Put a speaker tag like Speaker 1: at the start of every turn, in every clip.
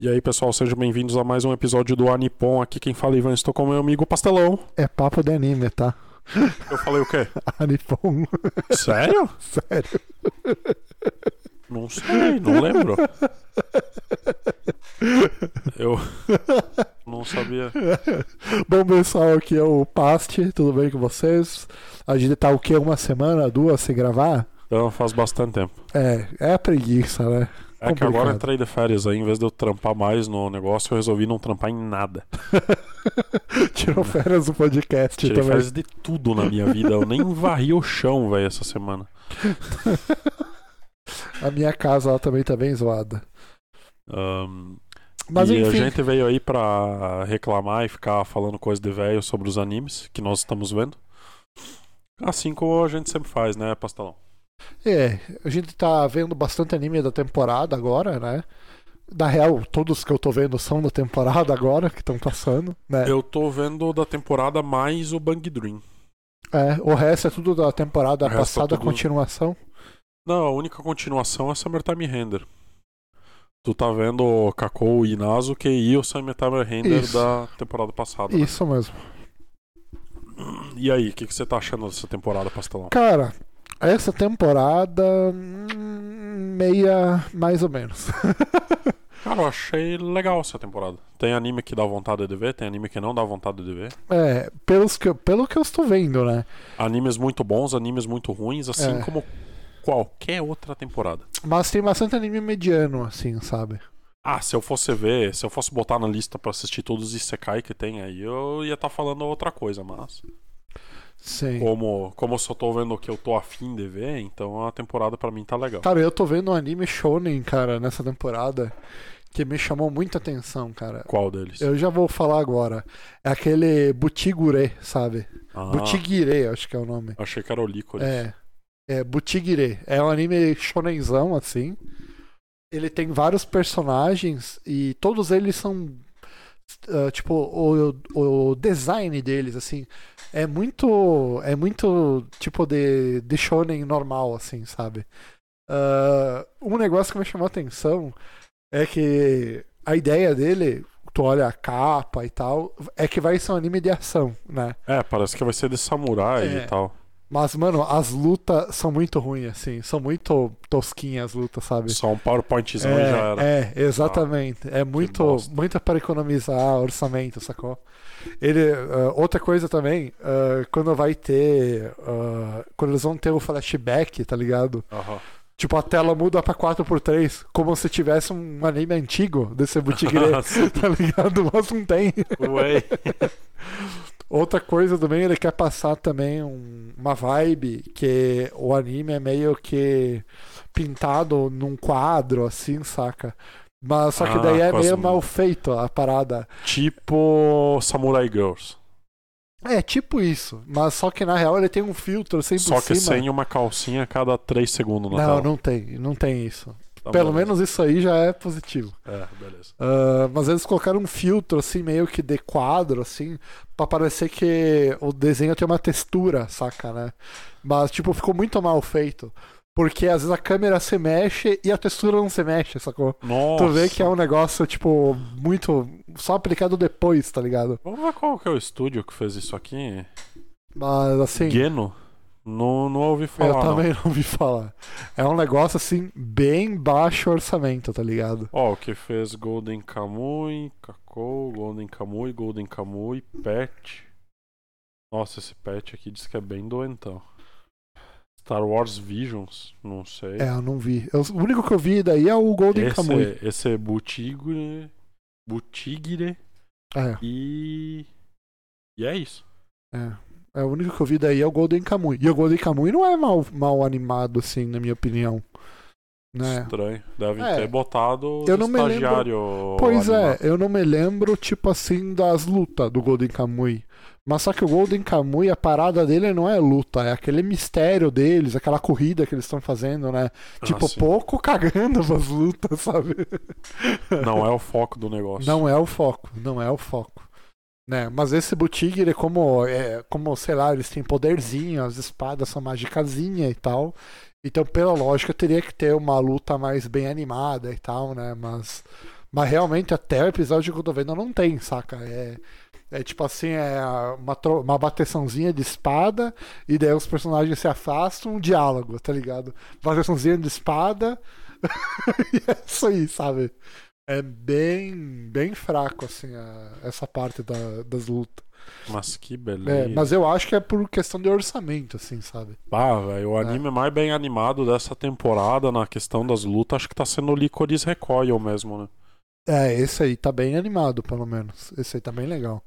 Speaker 1: E aí, pessoal, sejam bem-vindos a mais um episódio do Anipon. Aqui quem fala é Ivan Estou com meu amigo Pastelão.
Speaker 2: É papo de anime, tá?
Speaker 1: Eu falei o quê?
Speaker 2: Anipon,
Speaker 1: Sério?
Speaker 2: sério.
Speaker 1: Não sei, não lembro. Eu não sabia.
Speaker 2: Bom, pessoal, aqui é o Pasti, tudo bem com vocês? A gente tá o quê? Uma semana, duas sem gravar?
Speaker 1: Então faz bastante tempo.
Speaker 2: É, é a preguiça, né?
Speaker 1: É que agora
Speaker 2: Complicado.
Speaker 1: eu entrei de férias aí, em vez de eu trampar mais no negócio, eu resolvi não trampar em nada.
Speaker 2: Tirou férias do podcast
Speaker 1: Tirei
Speaker 2: também.
Speaker 1: férias de tudo na minha vida. Eu nem varri o chão, velho, essa semana.
Speaker 2: A minha casa lá também tá bem zoada.
Speaker 1: Ahn,
Speaker 2: Mas
Speaker 1: e
Speaker 2: enfim,
Speaker 1: a gente veio aí pra reclamar e ficar falando coisa de velho sobre os animes que nós estamos vendo. Assim como a gente sempre faz, né, Pastelão?
Speaker 2: é, a gente tá vendo bastante anime da temporada agora, né? Na real, todos que eu tô vendo são da temporada agora, que estão passando, né?
Speaker 1: Eu tô vendo da temporada mais o Bang Dream.
Speaker 2: É, o resto é tudo da temporada
Speaker 1: O resto é
Speaker 2: passada,
Speaker 1: tudo-
Speaker 2: continuação.
Speaker 1: Não, a única continuação é Summertime Render. Tu tá vendo o Kakou e Inazuke e o Summertime Render
Speaker 2: Isso.
Speaker 1: da temporada passada. né?
Speaker 2: Isso mesmo.
Speaker 1: E aí, o que, que você tá achando dessa temporada, Pastelão?
Speaker 2: Cara, essa temporada. hum, meia. mais ou menos.
Speaker 1: Cara, eu achei legal essa temporada. Tem anime que dá vontade de ver, tem anime que não dá vontade de ver.
Speaker 2: É, pelos que, eu- pelo que eu estou vendo, né?
Speaker 1: Animes muito bons, animes muito ruins, assim
Speaker 2: É.
Speaker 1: como qualquer outra temporada.
Speaker 2: Mas tem bastante anime mediano, assim, sabe?
Speaker 1: Ah, se eu fosse ver, se eu fosse botar na lista pra assistir todos os Isekai que tem aí, eu ia estar falando outra coisa, mas.
Speaker 2: Sim.
Speaker 1: Como, como eu só tô vendo o que eu tô afim de ver, então a temporada pra mim tá legal.
Speaker 2: Cara, eu tô vendo um anime shonen, cara, nessa temporada, que me chamou muita atenção, cara.
Speaker 1: Qual deles?
Speaker 2: Eu já vou falar agora. É aquele Butigure, sabe?
Speaker 1: Ah,
Speaker 2: Butigire, acho que é o nome.
Speaker 1: achei que era o Licorice.
Speaker 2: É. É Butigire. É um anime shonenzão, assim. Ele tem vários personagens e todos eles são. ah, tipo, o, o design deles, assim, é muito. É muito tipo de, de shonen normal, assim, sabe? Ah, um negócio que me chamou a atenção é que a ideia dele, tu olha a capa e tal, é que vai ser um anime de ação, né?
Speaker 1: É, parece que vai ser de samurai
Speaker 2: É.
Speaker 1: e tal.
Speaker 2: Mas, mano, as lutas são muito ruins, assim. São muito tosquinhas as lutas, sabe?
Speaker 1: Só um PowerPointzão e já era. Ah,
Speaker 2: é, exatamente. É muito,
Speaker 1: bosta.
Speaker 2: muito para economizar orçamento, sacou? Ele, ah, outra coisa também, ah, quando vai ter. ah, quando eles vão ter o flashback, tá ligado?
Speaker 1: Aham.
Speaker 2: Tipo, a tela muda pra 4x3, como se tivesse um anime antigo desse boutique,
Speaker 1: Sim.
Speaker 2: tá ligado? Mas não tem.
Speaker 1: Ué.
Speaker 2: Outra coisa também, ele quer passar também um- uma vibe que o anime é meio que pintado num quadro, assim, saca? Mas só
Speaker 1: Ah,
Speaker 2: que daí é
Speaker 1: quase
Speaker 2: meio
Speaker 1: não.
Speaker 2: mal feito a parada.
Speaker 1: Tipo Samurai Girls.
Speaker 2: É tipo isso, mas só que na real ele tem um filtro assim
Speaker 1: Só
Speaker 2: por
Speaker 1: que
Speaker 2: cima.
Speaker 1: sem uma calcinha a cada 3 segundos na
Speaker 2: Não,
Speaker 1: tela.
Speaker 2: não tem, não tem isso.
Speaker 1: Tá
Speaker 2: Pelo
Speaker 1: beleza.
Speaker 2: menos isso aí já é positivo.
Speaker 1: É, beleza.
Speaker 2: Ah, mas eles colocaram um filtro assim, meio que de quadro, assim, pra parecer que o desenho tem uma textura, saca, né? Mas, tipo, ficou muito mal feito. Porque às vezes a câmera se mexe e a textura não se mexe, sacou?
Speaker 1: Nossa.
Speaker 2: Tu vê que é um negócio, tipo, muito. só aplicado depois, tá ligado?
Speaker 1: Vamos ver qual que é o estúdio que fez isso aqui.
Speaker 2: Mas assim.
Speaker 1: Geno? Não, não ouvi falar.
Speaker 2: Eu
Speaker 1: não.
Speaker 2: também não ouvi falar. É um negócio assim, bem baixo orçamento, tá ligado?
Speaker 1: Ó, o que fez Golden Kamui, Kakou, Golden Kamui, Golden Kamui, Pet. Nossa, esse Pet aqui diz que é bem doentão. Star Wars Visions, não sei.
Speaker 2: É, eu não vi. Eu- o único que eu vi daí é o Golden
Speaker 1: esse,
Speaker 2: Kamuy.
Speaker 1: Esse é Butigre, Butigre
Speaker 2: É.
Speaker 1: e... E é isso.
Speaker 2: É, o único que eu vi daí é o Golden Kamuy. E o Golden Kamuy não é mal, mal animado, assim, na minha opinião. Né?
Speaker 1: Estranho. Devem
Speaker 2: É.
Speaker 1: ter botado
Speaker 2: Eu não me lembro-
Speaker 1: estagiário.
Speaker 2: Pois
Speaker 1: animado.
Speaker 2: é, eu não me lembro, tipo assim, das lutas do Golden Kamuy. Mas só que o Golden Kamuy, a parada dele não é luta, é aquele mistério deles, aquela corrida que eles estão fazendo, né?
Speaker 1: Ah,
Speaker 2: tipo,
Speaker 1: sim.
Speaker 2: pouco cagando as lutas, sabe?
Speaker 1: Não é o foco do negócio.
Speaker 2: Não é o foco, não é o foco. Né? Mas esse Butigre, como, é, como, sei lá, eles têm poderzinho, as espadas são magicazinha e tal. Então, pela lógica, teria que ter uma luta mais bem animada e tal, né? Mas Mas realmente até o episódio que eu tô vendo não tem, saca? É, é tipo assim, é uma, tro- uma bateçãozinha de espada, e daí os personagens se afastam, um diálogo, tá ligado? Bateçãozinha de espada. e é isso aí, sabe? É bem, bem fraco, assim, a- essa parte da- das lutas.
Speaker 1: Mas que
Speaker 2: É,
Speaker 1: beleza.
Speaker 2: mas eu acho que é por questão de orçamento, assim, sabe?
Speaker 1: Ah, velho, o
Speaker 2: É.
Speaker 1: anime mais bem animado dessa temporada na questão das lutas, acho que tá sendo o Licorice Recoil mesmo, né?
Speaker 2: É, esse aí tá bem animado, pelo menos. Esse aí tá bem legal.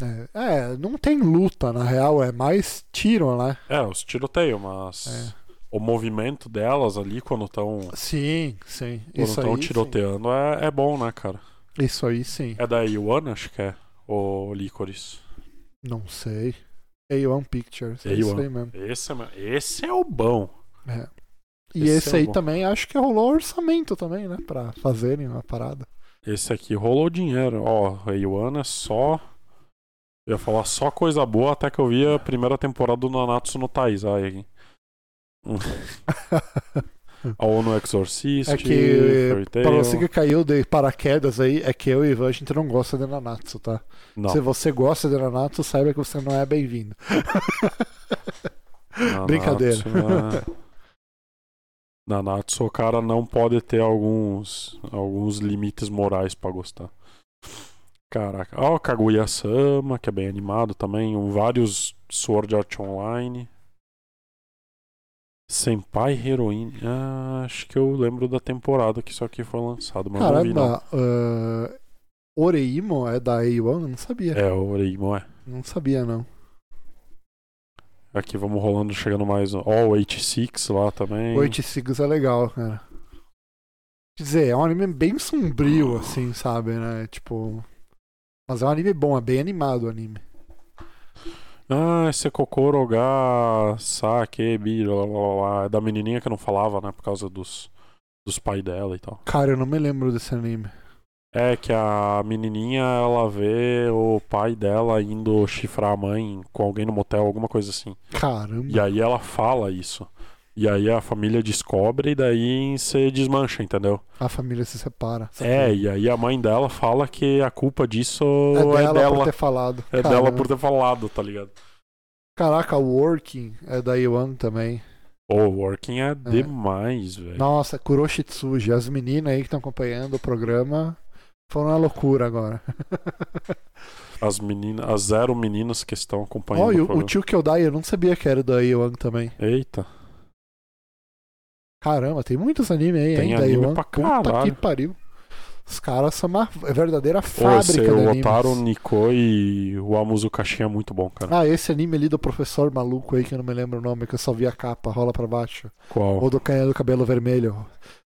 Speaker 2: É, é, não tem luta, na real, é mais tiro, né?
Speaker 1: É, os tiroteios, mas
Speaker 2: É.
Speaker 1: o movimento delas ali quando estão
Speaker 2: Sim, sim.
Speaker 1: quando
Speaker 2: Isso
Speaker 1: tão
Speaker 2: aí,
Speaker 1: tiroteando é, é bom, né, cara?
Speaker 2: sim. Isso aí, sim.
Speaker 1: É da Iwan, acho que é, o Licorice.
Speaker 2: Não sei. A1 Pictures, é
Speaker 1: A1.
Speaker 2: isso aí mesmo.
Speaker 1: Esse é, ma- esse é o bom.
Speaker 2: É. E
Speaker 1: Esse
Speaker 2: esse,
Speaker 1: é
Speaker 2: aí
Speaker 1: bom.
Speaker 2: também, acho que rolou orçamento também, né? Pra fazerem uma parada.
Speaker 1: Esse aqui rolou dinheiro. Ó, a Iwana é só. Eu ia falar só coisa boa até que eu vi a primeira temporada do Nanatsu no Taizai aqui. Hum. A ONU Exorcist,
Speaker 2: É que,
Speaker 1: Fairy Tail.
Speaker 2: Pra você que caiu de paraquedas aí, é que eu e o Ivan, a gente não gosta de Nanatsu, tá?
Speaker 1: Não,
Speaker 2: Se você gosta de Nanatsu, saiba que você não é bem-vindo.
Speaker 1: Nanatsu
Speaker 2: Brincadeira.
Speaker 1: é- Nanatsu, o cara não pode ter alguns alguns limites morais pra gostar. Caraca. Ó, Kaguya-sama, que é bem animado também. Um, vários Sword Art Online. Senpai Heroine. Ah, acho que eu lembro da temporada que isso aqui foi lançado, mas não vi não.
Speaker 2: Caramba, ah, Oreimo é da A1? Eu Não sabia.
Speaker 1: É, o Oreimo, é.
Speaker 2: Não sabia, não.
Speaker 1: Aqui vamos rolando, chegando mais. um. Ó, o 86 lá também.
Speaker 2: 8 sigos é legal, cara. Quer dizer, é um anime bem sombrio, assim, sabe, né? Tipo. Mas é um anime bom, é bem animado o anime.
Speaker 1: Ah, esse é Kokoro ga Sake bi, lá, lá, lá, lá. É da menininha que não falava, né? Por causa dos, dos pais dela e tal.
Speaker 2: Cara, eu não me lembro desse anime.
Speaker 1: É que a menininha, ela vê o pai dela indo chifrar a mãe com alguém no motel, alguma coisa assim.
Speaker 2: Caramba.
Speaker 1: E aí ela fala isso. E aí a família descobre e daí se desmancha, entendeu?
Speaker 2: A família se separa.
Speaker 1: É, e aí a mãe dela fala que a culpa disso
Speaker 2: É dela,
Speaker 1: é dela.
Speaker 2: por ter falado.
Speaker 1: É
Speaker 2: Caramba.
Speaker 1: dela por ter falado, tá ligado?
Speaker 2: Caraca, Working é da Yuan também.
Speaker 1: O Working é demais, velho.
Speaker 2: Nossa, Kuroshitsuji. As meninas aí que estão acompanhando o programa foram uma loucura agora.
Speaker 1: As meninas, as zero meninas que estão acompanhando
Speaker 2: Olha,
Speaker 1: o
Speaker 2: o, o
Speaker 1: programa.
Speaker 2: tio que eu dai, eu não sabia que era da Yuan também.
Speaker 1: Eita,
Speaker 2: Caramba, tem muitos animes aí,
Speaker 1: Tem
Speaker 2: hein? da
Speaker 1: anime
Speaker 2: Yuan.
Speaker 1: pra
Speaker 2: Puta que
Speaker 1: caralho.
Speaker 2: pariu. Os caras são uma é verdadeira
Speaker 1: Ô,
Speaker 2: fábrica
Speaker 1: esse
Speaker 2: de
Speaker 1: o
Speaker 2: animes.
Speaker 1: Otaru Nico e o Amuzukashin é muito bom, cara.
Speaker 2: Ah, esse anime ali do professor maluco aí, que eu não me lembro o nome, que eu só vi a capa, rola pra baixo.
Speaker 1: Qual?
Speaker 2: Ou do canhão do cabelo vermelho.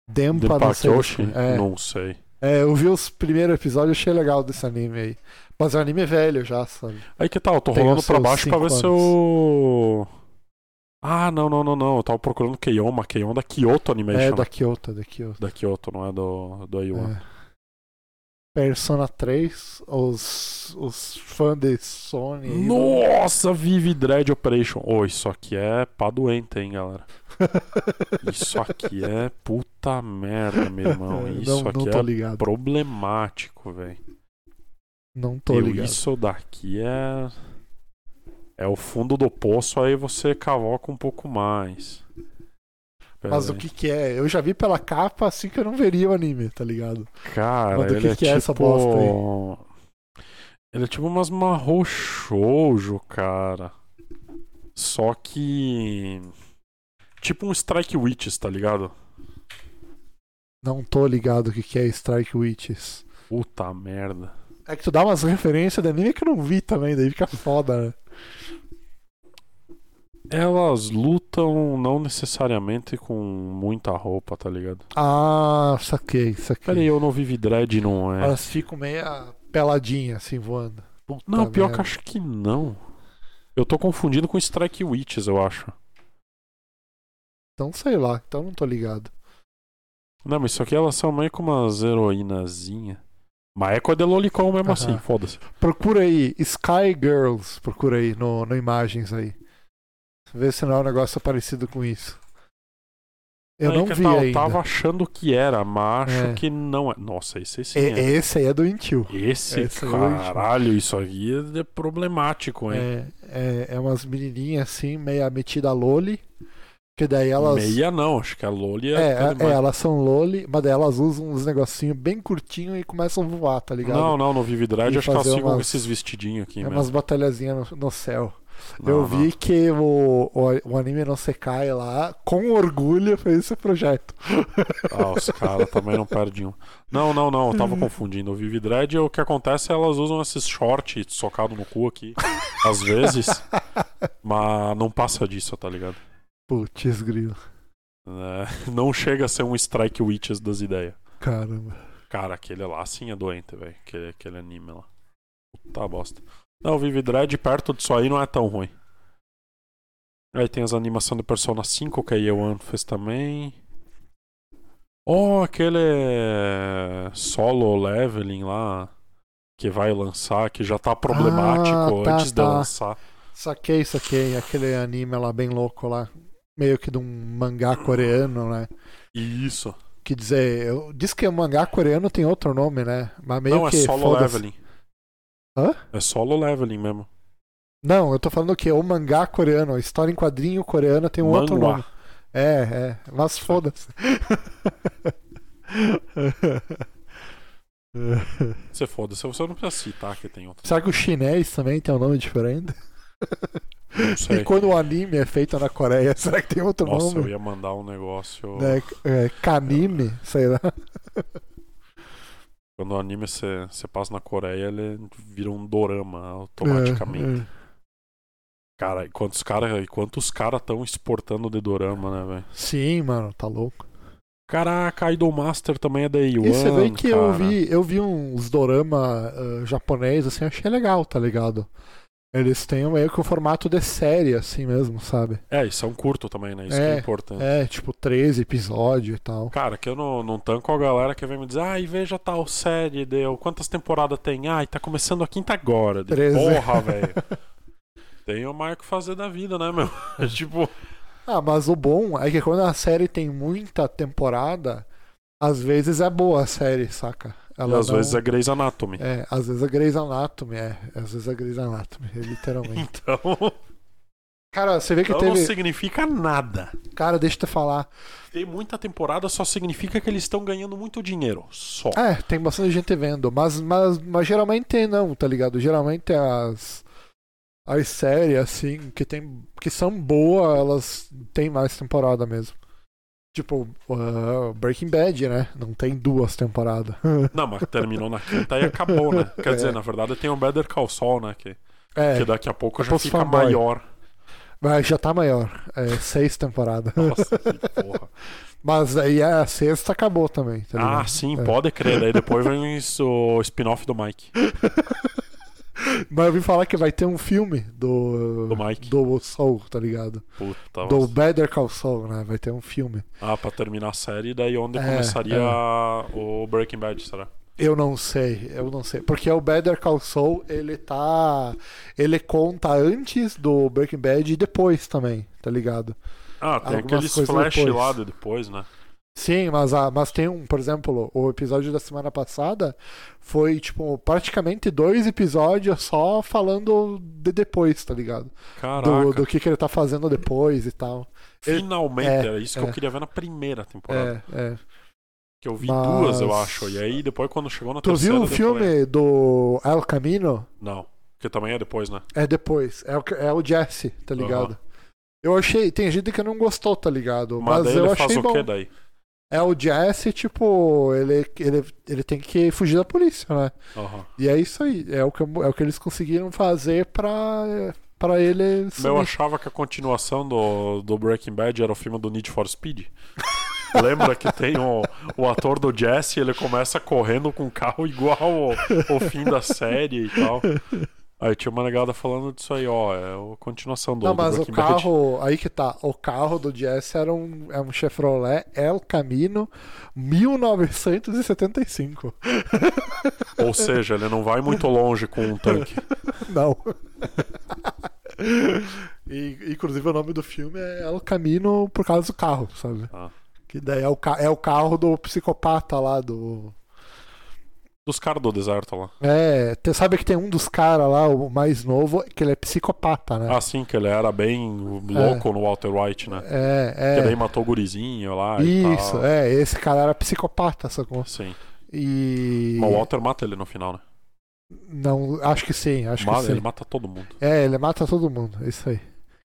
Speaker 2: Dempa, não sei.
Speaker 1: Denpakyoshi?
Speaker 2: É.
Speaker 1: Não sei.
Speaker 2: É, eu vi os primeiros episódios e achei legal desse anime aí. Mas é um anime velho já, sabe?
Speaker 1: Aí que tal? Eu tô
Speaker 2: Tem
Speaker 1: rolando
Speaker 2: os
Speaker 1: pra
Speaker 2: seus
Speaker 1: baixo pra ver
Speaker 2: cinco
Speaker 1: se eu. Ah, não, não, não, não. Eu tava procurando Keion, mas Keion é da Kyoto Animation.
Speaker 2: É
Speaker 1: né?
Speaker 2: da Kyoto, da Kyoto.
Speaker 1: Da Kyoto, não é do, do Aiwan.
Speaker 2: É. Persona 3, os, os fãs de Sony. aí,
Speaker 1: Nossa, Vive Dread Operation. Ô, isso aqui é pra doente, hein, galera. Isso aqui é puta merda, meu irmão. Isso
Speaker 2: não,
Speaker 1: aqui
Speaker 2: não
Speaker 1: é
Speaker 2: tô ligado.
Speaker 1: problemático, velho.
Speaker 2: Não tô
Speaker 1: Eu-
Speaker 2: ligado.
Speaker 1: Isso daqui é. É o fundo do poço, aí você cavoca um pouco mais. Pera
Speaker 2: Mas o
Speaker 1: aí.
Speaker 2: que que é? Eu já vi pela capa assim que eu não veria o anime, tá ligado?
Speaker 1: Cara,
Speaker 2: Mas do
Speaker 1: ele
Speaker 2: que
Speaker 1: é
Speaker 2: que
Speaker 1: tipo...
Speaker 2: é essa bosta
Speaker 1: Ele é tipo umas marro shoujo, cara. Só que. Tipo um Strike Witches, tá ligado?
Speaker 2: Não tô ligado o que que é Strike Witches.
Speaker 1: Puta merda.
Speaker 2: É que tu dá umas referências de anime que eu não vi também, daí fica foda, né?
Speaker 1: Elas lutam não necessariamente com muita roupa, tá ligado?
Speaker 2: Ah, saquei,
Speaker 1: Pera aí,
Speaker 2: saquei.
Speaker 1: eu não vivi dread, não é?
Speaker 2: Elas ficam meio peladinhas assim voando. Puta
Speaker 1: Não, pior que
Speaker 2: merda.
Speaker 1: eu acho que não. Eu tô confundindo com Strike Witches, eu acho.
Speaker 2: Então sei lá, então não tô ligado.
Speaker 1: Não, mas isso aqui elas são meio como umas heroinazinhas. Mas é com a de Lolicon mesmo
Speaker 2: Aham.
Speaker 1: assim, foda-se.
Speaker 2: Procura aí, Sky Girls, procura aí no, no imagens aí. Vê se não é um negócio parecido com isso. Eu
Speaker 1: Aí
Speaker 2: não
Speaker 1: que
Speaker 2: vi
Speaker 1: tá, Eu
Speaker 2: ainda.
Speaker 1: tava achando que era, mas acho
Speaker 2: É.
Speaker 1: que não é. Nossa, esse sim
Speaker 2: E-
Speaker 1: é.
Speaker 2: Esse aí é doentio.
Speaker 1: Esse,
Speaker 2: esse é o último.
Speaker 1: caralho, isso aqui é problemático, hein?
Speaker 2: É, é, é umas menininhas assim, meia metida loli. Que daí É, elas.
Speaker 1: Meia não, acho que a Loli é,
Speaker 2: É,
Speaker 1: até
Speaker 2: é,
Speaker 1: mais-
Speaker 2: elas são loli, mas daí elas usam uns negocinhos bem curtinho e começam a voar, tá ligado?
Speaker 1: Não, não, no Vive Drive
Speaker 2: E
Speaker 1: acho que elas
Speaker 2: fazer
Speaker 1: ficam com
Speaker 2: umas-
Speaker 1: esses vestidinhos aqui
Speaker 2: é
Speaker 1: mesmo.
Speaker 2: umas batalhazinhas no, no céu.
Speaker 1: Não,
Speaker 2: Eu
Speaker 1: não.
Speaker 2: vi que o, o, o anime não se cai lá, com orgulho, fez esse projeto.
Speaker 1: Ah, os caras também não perdem um. Não, não, não, eu tava confundindo. O Vive Dread, o que acontece é elas usam esses shorts socado no cu aqui, às vezes, mas não passa disso, tá ligado?
Speaker 2: Putz, grilo.
Speaker 1: É, não chega a ser um Strike Witches das ideias.
Speaker 2: Caramba.
Speaker 1: Cara, aquele lá sim é doente, velho. Aquele, aquele anime lá. Puta bosta. Não, o Vive Dread perto disso aí não é tão ruim. Aí tem as animações do Persona 5 que a Yewan fez também. Oh, aquele eh, solo leveling lá que vai lançar, que já tá problemático
Speaker 2: Ah, tá,
Speaker 1: antes de
Speaker 2: tá.
Speaker 1: lançar.
Speaker 2: Saquei, saquei. Aquele anime lá bem louco lá. Meio que de um mangá coreano, né?
Speaker 1: Isso.
Speaker 2: Que dizer, eu- diz que o mangá coreano tem outro nome, né? Mas meio
Speaker 1: não, é
Speaker 2: que.
Speaker 1: solo
Speaker 2: foda-se.
Speaker 1: leveling.
Speaker 2: Hã?
Speaker 1: É solo leveling mesmo.
Speaker 2: Não, eu tô falando que o mangá coreano, a história em quadrinho coreana tem um outro
Speaker 1: Manhwa.
Speaker 2: nome. É, é. Mas foda-se.
Speaker 1: Você foda-se, você não precisa citar que tem outro.
Speaker 2: Será que o chinês também tem um nome diferente?
Speaker 1: Não sei.
Speaker 2: E quando o anime é feito na Coreia, será que tem outro
Speaker 1: Nossa, eu
Speaker 2: nome?
Speaker 1: ia mandar um negócio.
Speaker 2: Né? É, kanime, sei lá.
Speaker 1: Quando o anime você você passa na Coreia, ele vira um dorama automaticamente.
Speaker 2: É, é.
Speaker 1: Cara, e quantos caras quantos cara estão exportando de dorama, né, velho?
Speaker 2: Sim, mano, tá louco.
Speaker 1: Caraca, Idol Master também é da Yuan.
Speaker 2: e você vê que eu
Speaker 1: cara.
Speaker 2: vi, eu vi uns dorama ah, japonês, assim, achei legal, tá ligado? Eles têm meio que um formato de série, assim mesmo, sabe?
Speaker 1: É, e são curto também, né? Isso que é
Speaker 2: É,
Speaker 1: importante.
Speaker 2: É, tipo, 13 episódios e tal.
Speaker 1: Cara, que eu não, não tanco a galera que vem me dizer, ai, veja tal série, deu. Quantas temporadas tem? Ai, tá começando a quinta agora. De
Speaker 2: Treze.
Speaker 1: Porra, velho. Tem o Marco fazer da vida, né, meu? É tipo,
Speaker 2: Ah, mas o bom é que quando a série tem muita temporada, às vezes é boa a série, saca?
Speaker 1: e às vezes é Grey's Anatomy.
Speaker 2: É, às vezes é Grey's Anatomy, é. Às vezes é Grey's Anatomy, é, literalmente.
Speaker 1: Então,
Speaker 2: Cara, você vê que
Speaker 1: então não
Speaker 2: teve.
Speaker 1: significa nada.
Speaker 2: Cara, deixa eu te falar.
Speaker 1: Ter muita temporada só significa que eles estão ganhando muito dinheiro. Só.
Speaker 2: É, tem bastante gente vendo, mas, mas, mas geralmente não, tá ligado? Geralmente as. As séries, assim, que tem. que são boas, elas têm mais temporada mesmo. Tipo, ah, Breaking Bad, né? Não tem duas temporadas.
Speaker 1: Não, mas terminou na quinta e acabou, né? Quer
Speaker 2: É.
Speaker 1: dizer, na verdade tem o Better Call Saul, né? Que,
Speaker 2: É,
Speaker 1: que daqui a pouco já
Speaker 2: Depois
Speaker 1: fica
Speaker 2: fanboy.
Speaker 1: maior.
Speaker 2: mas já tá maior. É, seis temporadas.
Speaker 1: Nossa, que porra.
Speaker 2: Mas aí a sexta acabou também, tá ligado?
Speaker 1: Ah, sim,
Speaker 2: É.
Speaker 1: pode crer. Daí depois vem isso, o spin-off do Mike.
Speaker 2: Mas eu vim falar que vai ter um filme do.
Speaker 1: Do Mike.
Speaker 2: Do Soul, tá ligado?
Speaker 1: Puta.
Speaker 2: Do
Speaker 1: nossa.
Speaker 2: Better Call Saul, né? Vai ter um filme.
Speaker 1: Ah, pra terminar a série, daí onde
Speaker 2: É,
Speaker 1: começaria
Speaker 2: é.
Speaker 1: o Breaking Bad, será?
Speaker 2: Eu não sei, eu não sei. Porque o Better Call Saul, ele tá. Ele conta antes do Breaking Bad e depois também, tá ligado?
Speaker 1: Ah, tem
Speaker 2: Algumas
Speaker 1: aqueles
Speaker 2: coisas
Speaker 1: flash
Speaker 2: depois.
Speaker 1: lá de depois, né?
Speaker 2: Sim, mas, a, mas tem um, por exemplo, o episódio da semana passada foi, tipo, praticamente dois episódios só falando de depois, tá ligado?
Speaker 1: Caraca.
Speaker 2: Do, do que, que ele tá fazendo depois e tal. ele-
Speaker 1: Finalmente,
Speaker 2: é,
Speaker 1: era isso que eu
Speaker 2: é.
Speaker 1: queria ver na primeira temporada.
Speaker 2: É, é.
Speaker 1: Que eu vi
Speaker 2: Mas-
Speaker 1: duas, eu acho. E aí depois quando chegou na
Speaker 2: Tu
Speaker 1: terceira.
Speaker 2: viu o
Speaker 1: depois-
Speaker 2: filme do El Camino?
Speaker 1: Não. Porque também é depois, né?
Speaker 2: É depois. É o, é o Jesse, tá ligado? Eu achei. Tem gente que não gostou, tá ligado?
Speaker 1: Mas,
Speaker 2: Mas,
Speaker 1: daí
Speaker 2: eu
Speaker 1: ele faz
Speaker 2: achei
Speaker 1: o
Speaker 2: bom.
Speaker 1: que daí?
Speaker 2: É o Jesse, tipo, ele, ele, ele tem que fugir da polícia, né?
Speaker 1: Aham.
Speaker 2: E é isso aí. É o que, é o que eles conseguiram fazer pra, pra ele.
Speaker 1: Eu
Speaker 2: sumir.
Speaker 1: achava que a continuação do, do Breaking Bad era o filme do Need for Speed. Lembra que tem o, o ator do Jesse, ele começa correndo com um carro igual ao, ao fim da série e tal. Aí tinha uma negada falando disso aí, ó, é a continuação do,
Speaker 2: Não,
Speaker 1: do
Speaker 2: mas o
Speaker 1: Breaking Bad.
Speaker 2: carro. Aí que tá. O carro do Jesse era um, é um Chevrolet El Camino 1975.
Speaker 1: Ou seja, ele não vai muito longe com um tanque.
Speaker 2: Não. E, inclusive o nome do filme é El Camino por causa do carro, sabe?
Speaker 1: Ah.
Speaker 2: Que daí é o, ca- é o carro do psicopata lá, do.
Speaker 1: Dos caras do deserto lá.
Speaker 2: É, te- sabe que tem um dos caras lá, o mais novo, que ele é psicopata, né?
Speaker 1: Ah, sim, que ele era bem louco no Walter White, né?
Speaker 2: é,
Speaker 1: Que daí
Speaker 2: é.
Speaker 1: matou o gurizinho lá e
Speaker 2: Isso,
Speaker 1: tal.
Speaker 2: é, esse cara era psicopata, sacou?
Speaker 1: Sim.
Speaker 2: E.
Speaker 1: Mas o Walter mata ele no final, né?
Speaker 2: Não, acho que sim, acho
Speaker 1: Mata-
Speaker 2: que sim.
Speaker 1: ele mata todo mundo.
Speaker 2: É, ele mata todo mundo, é isso aí.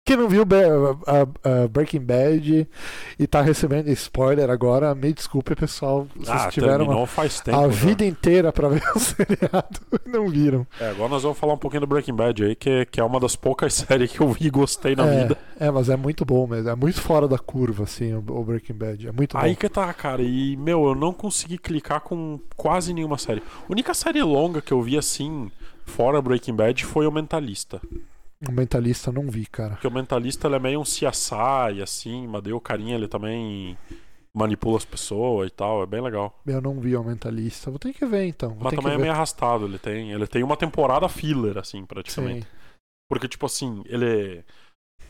Speaker 2: Quem não viu Be- a- a Breaking Bad e tá recebendo spoiler agora, me desculpe, pessoal. Vocês
Speaker 1: ah,
Speaker 2: tiveram
Speaker 1: terminou
Speaker 2: uma-
Speaker 1: faz tempo.
Speaker 2: a
Speaker 1: já.
Speaker 2: vida inteira pra ver o seriado e não viram.
Speaker 1: É, agora nós vamos falar um pouquinho do Breaking Bad aí, que, que é uma das poucas séries que eu vi e gostei na
Speaker 2: é,
Speaker 1: vida.
Speaker 2: é, mas é muito bom mesmo. É muito fora da curva, assim, o o Breaking Bad. É muito
Speaker 1: Aí
Speaker 2: bom.
Speaker 1: que tá, cara. E, meu, eu não consegui clicar com quase nenhuma série. A única série longa que eu vi assim, fora Breaking Bad, foi o Mentalista.
Speaker 2: O Mentalista eu não vi, cara.
Speaker 1: Porque o Mentalista ele é meio um CSI, assim, mas daí o carinha ele também manipula as pessoas e tal. É bem legal.
Speaker 2: Eu não vi o Mentalista. Vou ter que ver, então. Vou
Speaker 1: Mas
Speaker 2: ter
Speaker 1: também é
Speaker 2: que ver.
Speaker 1: meio arrastado, ele tem. Ele tem uma temporada filler, assim, praticamente.
Speaker 2: Sim.
Speaker 1: Porque, tipo assim, ele.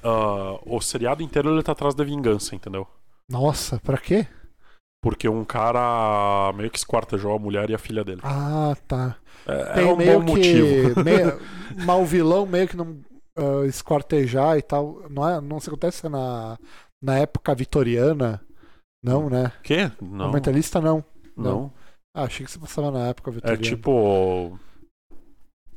Speaker 1: ah, o seriado inteiro ele tá atrás da vingança, entendeu?
Speaker 2: Nossa, pra quê?
Speaker 1: Porque um cara meio que esquartejou a mulher e a filha dele.
Speaker 2: Ah, tá.
Speaker 1: É, é
Speaker 2: Tem
Speaker 1: um
Speaker 2: meio
Speaker 1: bom
Speaker 2: que.
Speaker 1: motivo.
Speaker 2: meio, mal vilão meio que não ah, esquartejar e tal. Não, é, não se acontece na, na época vitoriana, não, né?
Speaker 1: Quê? Não.
Speaker 2: O mentalista não.
Speaker 1: Não.
Speaker 2: Ah, achei que você passava na época
Speaker 1: É
Speaker 2: vitoriana.
Speaker 1: tipo.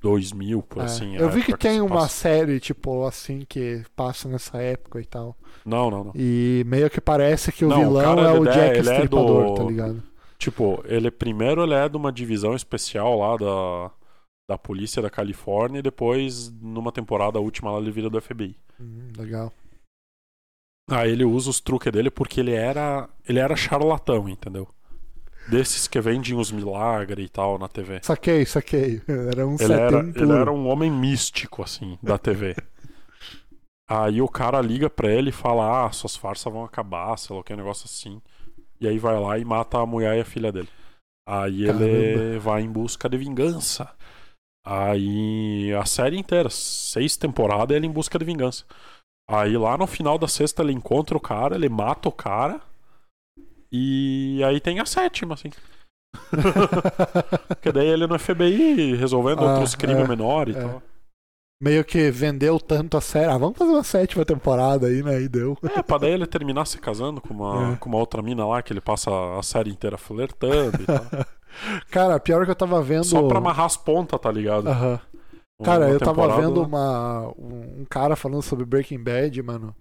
Speaker 1: 2000, por
Speaker 2: É.
Speaker 1: assim. a
Speaker 2: Eu vi que
Speaker 1: época
Speaker 2: tem
Speaker 1: se
Speaker 2: uma
Speaker 1: passa.
Speaker 2: série, tipo, assim, que passa nessa época e tal.
Speaker 1: Não, não, não.
Speaker 2: E meio que parece que o
Speaker 1: Não, o
Speaker 2: vilão
Speaker 1: cara,
Speaker 2: é o
Speaker 1: ele é-
Speaker 2: Jack
Speaker 1: ele é
Speaker 2: Estripador,
Speaker 1: do-
Speaker 2: tá ligado?
Speaker 1: Tipo, ele primeiro ele é de uma divisão especial lá da, da polícia da Califórnia e depois, numa temporada última lá, ele vira do FBI.
Speaker 2: Hum, legal.
Speaker 1: Aí Ah, ele usa os truques dele porque ele era. ele era charlatão, entendeu? Desses que vendem os milagres e tal na TV.
Speaker 2: Saquei, saquei. Era um
Speaker 1: Ele era,
Speaker 2: setembro.
Speaker 1: ele era um homem místico, assim, da TV. aí o cara liga pra ele e fala: Ah, suas farsas vão acabar, sei lá o que, um negócio assim. E aí vai lá e mata a mulher e a filha dele. Aí ele
Speaker 2: Caramba.
Speaker 1: vai em busca de vingança. Aí a série inteira, seis temporadas, ele em busca de vingança. Aí lá no final da sexta ele encontra o cara, ele mata o cara. E aí tem a sétima, assim.
Speaker 2: um.
Speaker 1: Porque daí ele no FBI resolvendo
Speaker 2: Ah,
Speaker 1: outros crimes
Speaker 2: é,
Speaker 1: menores
Speaker 2: é.
Speaker 1: e tal.
Speaker 2: Meio que vendeu tanto a série. Ah, vamos fazer uma sétima temporada aí, né? E deu.
Speaker 1: É, pra daí ele terminar se casando com uma,
Speaker 2: É.
Speaker 1: com uma outra mina lá, que ele passa a série inteira flertando e tal.
Speaker 2: Cara, pior é que eu tava vendo.
Speaker 1: Só pra amarrar as pontas, tá ligado?
Speaker 2: Aham. Ah, Cara,
Speaker 1: Uma
Speaker 2: eu tava
Speaker 1: temporada,
Speaker 2: vendo
Speaker 1: né?
Speaker 2: uma, um um cara falando sobre Breaking Bad, mano.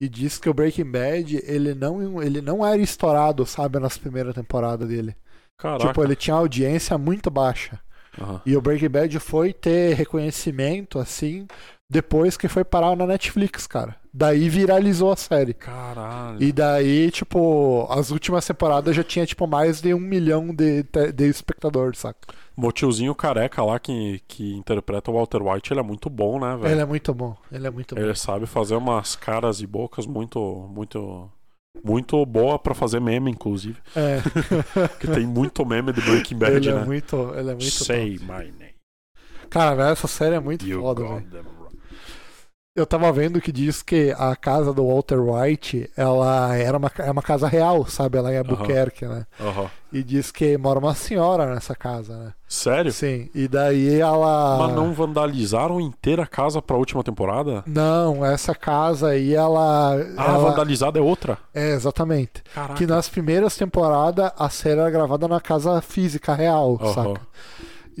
Speaker 2: E disse que o Breaking Bad, ele não, ele não era estourado, sabe, nas primeiras temporadas dele.
Speaker 1: Caraca.
Speaker 2: Tipo, é- ele tinha audiência muito baixa.
Speaker 1: Aham.
Speaker 2: E o Breaking Bad foi ter reconhecimento, assim, depois que foi parar na Netflix, cara. Daí viralizou a série.
Speaker 1: Caralho.
Speaker 2: E daí, tipo, as últimas temporadas já tinha, tipo, mais de um milhão de, te- de espectadores, saca?
Speaker 1: O tiozinho careca lá que, que interpreta o Walter White, ele é muito bom, né, velho?
Speaker 2: Ele é muito bom, ele é muito bom.
Speaker 1: Ele sabe fazer umas caras e bocas muito, muito, muito boa pra fazer meme, inclusive.
Speaker 2: É.
Speaker 1: Que tem muito meme de Breaking Bad,
Speaker 2: ele
Speaker 1: né?
Speaker 2: é muito, ele é muito
Speaker 1: Say my name.
Speaker 2: bom. Cara, velho, essa série é muito
Speaker 1: You
Speaker 2: foda,
Speaker 1: got
Speaker 2: velho.
Speaker 1: them right.
Speaker 2: Eu tava vendo que diz que a casa do Walter White, ela era uma, é uma casa real, sabe? Ela é em Albuquerque, né?
Speaker 1: Aham.
Speaker 2: E diz que mora uma senhora nessa casa, né?
Speaker 1: Sério?
Speaker 2: Sim. E daí ela.
Speaker 1: Mas não vandalizaram inteira a casa pra última temporada?
Speaker 2: Não, essa casa aí, ela.
Speaker 1: Ah,
Speaker 2: ela...
Speaker 1: vandalizada é outra?
Speaker 2: É, exatamente.
Speaker 1: Caraca.
Speaker 2: Que nas primeiras temporadas a série era gravada na casa física real,
Speaker 1: Aham.
Speaker 2: saca?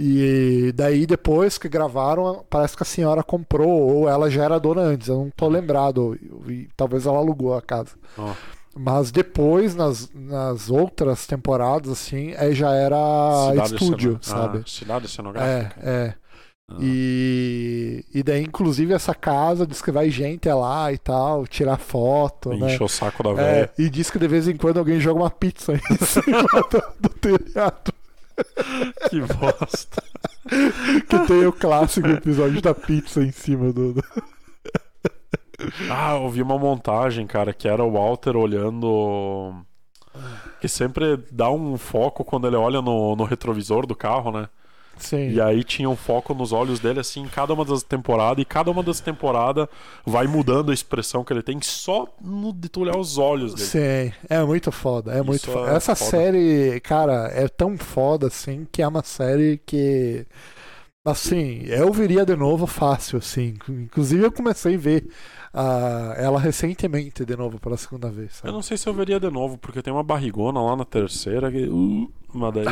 Speaker 2: E daí depois que gravaram, parece que a senhora comprou, ou ela já era dona antes, eu não tô lembrado. e talvez ela alugou a casa.
Speaker 1: Ó.
Speaker 2: Mas depois, nas, nas outras temporadas, assim, aí já era
Speaker 1: Cidade
Speaker 2: estúdio,
Speaker 1: ceno- Ah,
Speaker 2: sabe?
Speaker 1: cidade
Speaker 2: É,
Speaker 1: cenográfica.
Speaker 2: é.
Speaker 1: Ah.
Speaker 2: E, e daí, inclusive, essa casa diz que vai gente lá e tal, tirar foto, né?
Speaker 1: Enche o saco da
Speaker 2: É,
Speaker 1: velha.
Speaker 2: e diz que de vez em quando alguém joga uma pizza em cima do, do telhado. É.
Speaker 1: Que bosta.
Speaker 2: Que tem o clássico episódio da pizza em cima do. do-
Speaker 1: Ah, eu vi uma montagem, cara, que era o Walter olhando. Que sempre dá um foco quando ele olha no, no retrovisor do carro, né?
Speaker 2: Sim.
Speaker 1: E aí tinha um foco nos olhos dele, assim, em cada uma das temporadas. E cada uma das temporadas vai mudando a expressão que ele tem só no, de tu olhar os olhos dele.
Speaker 2: Sim, é muito foda, é
Speaker 1: Isso
Speaker 2: muito foda.
Speaker 1: é
Speaker 2: Essa
Speaker 1: foda.
Speaker 2: série, cara, é tão foda assim que é uma série que. Assim, eu viria de novo fácil, assim. Inclusive eu comecei a ver ah, ela recentemente de novo pela segunda vez.
Speaker 1: Eu
Speaker 2: Sabe?
Speaker 1: não sei se eu veria de novo, porque tem uma barrigona lá na terceira. Que... Uh, mas daí.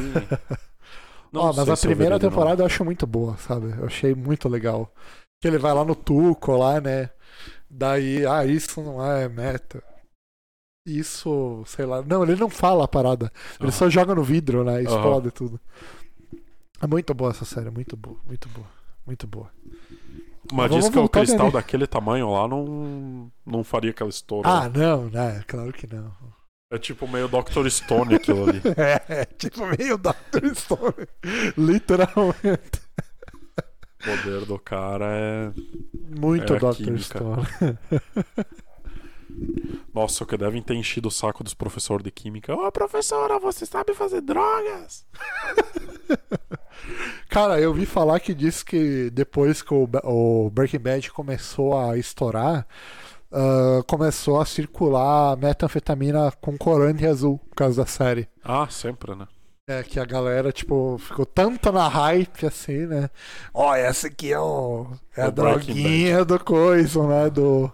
Speaker 1: Não
Speaker 2: Ó, mas
Speaker 1: sei
Speaker 2: a
Speaker 1: se eu
Speaker 2: primeira
Speaker 1: veria de novo.
Speaker 2: temporada eu acho muito boa, sabe? Eu achei muito legal. Que ele vai lá no Tuco, lá, né? Daí, ah, isso não é meta. Isso, sei lá. Não, ele não fala a parada. Ele
Speaker 1: Aham.
Speaker 2: só joga no vidro, né?
Speaker 1: Aham.
Speaker 2: Explode tudo. É muito boa essa série, muito boa, muito boa, muito boa.
Speaker 1: Mas
Speaker 2: Vamos
Speaker 1: diz que é o
Speaker 2: voltar,
Speaker 1: cristal
Speaker 2: Dani.
Speaker 1: daquele tamanho lá não, não faria aquela estoura.
Speaker 2: Ah, não, né? Claro que não.
Speaker 1: É tipo meio Dr. Stone aquilo ali.
Speaker 2: É, tipo meio Doctor Stone. Literalmente.
Speaker 1: O poder do cara é.
Speaker 2: Muito
Speaker 1: É a
Speaker 2: Doctor
Speaker 1: química.
Speaker 2: Stone.
Speaker 1: Nossa, o que devem ter enchido o saco dos professores de química. Ô, professora, você sabe fazer drogas?
Speaker 2: Cara, eu vi falar que disse que depois que o, Ba- o Breaking Bad começou a estourar, ah, começou a circular metanfetamina com corante azul por causa da série.
Speaker 1: Ah, sempre, né?
Speaker 2: É, que a galera, tipo, ficou tanto na hype assim, né? Ó, essa aqui é, o, é a
Speaker 1: O Breaking
Speaker 2: droguinha do coisa, né? Do...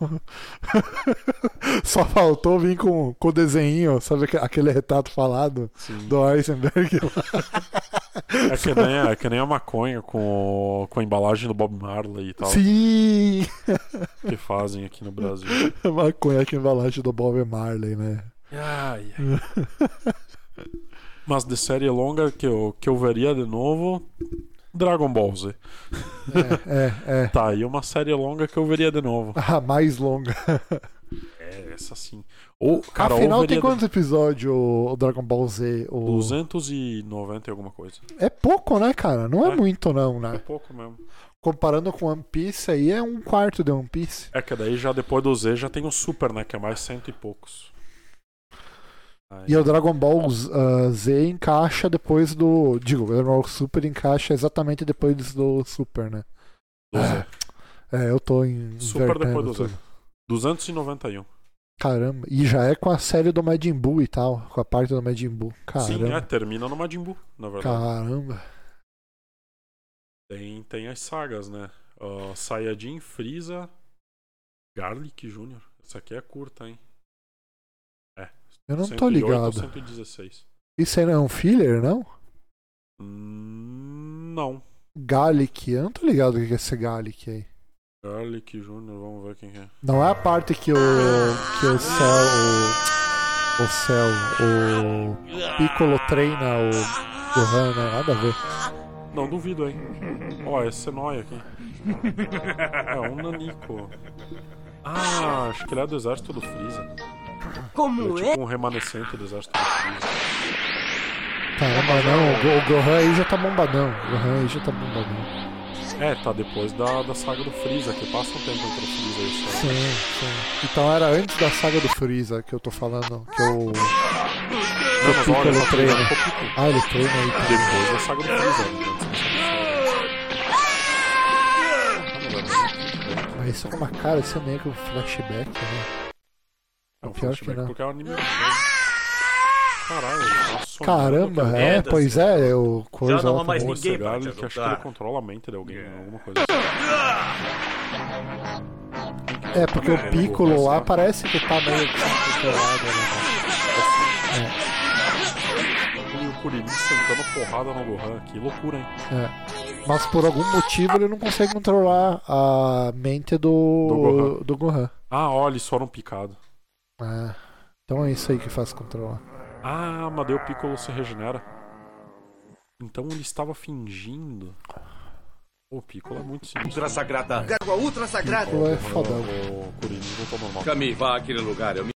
Speaker 2: Só faltou vir com, com o desenho, sabe aque- aquele retrato falado
Speaker 1: Sim.
Speaker 2: do Heisenberg lá.
Speaker 1: É que nem, é que nem a maconha com, o- com a embalagem do Bob Marley e tal
Speaker 2: Sim!
Speaker 1: que fazem aqui no Brasil.
Speaker 2: É Maconha que embalagem do Bob Marley, né?
Speaker 1: Ai, ai. Mas de série longa que eu, que eu veria de novo, Dragon Ball Z.
Speaker 2: É, é, é.
Speaker 1: Tá, e uma série longa que eu veria de novo.
Speaker 2: A mais longa.
Speaker 1: É, essa sim. Ou, cara, é
Speaker 2: Afinal,
Speaker 1: ou
Speaker 2: tem
Speaker 1: veria de-
Speaker 2: quantos episódios o o Dragon Ball Z? O...
Speaker 1: 290 e alguma coisa.
Speaker 2: É pouco, né, cara? Não é,
Speaker 1: É.
Speaker 2: muito, não,
Speaker 1: É
Speaker 2: né?
Speaker 1: pouco mesmo.
Speaker 2: Comparando com One Piece, aí é um quarto de One Piece.
Speaker 1: É que daí já depois do Z já tem o Super, né? Que é mais cento e poucos. Aí-
Speaker 2: E o Dragon Ball Z- ah, Z encaixa depois do. Digo, o Dragon Ball Super encaixa exatamente depois do Super, né?
Speaker 1: do Z.
Speaker 2: É, eu tô em.
Speaker 1: Super depois do Z.
Speaker 2: tudo.
Speaker 1: 291.
Speaker 2: Caramba. E já é com a série do Majin Buu e tal. Com a parte do Majin Buu. Caramba.
Speaker 1: Sim, é, termina no Majin Buu, na verdade.
Speaker 2: Caramba.
Speaker 1: Tem, tem as sagas, né? Uh, Saiyajin, Freeza, Garlic Jr. Essa aqui é curta, hein? É.
Speaker 2: Eu não tô
Speaker 1: 108 ou
Speaker 2: ligado.
Speaker 1: 116.
Speaker 2: Isso aí não é um filler, não?
Speaker 1: Hum, não.
Speaker 2: Garlic, eu não tô ligado o que é esse Garlic aí.
Speaker 1: Garlic Jr., vamos ver quem é.
Speaker 2: Não é a parte que o. que o céu. O, o céu. O Piccolo treina o Gohan, né? Nada a ver.
Speaker 1: Não duvido, hein? Ó, é Senoi aqui. É um nanico. Ah, acho que ele é do exército do Freeza. Ele
Speaker 3: Como
Speaker 1: é tipo um remanescente do exército do Freeza.
Speaker 2: Caramba, não. O, Go- o Gohan aí já tá bombadão. O Gohan aí já tá bombadão.
Speaker 1: É, tá depois da, da saga do Freeza, que passa um tempo entre o Freeza e o Cell.
Speaker 2: Sim, sim. Então era antes da saga do Freeza que eu tô falando. Que o.
Speaker 1: Não, mas olha,
Speaker 2: Piccolo
Speaker 1: só que ele é
Speaker 2: treina.
Speaker 1: um pouquinho.
Speaker 2: Ah, ele treina aí. tá.
Speaker 1: Depois da saga do Freezer.
Speaker 2: Mas isso é uma cara, isso é meio que um flashback, né?
Speaker 1: É um
Speaker 2: Pior que
Speaker 1: flashback
Speaker 2: não.
Speaker 1: porque é um anime. velho. Caralho, tá sonhando
Speaker 2: Caramba,
Speaker 1: com
Speaker 2: é?
Speaker 4: um merda, assim.
Speaker 2: Pois é, eu. Coisa
Speaker 4: Já não há
Speaker 2: lá
Speaker 4: mais
Speaker 2: também.
Speaker 1: aquele-
Speaker 4: ninguém
Speaker 1: Esse
Speaker 4: vai te
Speaker 1: Garlic, acho que
Speaker 4: ajudar.
Speaker 1: ele controla a mente de alguém, alguma coisa assim.
Speaker 2: É, porque o Piccolo lá parece que tá meio que controlado, né?
Speaker 1: E o Kuririn sentando porrada no Gohan, que loucura, hein?
Speaker 2: É. Mas por algum motivo ele não consegue controlar a mente
Speaker 1: Do
Speaker 2: do,
Speaker 1: Gohan.
Speaker 2: do Gohan.
Speaker 1: Ah, olha, eles foram picados.
Speaker 2: Ah, então é isso aí que faz controlar.
Speaker 1: Ah, mas daí o Piccolo se regenera. Então ele estava fingindo. Pô, O Piccolo é muito sinistro.
Speaker 4: Ultra sagrada.
Speaker 3: Água ultra sagrada.
Speaker 2: Piccolo é fodão.
Speaker 1: O Kuririn voltou ao normal.
Speaker 4: Cami, vá àquele lugar. Eu me...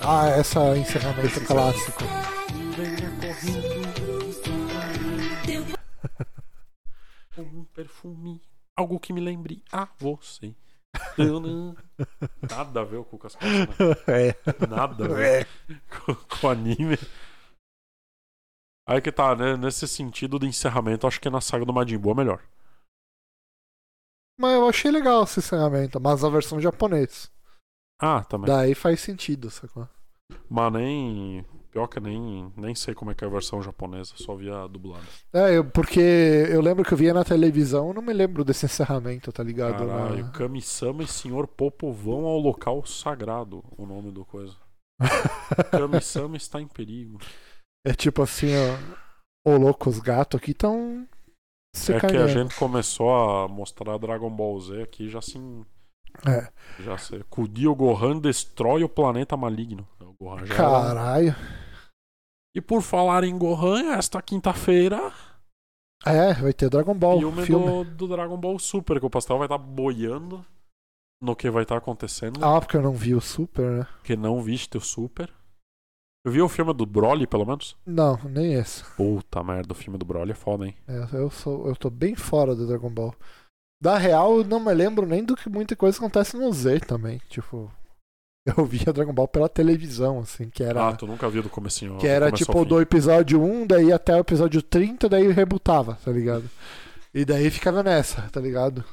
Speaker 2: Ah, essa encerramento clássico.
Speaker 1: um perfume, algo que me lembre a você. Tanã. Nada a ver com o Cascão, né?
Speaker 2: É.
Speaker 1: Nada a ver com, com o anime. Aí que tá, né? Nesse sentido do encerramento, acho que na saga do Majin Buu é melhor.
Speaker 2: Mas eu achei legal esse encerramento, mas a versão japonesa.
Speaker 1: Ah, também.
Speaker 2: Daí faz sentido, sacou?
Speaker 1: Mas nem. Pior que nem, nem sei como é que é a versão japonesa, só via dublada.
Speaker 2: É, eu- porque eu lembro que eu via na televisão, eu não me lembro desse encerramento, tá ligado?
Speaker 1: Caralho,
Speaker 2: Na-
Speaker 1: Kami-sama e Senhor Popo vão ao local sagrado, o nome do coisa. Kami-sama está em perigo.
Speaker 2: É tipo assim, ó. Ô louco, os gatos aqui estão. Se
Speaker 1: é que
Speaker 2: cagando.
Speaker 1: a gente começou a mostrar Dragon Ball Z aqui já assim.
Speaker 2: É.
Speaker 1: Já sei. Kudio Gohan destrói o planeta maligno. O Gohan já era-
Speaker 2: Caralho.
Speaker 1: E por falar em Gohan, esta quinta-feira,
Speaker 2: É, vai ter Dragon Ball.
Speaker 1: filme,
Speaker 2: filme.
Speaker 1: Do, do Dragon Ball Super, que o Pastel vai estar boiando no que vai estar acontecendo.
Speaker 2: Ah, porque eu não vi o Super, né?
Speaker 1: Porque não viste o Super. Eu vi o filme do Broly, pelo menos.
Speaker 2: Não, nem esse.
Speaker 1: Puta merda, o filme do Broly é foda, hein?
Speaker 2: É, eu, sou, eu tô bem fora do Dragon Ball. Da real, eu não me lembro nem do que muita coisa acontece no Z também. Tipo, eu via Dragon Ball pela televisão, assim, que era.
Speaker 1: Ah, tu nunca viu do comecinho.
Speaker 2: Que
Speaker 1: do
Speaker 2: era
Speaker 1: começo ao
Speaker 2: tipo
Speaker 1: fim.
Speaker 2: do episódio 1, daí até o episódio 30, daí rebutava, tá ligado? E daí ficava nessa, tá ligado?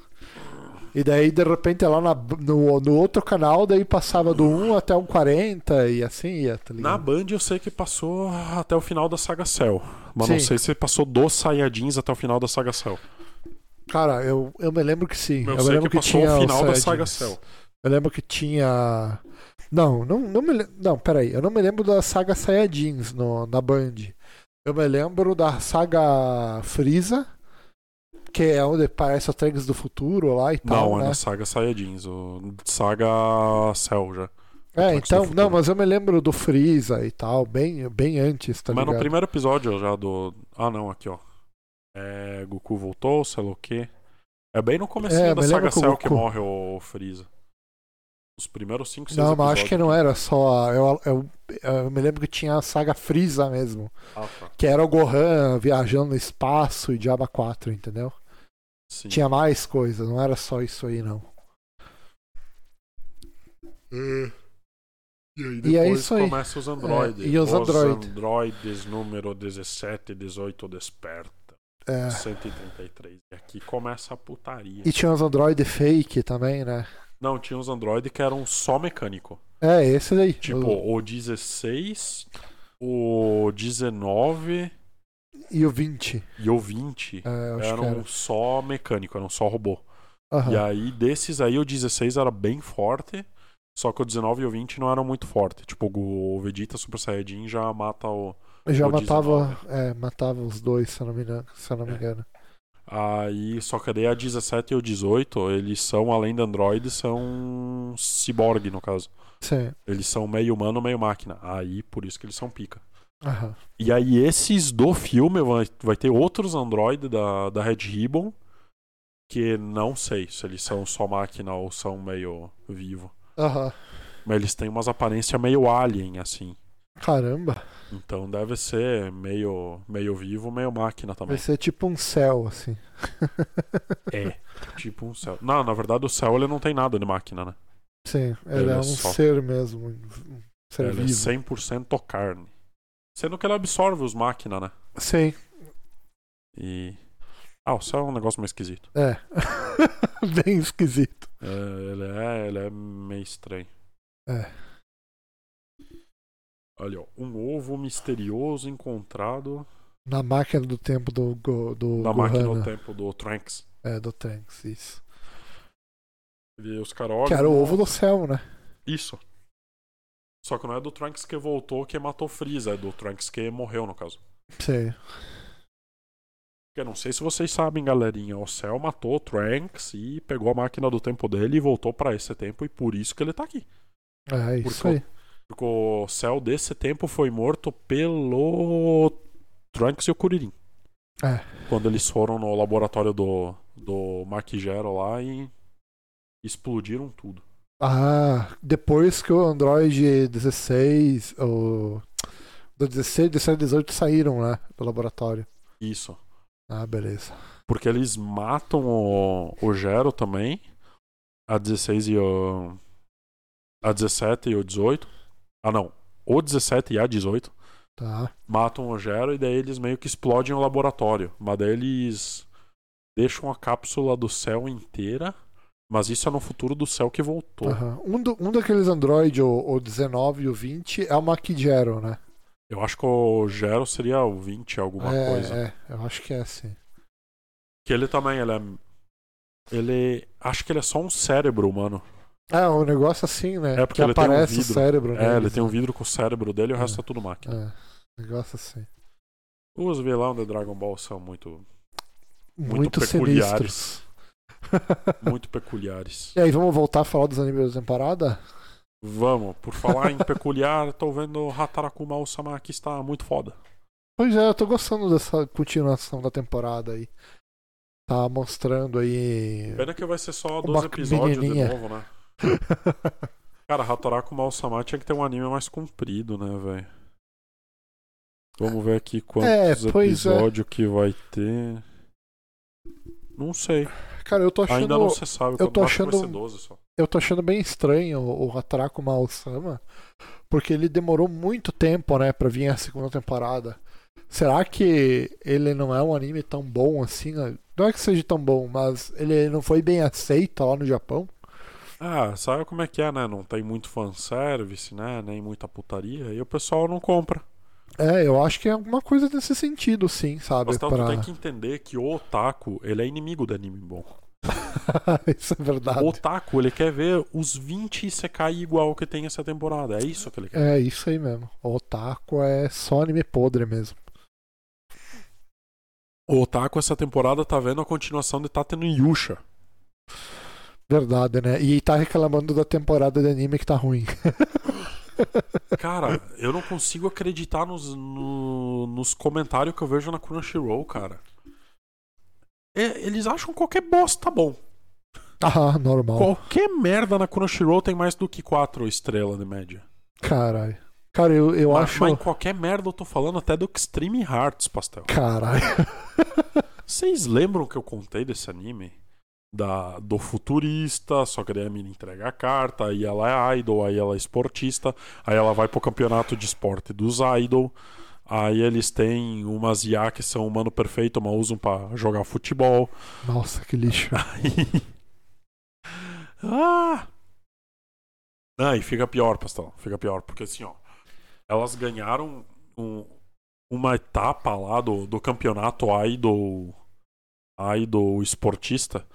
Speaker 2: E daí, de repente, lá na- no, no outro canal, daí passava do 1 até o 40 e assim ia, tá
Speaker 1: Na
Speaker 2: ligado?
Speaker 1: Band eu sei que passou até o final da saga Cell. Mas não
Speaker 2: Sim.
Speaker 1: sei se passou dos Saiyajins até o final da saga Cell.
Speaker 2: Cara, eu, eu me lembro que sim.
Speaker 1: Eu,
Speaker 2: Eu, me
Speaker 1: sei
Speaker 2: lembro
Speaker 1: que
Speaker 2: que,
Speaker 1: passou
Speaker 2: tinha.
Speaker 1: o
Speaker 2: os
Speaker 1: final da
Speaker 2: Saiyajins.
Speaker 1: saga Cell.
Speaker 2: Eu lembro que tinha. Não, não, não me lembro. Não, peraí. Eu não me lembro da saga Saiyajins no, na Band. Eu me lembro da saga Freeza, que é onde aparece o Trunks do futuro lá e tal.
Speaker 1: não, é
Speaker 2: né?
Speaker 1: na saga Saiyajins. O... Saga Cell já.
Speaker 2: É,
Speaker 1: Trunks do
Speaker 2: então.
Speaker 1: futuro.
Speaker 2: Não, mas eu me lembro do Freeza e tal, bem, bem antes, tá
Speaker 1: Mas no
Speaker 2: ligado?
Speaker 1: primeiro episódio já do. Ah não, aqui ó. É. Goku voltou, sei lá o quê. É bem no comecinho
Speaker 2: É,
Speaker 1: da
Speaker 2: me
Speaker 1: saga
Speaker 2: lembra que o
Speaker 1: Cell que
Speaker 2: Goku-
Speaker 1: morre o Freeza. Os primeiros 5, 6
Speaker 2: Não,
Speaker 1: episódios.
Speaker 2: mas acho que não era só. Eu, eu, eu me lembro que tinha a saga Freeza mesmo,
Speaker 1: Ah, tá.
Speaker 2: que era o Gohan viajando no espaço e Diaba 4, entendeu?
Speaker 1: Sim.
Speaker 2: Tinha mais coisa, não era só isso aí, não.
Speaker 1: É. E aí,
Speaker 2: E é
Speaker 1: depois
Speaker 2: isso aí.
Speaker 1: começa os androides.
Speaker 2: É, e os android.
Speaker 1: androides número 17, 18 desperta.
Speaker 2: É.
Speaker 1: 133. E aqui começa a putaria.
Speaker 2: E tinha os Android fake também, né?
Speaker 1: Não, tinha uns androides que eram só mecânico.
Speaker 2: É, esse daí.
Speaker 1: Tipo,
Speaker 2: O-
Speaker 1: o 16, o 19
Speaker 2: E o 20.
Speaker 1: e o 20
Speaker 2: É, eu acho que
Speaker 1: eram
Speaker 2: era.
Speaker 1: um
Speaker 2: Ah.
Speaker 1: só mecânico, eram só robô.
Speaker 2: Aham.
Speaker 1: E aí, desses aí, o 16 era bem forte. Só que o 19 e o 20 não eram muito forte. Tipo, o Vegeta Super Saiyajin já mata o.
Speaker 2: Eu Já
Speaker 1: o
Speaker 2: matava, é, matava os dois, se eu não me engano. Se eu não me
Speaker 1: É.
Speaker 2: engano.
Speaker 1: Aí, só que daí a 17 e o 18, eles são, além de androides, são ciborgue, no caso.
Speaker 2: Sim.
Speaker 1: Eles são meio humano, meio máquina. Aí, por isso que eles são pica.
Speaker 2: Aham.
Speaker 1: E aí, esses do filme vai, vai ter outros androides da, da Red Ribbon. Que não sei se eles são só máquina ou são meio vivo.
Speaker 2: Aham.
Speaker 1: Mas eles têm umas aparências meio alien, assim.
Speaker 2: Caramba.
Speaker 1: Então deve ser meio, meio vivo, meio máquina também.
Speaker 2: Vai ser tipo um céu, assim.
Speaker 1: É. Tipo um céu. Não, na verdade o céu ele não tem nada de máquina, né?
Speaker 2: Sim, ele,
Speaker 1: Ele
Speaker 2: é
Speaker 1: é
Speaker 2: um
Speaker 1: só-
Speaker 2: ser mesmo. Um ser
Speaker 1: ele
Speaker 2: vivo.
Speaker 1: é 100% carne. Sendo que ele absorve os máquinas, né?
Speaker 2: Sim.
Speaker 1: E. Ah, o céu é um negócio meio esquisito.
Speaker 2: É. Bem esquisito.
Speaker 1: É, ele, é, ele é meio estranho.
Speaker 2: É.
Speaker 1: Olha, ó, um ovo misterioso encontrado
Speaker 2: Na máquina do tempo do, Go- do
Speaker 1: na
Speaker 2: Gohan,
Speaker 1: máquina do
Speaker 2: né?
Speaker 1: tempo do Trunks.
Speaker 2: É, do Trunks, isso.
Speaker 1: E os caras olham.
Speaker 2: Que era o ovo do céu, né?
Speaker 1: Isso. Só que não é do Trunks que voltou que matou o Freeza, é do Trunks que morreu, no caso.
Speaker 2: Sim.
Speaker 1: Porque eu não sei se vocês sabem, galerinha, o Cell matou o Trunks e pegou a máquina do tempo dele e voltou pra esse tempo e por isso que ele tá aqui.
Speaker 2: É
Speaker 1: Por
Speaker 2: isso
Speaker 1: causa-
Speaker 2: aí.
Speaker 1: Porque o Cell desse tempo foi morto pelo Trunks e o Kuririn.
Speaker 2: É.
Speaker 1: Quando eles foram no laboratório do, do Mark Zero lá e explodiram tudo.
Speaker 2: Ah, depois que o Android 16, o do 16, 17 18 saíram, né, do laboratório.
Speaker 1: Isso.
Speaker 2: Ah, beleza.
Speaker 1: Porque eles matam o, o Gero também. A 16 e o. A 17 e o 18. Ah, não. O 17 e a 18.
Speaker 2: Tá.
Speaker 1: matam o Gera e daí eles meio que explodem o laboratório. Mas daí eles deixam a cápsula do céu inteira. Mas isso é no futuro do céu que voltou.
Speaker 2: Aham. Um, do- um daqueles Android, o, o 19 e o 20, é o Maquigero, né?
Speaker 1: Eu acho que o Gero seria o 20, alguma
Speaker 2: é,
Speaker 1: coisa.
Speaker 2: é, eu acho que é assim.
Speaker 1: Que ele também, ele é. Ele. Acho que ele é só um cérebro humano.
Speaker 2: É, um negócio assim, né?
Speaker 1: É, porque
Speaker 2: que
Speaker 1: ele tem um
Speaker 2: aparece o
Speaker 1: vidro.
Speaker 2: cérebro
Speaker 1: É, ele
Speaker 2: neles,
Speaker 1: tem um
Speaker 2: né?
Speaker 1: vidro com o cérebro dele e o resto é tudo máquina.
Speaker 2: É, negócio assim.
Speaker 1: Os vilões de Dragon Ball são muito,
Speaker 2: Muito,
Speaker 1: Muito peculiares.
Speaker 2: sinistros.
Speaker 1: muito peculiares.
Speaker 2: e aí, vamos voltar a falar dos animes da temporada?
Speaker 1: Vamos, por falar em peculiar, tô vendo o Hatarakuma Osama que está muito foda.
Speaker 2: Pois é, eu tô gostando dessa continuação da temporada aí. Tá mostrando aí.
Speaker 1: Pena que vai ser só
Speaker 2: Uma
Speaker 1: 12 episódios
Speaker 2: menininha.
Speaker 1: de novo, né? Cara, Hatarakuma Osama tinha que ter um anime mais comprido, né, velho? Vamos ver aqui quantos
Speaker 2: É, pois é.
Speaker 1: episódios que vai ter. Não sei.
Speaker 2: Cara, eu tô achando.
Speaker 1: Ainda não se sabe.
Speaker 2: eu tô
Speaker 1: acho que
Speaker 2: achando
Speaker 1: Vai ser 12 só.
Speaker 2: eu tô achando bem estranho o Hatraco Osama, porque ele demorou muito tempo, né, pra vir a segunda temporada. Será que ele não é um anime tão bom assim? né? Não é que seja tão bom, mas ele não foi bem aceito lá no Japão?
Speaker 1: Ah, sabe como é que é, né? Não tem muito fanservice, né? Nem muita putaria. E o pessoal não compra.
Speaker 2: É, eu acho que é alguma coisa nesse sentido, sim, sabe?
Speaker 1: Mas tá, tu
Speaker 2: Pra-
Speaker 1: tem que entender que o otaku, ele é inimigo do anime bom.
Speaker 2: Isso é verdade.
Speaker 1: O otaku, ele quer ver os 20 CK igual que tem essa temporada. É isso que ele quer.
Speaker 2: É isso aí mesmo. O Otaku é só anime podre mesmo.
Speaker 1: O otaku, essa temporada, tá vendo a continuação de Tate no Yusha.
Speaker 2: Verdade, né? E tá reclamando da temporada de anime que tá ruim.
Speaker 1: Cara, eu não consigo acreditar nos, no- nos comentários que eu vejo na Crunchyroll, cara. É, eles acham qualquer bosta bom.
Speaker 2: Ah, normal.
Speaker 1: Qualquer merda na Crunchyroll tem mais do que 4 estrelas de média.
Speaker 2: Caralho. Cara, eu, eu
Speaker 1: mas,
Speaker 2: acho.
Speaker 1: mas em qualquer merda eu tô falando até do Extreme Hearts, pastel.
Speaker 2: Caralho.
Speaker 1: Vocês lembram que eu contei desse anime? Da, do futurista, só que daí a mina entrega a carta, aí ela é idol, aí ela é esportista, aí ela vai pro campeonato de esporte dos idol, aí eles têm umas IA que são um humano perfeito, uma usam pra jogar futebol.
Speaker 2: Nossa, que lixo.
Speaker 1: Aí... Ah! Não, e fica pior, pastel. Fica pior, porque assim, ó. Elas ganharam um- uma etapa lá do, do campeonato Idol. Idol esportista.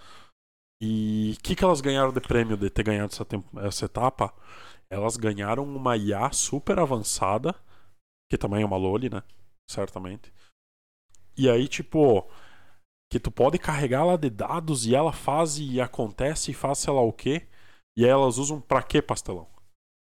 Speaker 1: E o que, que elas ganharam de prêmio de ter ganhado essa, tem- essa etapa? Elas ganharam uma IA super avançada, que também é uma Loli, né? Certamente. E aí, tipo, que tu pode carregar ela de dados e ela faz e acontece e faz sei lá o quê. E aí elas usam pra quê, pastelão?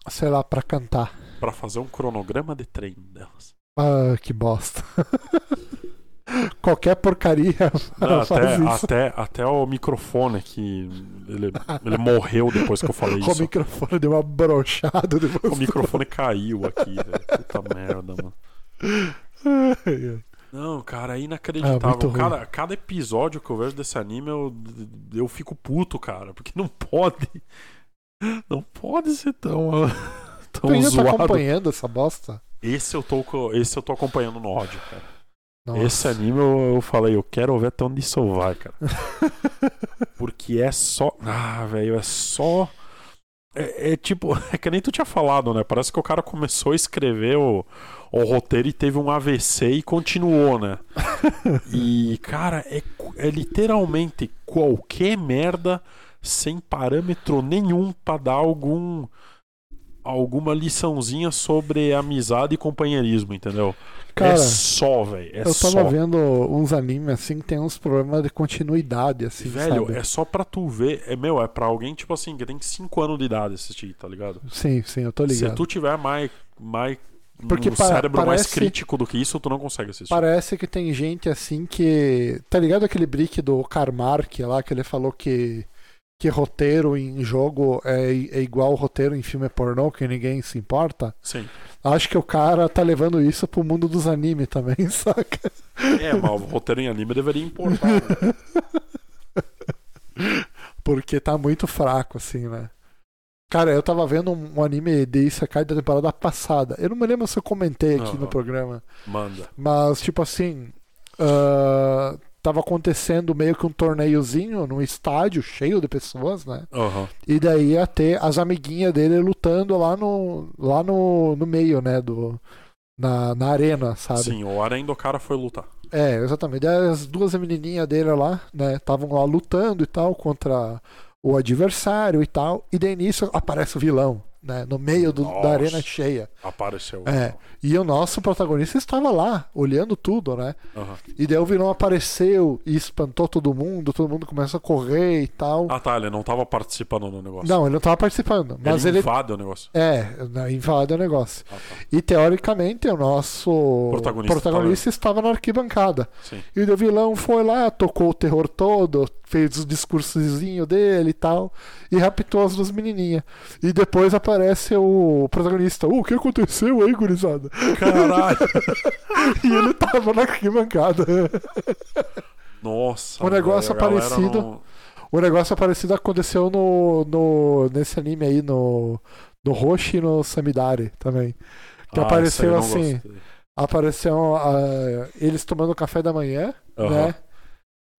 Speaker 2: Sei lá, pra cantar.
Speaker 1: Pra fazer um cronograma de treino delas.
Speaker 2: Ah, que bosta. Qualquer porcaria.
Speaker 1: Não,
Speaker 2: ela
Speaker 1: até,
Speaker 2: faz isso.
Speaker 1: até, até o microfone que ele, ele morreu depois que eu falei
Speaker 2: O
Speaker 1: isso.
Speaker 2: microfone deu uma brochada depois.
Speaker 1: O microfone caiu aqui, velho. Puta merda, mano. Não, cara, é
Speaker 2: Ah, muito
Speaker 1: inacreditável.
Speaker 2: ruim.
Speaker 1: cada, cada episódio que eu vejo desse anime, eu, eu fico puto, cara. Porque não pode. Não pode ser tão,
Speaker 2: Tu
Speaker 1: tão
Speaker 2: ainda tá
Speaker 1: zoado.
Speaker 2: acompanhando essa bosta?
Speaker 1: Esse eu tô, co- esse eu tô acompanhando no ódio, cara.
Speaker 2: Nossa.
Speaker 1: Esse anime eu, eu falei, eu quero ver até onde isso vai, cara. Porque é só. Ah, velho, é só. É, é tipo, é que nem tu tinha falado, né? Parece que o cara começou a escrever o, o roteiro e teve um AVC e continuou, né? E, cara, é, cu- é literalmente qualquer merda sem parâmetro nenhum pra dar algum alguma liçãozinha sobre amizade e companheirismo, entendeu?
Speaker 2: Cara,
Speaker 1: é só, velho. É
Speaker 2: eu
Speaker 1: só.
Speaker 2: tava vendo uns animes assim que tem uns problemas de continuidade, assim,
Speaker 1: Velho,
Speaker 2: sabe?
Speaker 1: é só pra tu ver. É, meu, é pra alguém, tipo assim, que tem 5 anos de idade assistir, tá ligado?
Speaker 2: Sim, sim, eu tô ligado.
Speaker 1: Se tu tiver mais, mais
Speaker 2: Porque
Speaker 1: um
Speaker 2: pa-
Speaker 1: cérebro mais
Speaker 2: parece-
Speaker 1: crítico do que isso, tu não consegue assistir.
Speaker 2: Parece que tem gente assim que. Tá ligado aquele brick do Karmark lá, que ele falou que, que roteiro em jogo é, i- é igual roteiro em filme pornô, que ninguém se importa?
Speaker 1: Sim.
Speaker 2: Acho que o cara tá levando isso pro mundo dos animes também, saca?
Speaker 1: É, mas o roteiro em anime deveria importar. né?
Speaker 2: Porque tá muito fraco, assim, né? Cara, eu tava vendo um, um anime de Isekai da temporada passada. Eu não me lembro se eu comentei aqui
Speaker 1: Aham.
Speaker 2: no programa.
Speaker 1: Manda.
Speaker 2: Mas, tipo assim. ah, tava acontecendo meio que um torneiozinho num estádio cheio de pessoas, né?
Speaker 1: Aham.
Speaker 2: E daí ia ter as amiguinhas dele lutando lá no, lá no, no meio, né? Do, na, na arena, sabe?
Speaker 1: Sim, o Arém do cara foi lutar.
Speaker 2: É, exatamente. Daí As duas menininhas dele lá, né, estavam lá lutando e tal contra o adversário e tal. E daí nisso aparece o vilão, né, no meio do-
Speaker 1: Nossa.
Speaker 2: da arena cheia.
Speaker 1: Apareceu.
Speaker 2: É. E o nosso protagonista estava lá, olhando tudo, né?
Speaker 1: Aham.
Speaker 2: E daí o vilão apareceu e espantou todo mundo, todo mundo começa a correr e tal.
Speaker 1: Ah tá, ele não tava participando do negócio.
Speaker 2: Não, ele não tava participando, mas
Speaker 1: ele
Speaker 2: ele.
Speaker 1: invade o negócio.
Speaker 2: É, na- invade o negócio.
Speaker 1: Ah, tá.
Speaker 2: E teoricamente o nosso
Speaker 1: Protagonista
Speaker 2: protagonista estava na arquibancada.
Speaker 1: Sim.
Speaker 2: E o vilão foi lá, tocou o terror todo, fez o discursozinho dele e tal, e raptou as duas menininhas. E depois aparece o protagonista. "Oh, o que aconteceu aí, gurizada?
Speaker 1: Caralho!
Speaker 2: E ele tava na arquibancada.
Speaker 1: Nossa.
Speaker 2: Um negócio
Speaker 1: velho, a galera
Speaker 2: parecido.
Speaker 1: não-
Speaker 2: O negócio parecido aconteceu no, no nesse anime aí, no, no Roshi e no Samidare também. Que
Speaker 1: Ah,
Speaker 2: apareceu
Speaker 1: isso aí eu não
Speaker 2: assim.
Speaker 1: gostei.
Speaker 2: Apareceu ah, eles tomando café da manhã,
Speaker 1: Aham.
Speaker 2: né?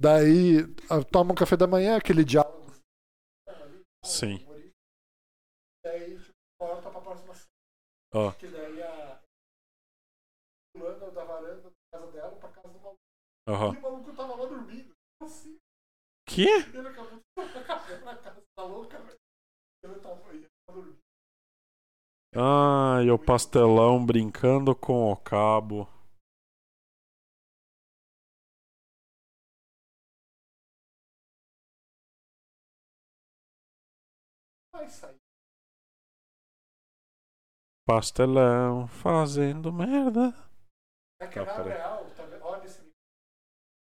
Speaker 2: Daí ah, tomam café da manhã, aquele diálogo.
Speaker 1: Sim.
Speaker 2: E aí, tipo, corta pra próxima cena.
Speaker 1: Ó.
Speaker 2: Que daí a. Pulando da varanda da casa dela pra casa do maluco.
Speaker 1: Aham.
Speaker 2: E o maluco tava lá dormindo. Assim,
Speaker 1: Que?
Speaker 2: ele acabou de tomar café pra casa da louca, velho. Ele tava aí, tava dormindo.
Speaker 1: Ah, e o pastelão brincando com o cabo.
Speaker 2: Vai sair.
Speaker 1: Pastelão fazendo merda.
Speaker 2: É que
Speaker 1: Tá,
Speaker 2: na
Speaker 1: peraí.
Speaker 2: real, tá vendo? olha esse livro,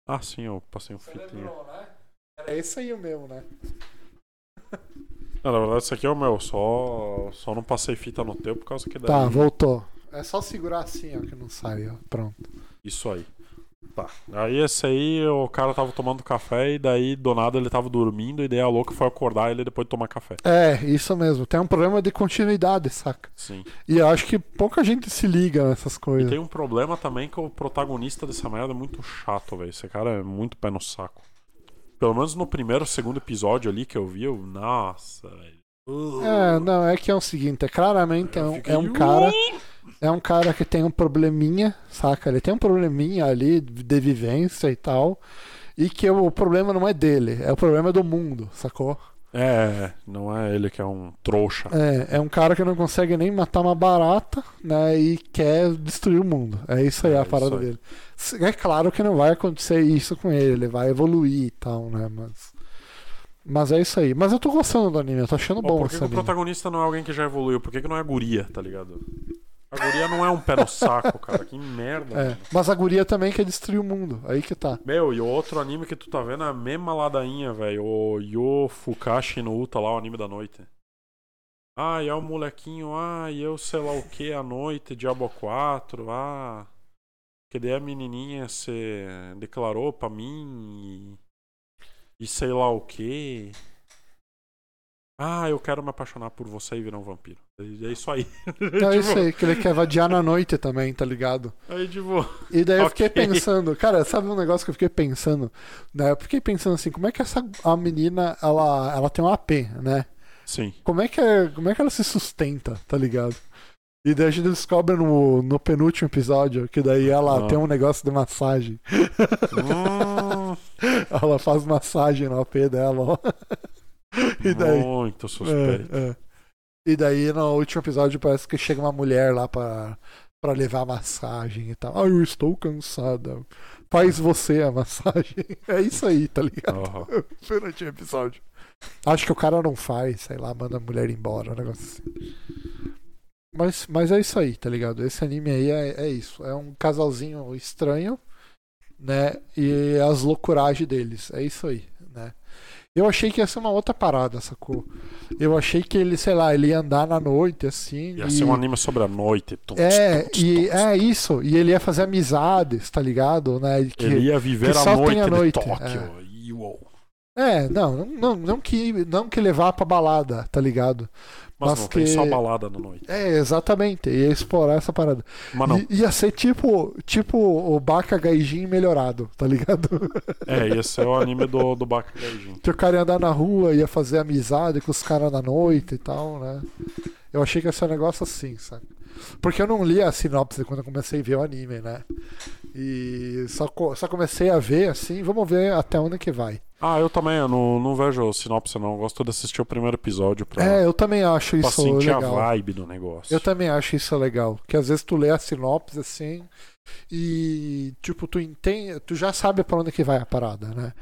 Speaker 1: Ah, sim, eu passei um
Speaker 2: você
Speaker 1: fitinho.
Speaker 2: lembrou, né? Era esse aí o meu, né?
Speaker 1: Não, na verdade, isso aqui é o meu. Só, só não passei fita no teu por causa que daí.
Speaker 2: Tá, voltou. É só segurar assim, ó, que não sai, ó. Pronto.
Speaker 1: Isso aí. Tá. Aí esse aí, o cara tava tomando café e daí do nada ele tava dormindo e daí a louca foi acordar ele depois de tomar café.
Speaker 2: É, isso mesmo. Tem um problema de continuidade, saca?
Speaker 1: Sim.
Speaker 2: E eu acho que pouca gente se liga nessas
Speaker 1: E
Speaker 2: coisas.
Speaker 1: tem um problema também que o protagonista dessa merda é muito chato, velho. Esse cara é muito pé no saco. Pelo menos no primeiro, segundo episódio ali que eu vi, eu... nossa, velho. Uh.
Speaker 2: É, não, é que é o seguinte, é claramente é
Speaker 1: Eu
Speaker 2: um,
Speaker 1: fiquei-
Speaker 2: é um cara, é um cara que tem um probleminha, saca? Ele tem um probleminha ali de vivência e tal, e que o problema não é dele, é o problema do mundo, sacou?
Speaker 1: É, não é ele que é um trouxa.
Speaker 2: É, é um cara que não consegue nem matar uma barata, né, e quer destruir o mundo. É isso aí
Speaker 1: É
Speaker 2: a
Speaker 1: isso
Speaker 2: parada
Speaker 1: aí.
Speaker 2: dele. Se- É claro que não vai acontecer isso com ele, ele vai evoluir e tal, né, mas mas é isso aí. Mas eu tô gostando do anime, eu tô achando
Speaker 1: Ó,
Speaker 2: bom
Speaker 1: por que,
Speaker 2: esse
Speaker 1: que o
Speaker 2: anime.
Speaker 1: protagonista não é alguém que já evoluiu? Por que, que não é a guria, tá ligado? A guria não é um pé no saco, cara. Que merda,
Speaker 2: É,
Speaker 1: mano.
Speaker 2: mas a guria também quer destruir o mundo. Aí que tá.
Speaker 1: Meu, e o outro anime que tu tá vendo é a mesma ladainha, velho. O Yo Fukashi no Uta lá, o anime da noite. Ah, e é o molequinho, ah, e eu sei lá o que à noite, Diabo 4, ah. Que daí a menininha se declarou pra mim e, e sei lá o que. Ah, eu quero me apaixonar por você e virar um vampiro. É é isso aí.
Speaker 2: É isso aí, que ele quer vadiar na noite também, tá ligado?
Speaker 1: Aí, tipo,
Speaker 2: E daí eu
Speaker 1: Ok.
Speaker 2: fiquei pensando, cara, sabe um negócio que eu fiquei pensando? Né? Eu fiquei pensando assim, como é que essa a menina, ela, ela tem um AP, né?
Speaker 1: sim.
Speaker 2: Como é, que, como é que ela se sustenta, tá ligado? E daí a gente descobre no, no penúltimo episódio que daí ela
Speaker 1: Ah.
Speaker 2: tem um negócio de massagem.
Speaker 1: Hum,
Speaker 2: Ela faz massagem no AP dela, ó. E daí?
Speaker 1: Muito suspeito.
Speaker 2: É, é. E daí no último episódio parece que chega uma mulher lá pra, pra levar a massagem e tal. Ah, eu estou cansada. Faz você a massagem. É isso aí, tá ligado?
Speaker 1: Aham.
Speaker 2: Foi no último episódio. Acho que o cara não faz, sei lá, manda a mulher embora, um negócio assim. Mas, mas é isso aí, tá ligado? Esse anime aí é, é isso. É um casalzinho estranho, né? E as loucuragens deles. É isso aí, né? Eu achei que ia ser uma outra parada, sacou? Eu achei que ele, sei lá, ele ia andar na noite, assim.
Speaker 1: Ia
Speaker 2: e-
Speaker 1: ser um anime sobre a noite. Tum,
Speaker 2: É,
Speaker 1: tum, tum,
Speaker 2: e
Speaker 1: tum,
Speaker 2: é isso. E ele ia fazer amizades, tá ligado? Né? Que-
Speaker 1: Ele ia viver
Speaker 2: que
Speaker 1: a
Speaker 2: só
Speaker 1: noite,
Speaker 2: tem a noite,
Speaker 1: de Tóquio. E uou.
Speaker 2: É, não, não, não, não que, não que levar pra balada, tá ligado?
Speaker 1: Mas,
Speaker 2: Mas
Speaker 1: não,
Speaker 2: que-
Speaker 1: tem só balada na noite.
Speaker 2: É, exatamente. Ia explorar essa parada.
Speaker 1: Mas não,
Speaker 2: I- ia ser tipo, tipo o Baka Gaijin melhorado, tá ligado?
Speaker 1: é, ia ser o anime do, do Bakugajin.
Speaker 2: que o cara ia andar na rua, ia fazer amizade com os caras na noite e tal, né? Eu achei que ia ser um negócio assim, sabe? Porque eu não li a sinopse quando eu comecei a ver o anime, né? E só, co- só comecei a ver assim, vamos ver até onde que vai.
Speaker 1: Ah, eu também, eu não, não vejo o sinopse não. Eu gosto de assistir o primeiro episódio pra,
Speaker 2: É, eu também acho
Speaker 1: Tá. pra
Speaker 2: isso
Speaker 1: sentir
Speaker 2: legal.
Speaker 1: a vibe do negócio.
Speaker 2: Eu também acho isso legal. Que às vezes tu lê a sinopse assim e tipo, tu entende, tu já sabe pra onde que vai a parada, né?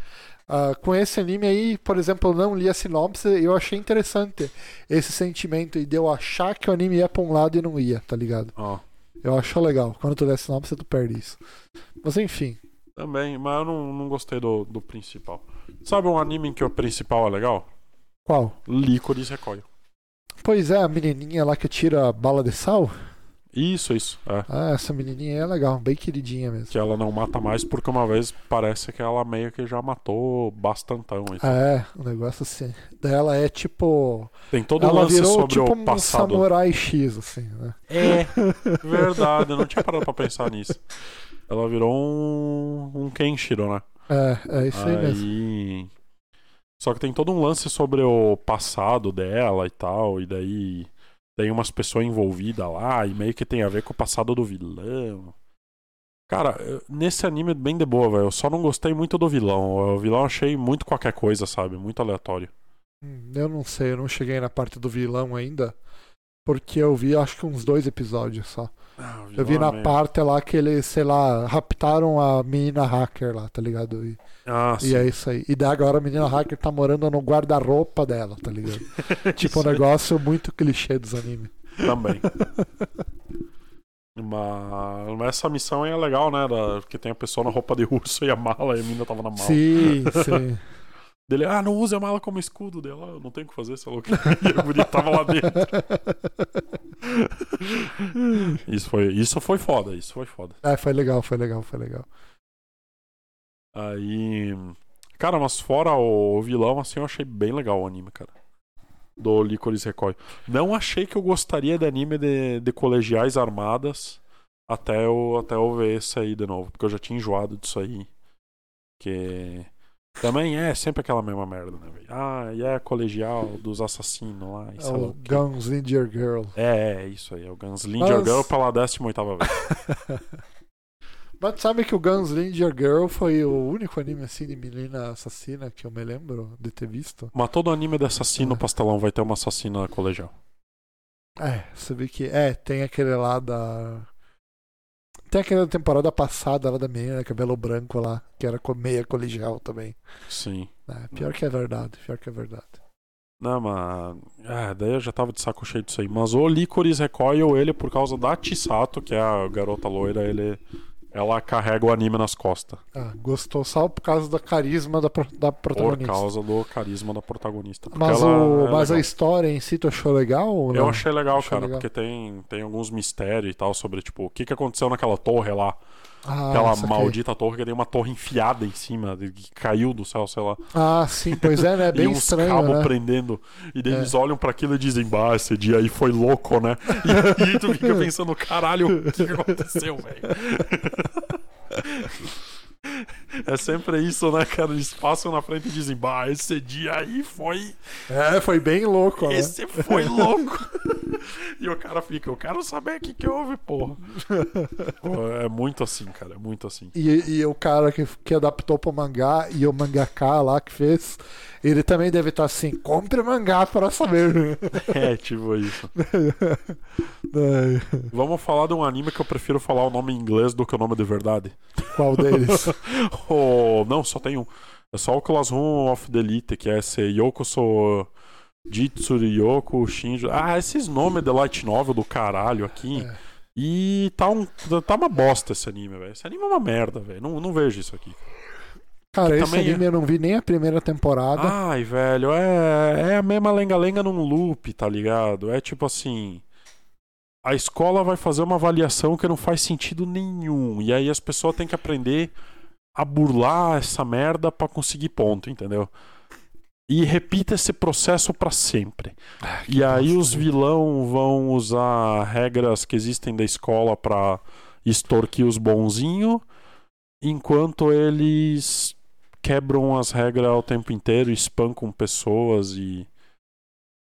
Speaker 2: Ah, com esse anime aí, por exemplo, eu não li a sinopse e eu achei interessante esse sentimento e de eu achar que o anime ia pra um lado e não ia, tá ligado?
Speaker 1: Ó,
Speaker 2: Eu acho legal. Quando tu lê a sinopse, tu perde isso. Mas enfim.
Speaker 1: também, mas eu não, não gostei do, do principal. Sabe um anime em que o principal é legal?
Speaker 2: Qual?
Speaker 1: Licorice Recoil.
Speaker 2: Pois é, a menininha lá que tira a bala de sal.
Speaker 1: Isso, isso. É.
Speaker 2: Ah, essa menininha aí é legal, bem queridinha mesmo.
Speaker 1: Que ela não mata mais porque uma vez parece que ela meio que já matou bastantão. e
Speaker 2: Ah, é, um negócio assim. Daí ela é tipo.
Speaker 1: Tem todo um
Speaker 2: ela
Speaker 1: lance
Speaker 2: virou
Speaker 1: sobre
Speaker 2: tipo
Speaker 1: o
Speaker 2: um
Speaker 1: passado.
Speaker 2: samurai X, assim, né?
Speaker 1: É, verdade, eu não tinha parado pra pensar nisso. Ela virou um, um Kenshiro, né?
Speaker 2: É, é isso aí, mesmo.
Speaker 1: Aí- Só que tem todo um lance sobre o passado dela e tal, e daí tem umas pessoas envolvidas lá, e meio que tem a ver com o passado do vilão. Cara, eu- nesse anime é bem de boa, velho. Eu só não gostei muito do vilão. O vilão eu achei muito qualquer coisa, sabe? Muito aleatório.
Speaker 2: Hum, Eu não sei, eu não cheguei na parte do vilão ainda. Porque eu vi acho que uns dois episódios só. Eu vi
Speaker 1: é
Speaker 2: na parte lá que eles, sei lá, raptaram a menina hacker lá, tá ligado? E,
Speaker 1: Ah,
Speaker 2: e é isso aí. E daí agora a menina hacker tá morando no guarda-roupa dela, tá ligado? tipo um negócio muito clichê dos animes.
Speaker 1: Também. Mas mas essa missão aí é legal, né? Da... Porque tem a pessoa na roupa de urso e a mala, e a mina tava na mala.
Speaker 2: Sim, sim.
Speaker 1: Dele, ah, não use a mala como escudo dela, "Ah, eu não tem o que fazer, sei lá o que. E a guria tava lá dentro. Isso foi, isso foi foda, isso foi foda.
Speaker 2: É, foi legal, foi legal, foi legal.
Speaker 1: Aí. Cara, mas fora o vilão, assim, eu achei bem legal o anime, cara. Do Licorice Recoil. Não achei que eu gostaria de anime de, de colegiais armadas até eu, até eu ver esse aí de novo. Porque eu já tinha enjoado disso aí. Que. Também é sempre aquela mesma merda, né, velho? Ah, e é colegial dos assassinos lá. E
Speaker 2: É
Speaker 1: sei lá
Speaker 2: o
Speaker 1: o quê.
Speaker 2: Guns Ninja Girl.
Speaker 1: É, é, isso aí. É o Gunslinger
Speaker 2: Mas-
Speaker 1: Girl pela 18 vez.
Speaker 2: Mas sabe que o Guns Ninja Girl foi o único anime assim de menina assassina que eu me lembro de ter visto?
Speaker 1: Mas todo anime de assassino
Speaker 2: É.
Speaker 1: pastelão vai ter uma assassina colegial.
Speaker 2: É, você vê que. É, tem aquele lá da. Tem aquela temporada passada lá da menina, cabelo branco lá, que era com meia colegial também.
Speaker 1: Sim.
Speaker 2: É, pior que é verdade, pior que é verdade.
Speaker 1: Não, mas. Ah, Né, daí eu já tava de saco cheio disso aí. Mas o Licorice Recoil, ele, por causa da Chisato, que é a garota loira, ele. Ela carrega o anime nas costas.
Speaker 2: Ah, gostou só por causa do carisma da, pro- da
Speaker 1: Por
Speaker 2: protagonista.
Speaker 1: causa do carisma da protagonista. Porque
Speaker 2: Mas,
Speaker 1: ela
Speaker 2: o,
Speaker 1: é
Speaker 2: mas a
Speaker 1: legal.
Speaker 2: história em si tu achou legal ou não?
Speaker 1: Eu achei legal,
Speaker 2: Achei
Speaker 1: cara,
Speaker 2: legal.
Speaker 1: porque tem, tem alguns mistérios e tal sobre, tipo, o que, que aconteceu naquela torre lá.
Speaker 2: ah,
Speaker 1: aquela
Speaker 2: saquei.
Speaker 1: maldita torre que tem uma torre enfiada em cima, de- que caiu do céu, sei lá.
Speaker 2: Ah, sim, pois é, né? É
Speaker 1: e
Speaker 2: Bem
Speaker 1: uns
Speaker 2: estranho,
Speaker 1: cabos
Speaker 2: né?
Speaker 1: prendendo. E daí
Speaker 2: É.
Speaker 1: eles olham pra aquilo e dizem, bah, esse dia aí foi louco, né? E, e tu fica pensando, caralho, o que aconteceu, velho? É sempre isso, né, cara? Eles passam na frente e dizem, bah, esse dia aí foi.
Speaker 2: É, foi bem louco, né?
Speaker 1: Esse foi louco. e o cara fica, eu quero saber o que, que houve, porra. Pô, É muito assim, cara, é muito assim.
Speaker 2: E, e o cara que, que adaptou pro mangá e o mangaká lá que fez, ele também deve estar assim: compre mangá para saber. né?"
Speaker 1: É, tipo isso.
Speaker 2: Ai,
Speaker 1: Vamos falar de um anime que eu prefiro falar o nome em inglês do que o nome de verdade.
Speaker 2: Qual deles?
Speaker 1: Oh, não, só tem um. É só o Classroom of the Elite, que é esse Yoko So. Jitsuri Yoko Shinjo. Ah, esses nomes de Light Novel do caralho aqui.
Speaker 2: É.
Speaker 1: E tá, um, tá uma bosta esse anime, velho. Esse anime é uma merda, velho. Não, não vejo isso aqui.
Speaker 2: Cara,
Speaker 1: Que
Speaker 2: esse
Speaker 1: também é. Ah.
Speaker 2: anime eu não vi nem a primeira temporada.
Speaker 1: Ai, velho, é, é a mesma lenga-lenga num loop, tá ligado? É tipo assim. A escola vai fazer uma avaliação que não faz sentido nenhum. E aí as pessoas têm que aprender a burlar essa merda pra conseguir ponto, entendeu? E repita esse processo pra sempre. e aí os vilão vão usar regras que existem da escola pra extorquir os bonzinhos, enquanto eles quebram as regras o tempo inteiro, espancam pessoas e,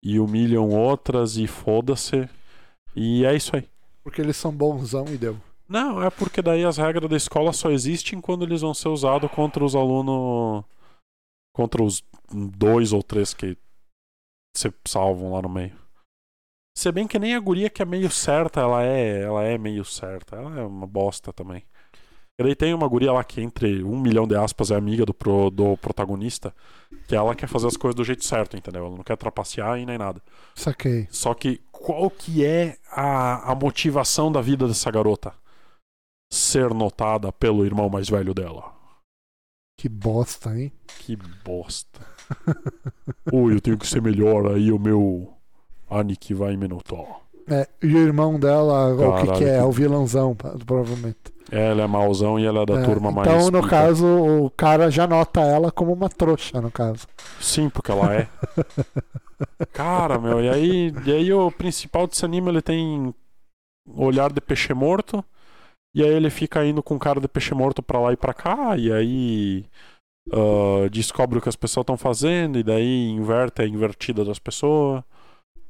Speaker 1: e humilham outras e foda-se. E é isso aí.
Speaker 2: Porque eles são bonzão e deu.
Speaker 1: Não, é porque daí as regras da escola só existem quando eles vão ser usados contra os alunos. Contra os dois ou três que se salvam lá no meio. Se bem que nem a guria que é meio certa, ela é, ela é meio certa. Ela é uma bosta também. E daí tem uma guria lá que, entre um milhão de aspas, é amiga do, pro- do protagonista, que ela quer fazer as coisas do jeito certo, entendeu? Ela não quer trapacear e nem nada.
Speaker 2: Saquei.
Speaker 1: Só que qual que é a, a motivação da vida dessa garota? Ser notada pelo irmão mais velho dela.
Speaker 2: Que bosta, hein?
Speaker 1: Que bosta. Ou eu tenho que ser melhor, aí o meu Aniki vai me notar.
Speaker 2: É, e o irmão dela, o que,
Speaker 1: Caralho,
Speaker 2: que é?
Speaker 1: que-
Speaker 2: É o vilãozão, pa- provavelmente.
Speaker 1: Ela é mauzão e ela é da
Speaker 2: É,
Speaker 1: turma mais.
Speaker 2: Então, no
Speaker 1: pica.
Speaker 2: caso, o cara já nota ela como uma trouxa, no caso.
Speaker 1: Sim, porque ela é. Cara, meu, e aí, e aí o principal desse anime ele tem olhar de peixe morto. E aí ele fica indo com um cara de peixe morto pra lá e pra cá. E aí ah, descobre o que as pessoas estão fazendo. E daí inverte a invertida das pessoas.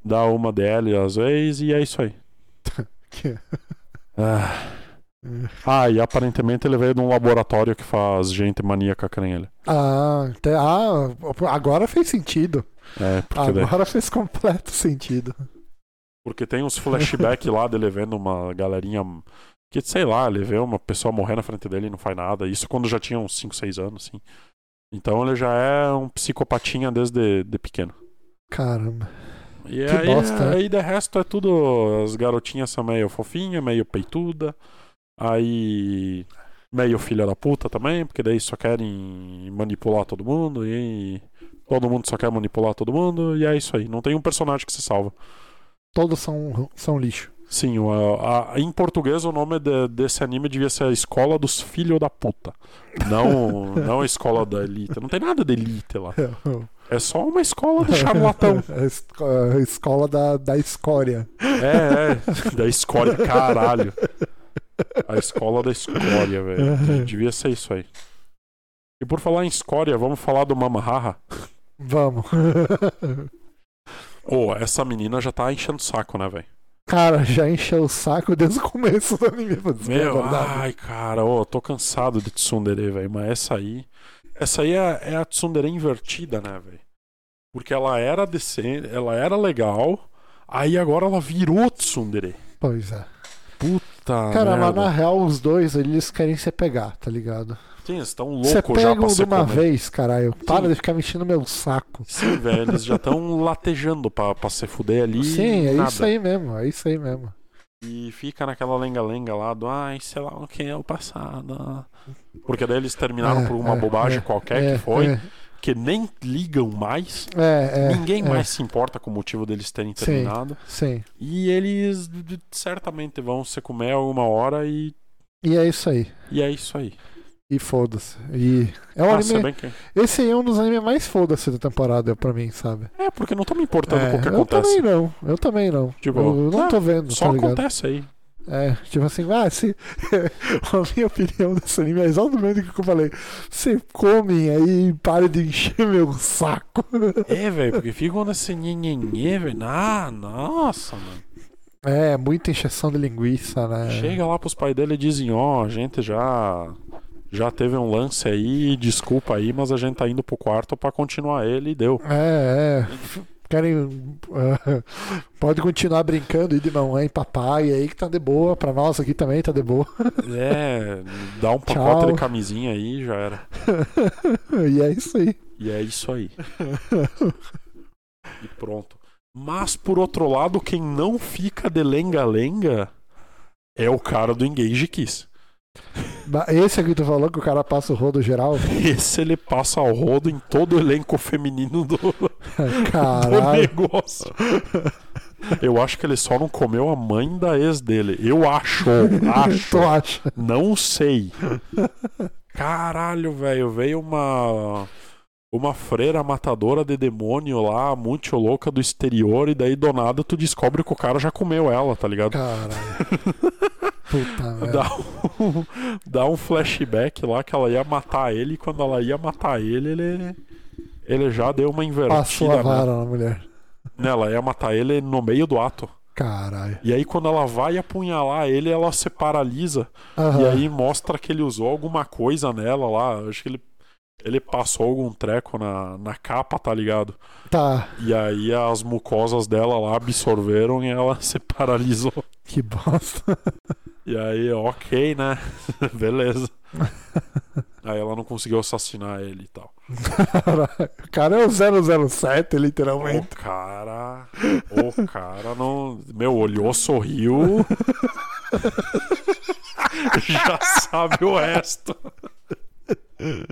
Speaker 1: Dá uma DL às vezes. E é isso aí.
Speaker 2: Que-
Speaker 1: Ah, Ah, e aparentemente ele veio de um laboratório que faz gente maníaca que nem ele.
Speaker 2: Ah, te- ah, agora fez sentido.
Speaker 1: É, porque daí.
Speaker 2: Agora fez completo sentido.
Speaker 1: Porque tem uns flashback lá dele vendo uma galerinha. Que sei lá, ele vê uma pessoa morrer na frente dele e não faz nada. Isso quando já tinha uns 5, 6 anos, assim. Então ele já é um psicopatinha desde de pequeno.
Speaker 2: Caramba.
Speaker 1: E
Speaker 2: Que
Speaker 1: aí,
Speaker 2: bosta, né?
Speaker 1: aí de resto é tudo. As garotinhas são meio fofinha, meio peituda. Aí. Meio filha da puta também, porque daí só querem manipular todo mundo e. Todo mundo só quer manipular todo mundo, e é isso aí. Não tem um personagem que se salva.
Speaker 2: Todos são, são lixo.
Speaker 1: Sim, o- a- a- em português o nome de- desse anime devia ser a Escola dos Filhos da Puta. Não, não a Escola da Elite. Não tem nada de elite lá. É só uma escola de charlatão.
Speaker 2: A esco- a escola da, da escória.
Speaker 1: É, é. Da escória, caralho. A escola da escória, velho. Devia ser isso aí. E por falar em escória, vamos falar do Mamahaha.
Speaker 2: Vamos.
Speaker 1: Ô, essa menina já tá enchendo o saco, né, velho?
Speaker 2: Cara, já encheu o saco desde o começo do anime. pra dizer a
Speaker 1: Meu,
Speaker 2: verdade.
Speaker 1: ai, cara, ô, tô cansado de tsundere, velho, mas essa aí... Essa aí é, é a tsundere invertida, né, velho? Porque ela era decente, ela era legal, aí agora ela virou tsundere.
Speaker 2: Pois é.
Speaker 1: Puta
Speaker 2: Cara,
Speaker 1: Ah, merda.
Speaker 2: mas na real, os dois, eles querem se pegar, tá ligado?
Speaker 1: Sim, eles tão loucos
Speaker 2: Você
Speaker 1: já
Speaker 2: pega
Speaker 1: pra
Speaker 2: um de
Speaker 1: ser
Speaker 2: uma
Speaker 1: comer.
Speaker 2: vez, caralho. Para
Speaker 1: Sim.
Speaker 2: de ficar mexendo meu saco.
Speaker 1: Sim, velho, eles já estão latejando pra, pra se fuder ali.
Speaker 2: Sim, é
Speaker 1: nada.
Speaker 2: isso aí mesmo, é isso aí mesmo.
Speaker 1: E fica naquela lenga-lenga lá do, ai, sei lá o que é o passado. ah." Porque daí eles terminaram
Speaker 2: É,
Speaker 1: por uma
Speaker 2: é,
Speaker 1: bobagem
Speaker 2: é,
Speaker 1: qualquer
Speaker 2: É,
Speaker 1: que foi,
Speaker 2: é,
Speaker 1: que nem ligam mais.
Speaker 2: é, é,
Speaker 1: Ninguém
Speaker 2: é,
Speaker 1: mais se importa com o motivo deles terem
Speaker 2: Sim.
Speaker 1: terminado.
Speaker 2: Sim.
Speaker 1: E eles d- d- certamente vão se comer alguma hora e,
Speaker 2: E é isso aí.
Speaker 1: e é isso aí.
Speaker 2: E foda-se. E é um
Speaker 1: Ah, se
Speaker 2: anime.
Speaker 1: bem que-
Speaker 2: Esse aí é um dos animes mais foda-se da temporada pra mim, sabe?
Speaker 1: É, porque não tô me importando
Speaker 2: É,
Speaker 1: com o que
Speaker 2: eu também
Speaker 1: acontece.
Speaker 2: não, eu também não.
Speaker 1: Tipo,
Speaker 2: eu não
Speaker 1: ah,
Speaker 2: tô vendo,
Speaker 1: Só
Speaker 2: tá ligado?
Speaker 1: acontece aí.
Speaker 2: É, tipo assim, ah, se. a minha opinião desse anime é exatamente o que eu falei. Você comem aí e pare de encher meu saco.
Speaker 1: É, velho, porque ficam nesse nhenhenhê, velho. Ah, nossa, mano.
Speaker 2: É, muita encheção de linguiça, né?
Speaker 1: Chega lá pros pais dele e dizem, ó, a gente já... Já teve um lance aí, desculpa aí, mas a gente tá indo pro quarto pra continuar ele e deu.
Speaker 2: É, é. F- Querem. ah, pode continuar brincando aí de mamãe, papai, aí que tá de boa. Pra nós aqui também tá de boa.
Speaker 1: É, dá um pacote
Speaker 2: Tchau.
Speaker 1: de camisinha aí e já era.
Speaker 2: e é isso aí.
Speaker 1: E é isso aí. e pronto. Mas por outro lado, quem não fica de lenga-lenga é o cara do Engage Kiss.
Speaker 2: Ba- Esse aqui tu falou que o cara passa o rodo geral?
Speaker 1: Esse ele passa o rodo em todo o elenco feminino do, do
Speaker 2: Caralho.
Speaker 1: negócio. Eu acho que ele só não comeu a mãe da ex dele. Eu acho, acho.
Speaker 2: Tu acha?
Speaker 1: Não sei. Caralho, velho. Veio uma. uma freira matadora de demônio lá, muito louca do exterior, e daí do nada tu descobre que o cara já comeu ela, tá ligado?
Speaker 2: Caralho. Puta merda.
Speaker 1: Dá um, dá um flashback lá que ela ia matar ele, e quando ela ia matar ele, ele, ele já deu uma
Speaker 2: Passou a
Speaker 1: invertida né?
Speaker 2: vara na mulher.
Speaker 1: nela. Ia matar ele no meio do ato.
Speaker 2: Caralho.
Speaker 1: E aí, quando ela vai apunhalar ele, ela se paralisa.
Speaker 2: Aham.
Speaker 1: E aí mostra que ele usou alguma coisa nela lá. Acho que ele, ele passou algum treco na, na capa, tá ligado?
Speaker 2: Tá,
Speaker 1: E aí as mucosas dela lá absorveram e ela se paralisou.
Speaker 2: que bosta.
Speaker 1: E aí, ok, né? Beleza. Aí ela não conseguiu assassinar ele e tal.
Speaker 2: Caralho. O cara é o 007,
Speaker 1: O
Speaker 2: literalmente.
Speaker 1: cara. O cara não. Meu, olhou, sorriu. Já sabe o resto. É.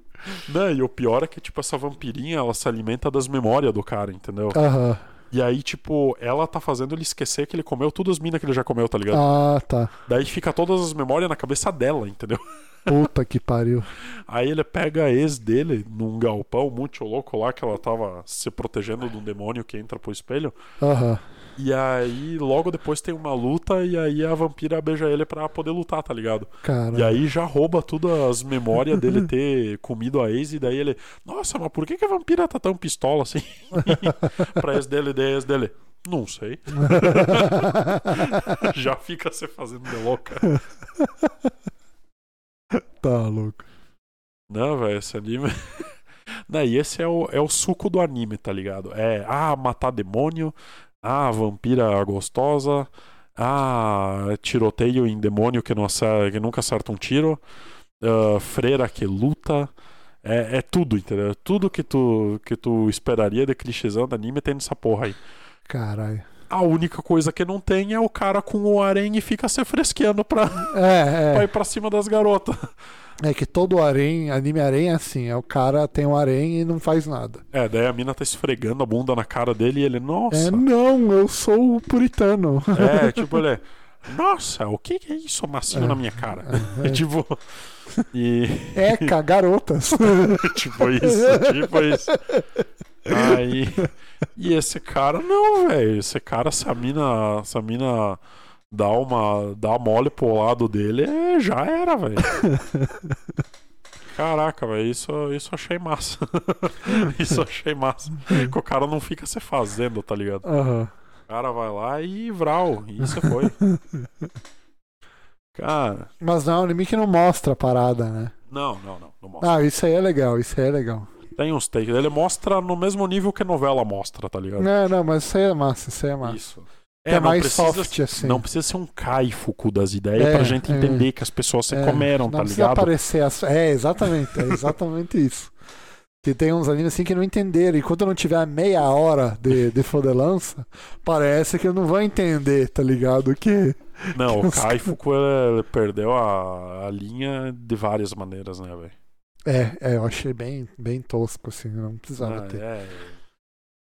Speaker 1: Não, e o pior é que, tipo, essa vampirinha, ela se alimenta das memórias do cara, entendeu?
Speaker 2: Aham.
Speaker 1: E aí, tipo, ela tá fazendo ele esquecer que ele comeu todas as minas que ele já comeu, tá ligado?
Speaker 2: Ah, tá.
Speaker 1: Daí fica todas as memórias na cabeça dela, entendeu?
Speaker 2: Puta que pariu.
Speaker 1: Aí ele pega a ex dele num galpão muito louco lá, que ela tava se protegendo de um demônio que entra pro espelho.
Speaker 2: Aham.
Speaker 1: E aí, logo depois tem uma luta, e aí a vampira beija ele pra poder lutar, tá ligado? E
Speaker 2: Caralho.
Speaker 1: aí já rouba todas as memórias dele ter comido a ex, e daí ele. Nossa, mas por que, que a vampira tá tão pistola assim? pra ex dele, daí a ex dele. Não sei. já fica se fazendo de louca.
Speaker 2: tá louco.
Speaker 1: Não, velho, esse anime. Não, e esse é o, é o suco do anime, tá ligado? É, ah, matar demônio, ah, vampira gostosa, ah, tiroteio em demônio que, não acerta, que nunca acerta um tiro, ah, freira que luta. É, é tudo, entendeu? Tudo que tu, que tu esperaria de clichêzão do anime tem nessa porra aí.
Speaker 2: Caralho.
Speaker 1: A única coisa que não tem é o cara com o harém e fica se fresqueando pra, pra
Speaker 2: É,
Speaker 1: ir pra cima das garotas.
Speaker 2: é. É que todo harém, anime harém é assim. É o cara tem um harém e não faz nada.
Speaker 1: É, daí a mina tá esfregando a bunda na cara dele e ele, nossa.
Speaker 2: É, não, eu sou o puritano.
Speaker 1: É, tipo, ele é. Nossa, o que, que é isso macio
Speaker 2: É.
Speaker 1: na minha cara? É, tipo. E.
Speaker 2: Eca, É, garotas.
Speaker 1: tipo isso, tipo isso. Aí. E esse cara, não, velho. Esse cara, essa mina. Essa mina dá uma. dá mole pro lado dele, é, já era, velho. Caraca, velho, isso, isso eu achei massa. isso eu achei massa. Que o cara não fica se fazendo, tá ligado?
Speaker 2: Aham.
Speaker 1: O cara vai lá e vral. E isso foi. Cara,
Speaker 2: Mas não é um anime que não mostra a parada, né?
Speaker 1: não, não, não. não mostra.
Speaker 2: Ah, isso aí é legal, isso aí é legal.
Speaker 1: Tem uns takes. Ele mostra no mesmo nível que novela mostra, tá ligado?
Speaker 2: Não, não, mas isso aí é massa, isso aí é massa.
Speaker 1: Isso.
Speaker 2: É,
Speaker 1: não
Speaker 2: mais
Speaker 1: precisa-
Speaker 2: soft, assim.
Speaker 1: Não precisa ser um caifuco das ideias pra
Speaker 2: É,
Speaker 1: gente
Speaker 2: é.
Speaker 1: entender que as pessoas se
Speaker 2: É,
Speaker 1: comeram,
Speaker 2: não
Speaker 1: tá
Speaker 2: precisa
Speaker 1: ligado?
Speaker 2: aparecer as... É, exatamente, é exatamente isso. Que tem uns animes assim que não entenderam. E quando não tiver meia hora de, de fodelança, parece que eu não vou entender, tá ligado? Que.
Speaker 1: Não, o
Speaker 2: Os-
Speaker 1: caifuco é, ele perdeu a, a linha de várias maneiras, né, velho?
Speaker 2: É, é, eu achei bem, bem tosco, assim, não precisava
Speaker 1: Ah,
Speaker 2: ter.
Speaker 1: é.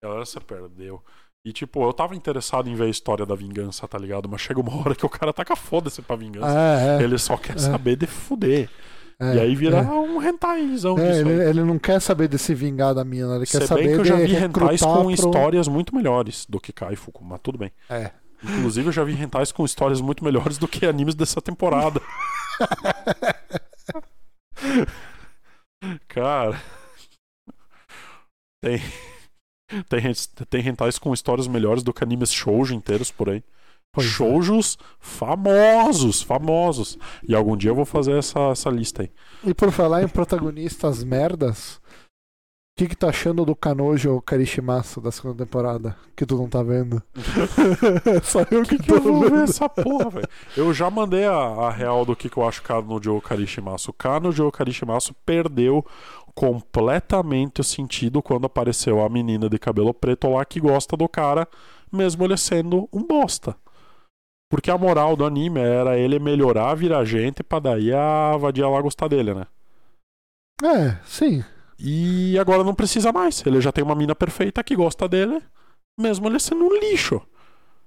Speaker 1: A galera se perdeu. E, tipo, eu tava interessado em ver a história da vingança, tá ligado? Mas chega uma hora que o cara taca foda-se pra vingança.
Speaker 2: Ah, é,
Speaker 1: Ele só quer
Speaker 2: É.
Speaker 1: saber de fuder.
Speaker 2: é,
Speaker 1: e aí vira
Speaker 2: é.
Speaker 1: um hentaizão
Speaker 2: É,
Speaker 1: disso.
Speaker 2: ele,
Speaker 1: aí.
Speaker 2: ele não quer saber de se vingar da mina, ele quer
Speaker 1: Se
Speaker 2: saber
Speaker 1: bem que eu já
Speaker 2: de
Speaker 1: vi
Speaker 2: recrutar
Speaker 1: rentais com
Speaker 2: pro...
Speaker 1: histórias muito melhores do que Kaifuku, mas tudo bem.
Speaker 2: É.
Speaker 1: Inclusive, eu já vi rentais com histórias muito melhores do que animes dessa temporada.
Speaker 2: É.
Speaker 1: Cara. Tem. Tem, rent- tem rentais com histórias melhores do que animes shoujo inteiros por aí.
Speaker 2: Pois é.
Speaker 1: Shoujos famosos, famosos. E algum dia eu vou fazer essa, essa lista aí.
Speaker 2: E por falar em protagonistas merdas, o que, que tá achando do Kanojo Karishimasu da segunda temporada? Que tu não tá vendo? Só eu
Speaker 1: O que, que eu vou ver essa porra, velho? Eu já mandei a, a real do que, que eu acho Kano no Joe Karishimasu. Kano Joe Karishimasu perdeu completamente o sentido quando apareceu a menina de cabelo preto lá que gosta do cara, mesmo ele sendo um bosta. Porque a moral do anime era ele melhorar, virar gente, pra daí a vadia lá gostar dele, né?
Speaker 2: É, sim.
Speaker 1: E agora não precisa mais. Ele já tem uma mina perfeita que gosta dele, mesmo ele sendo um lixo.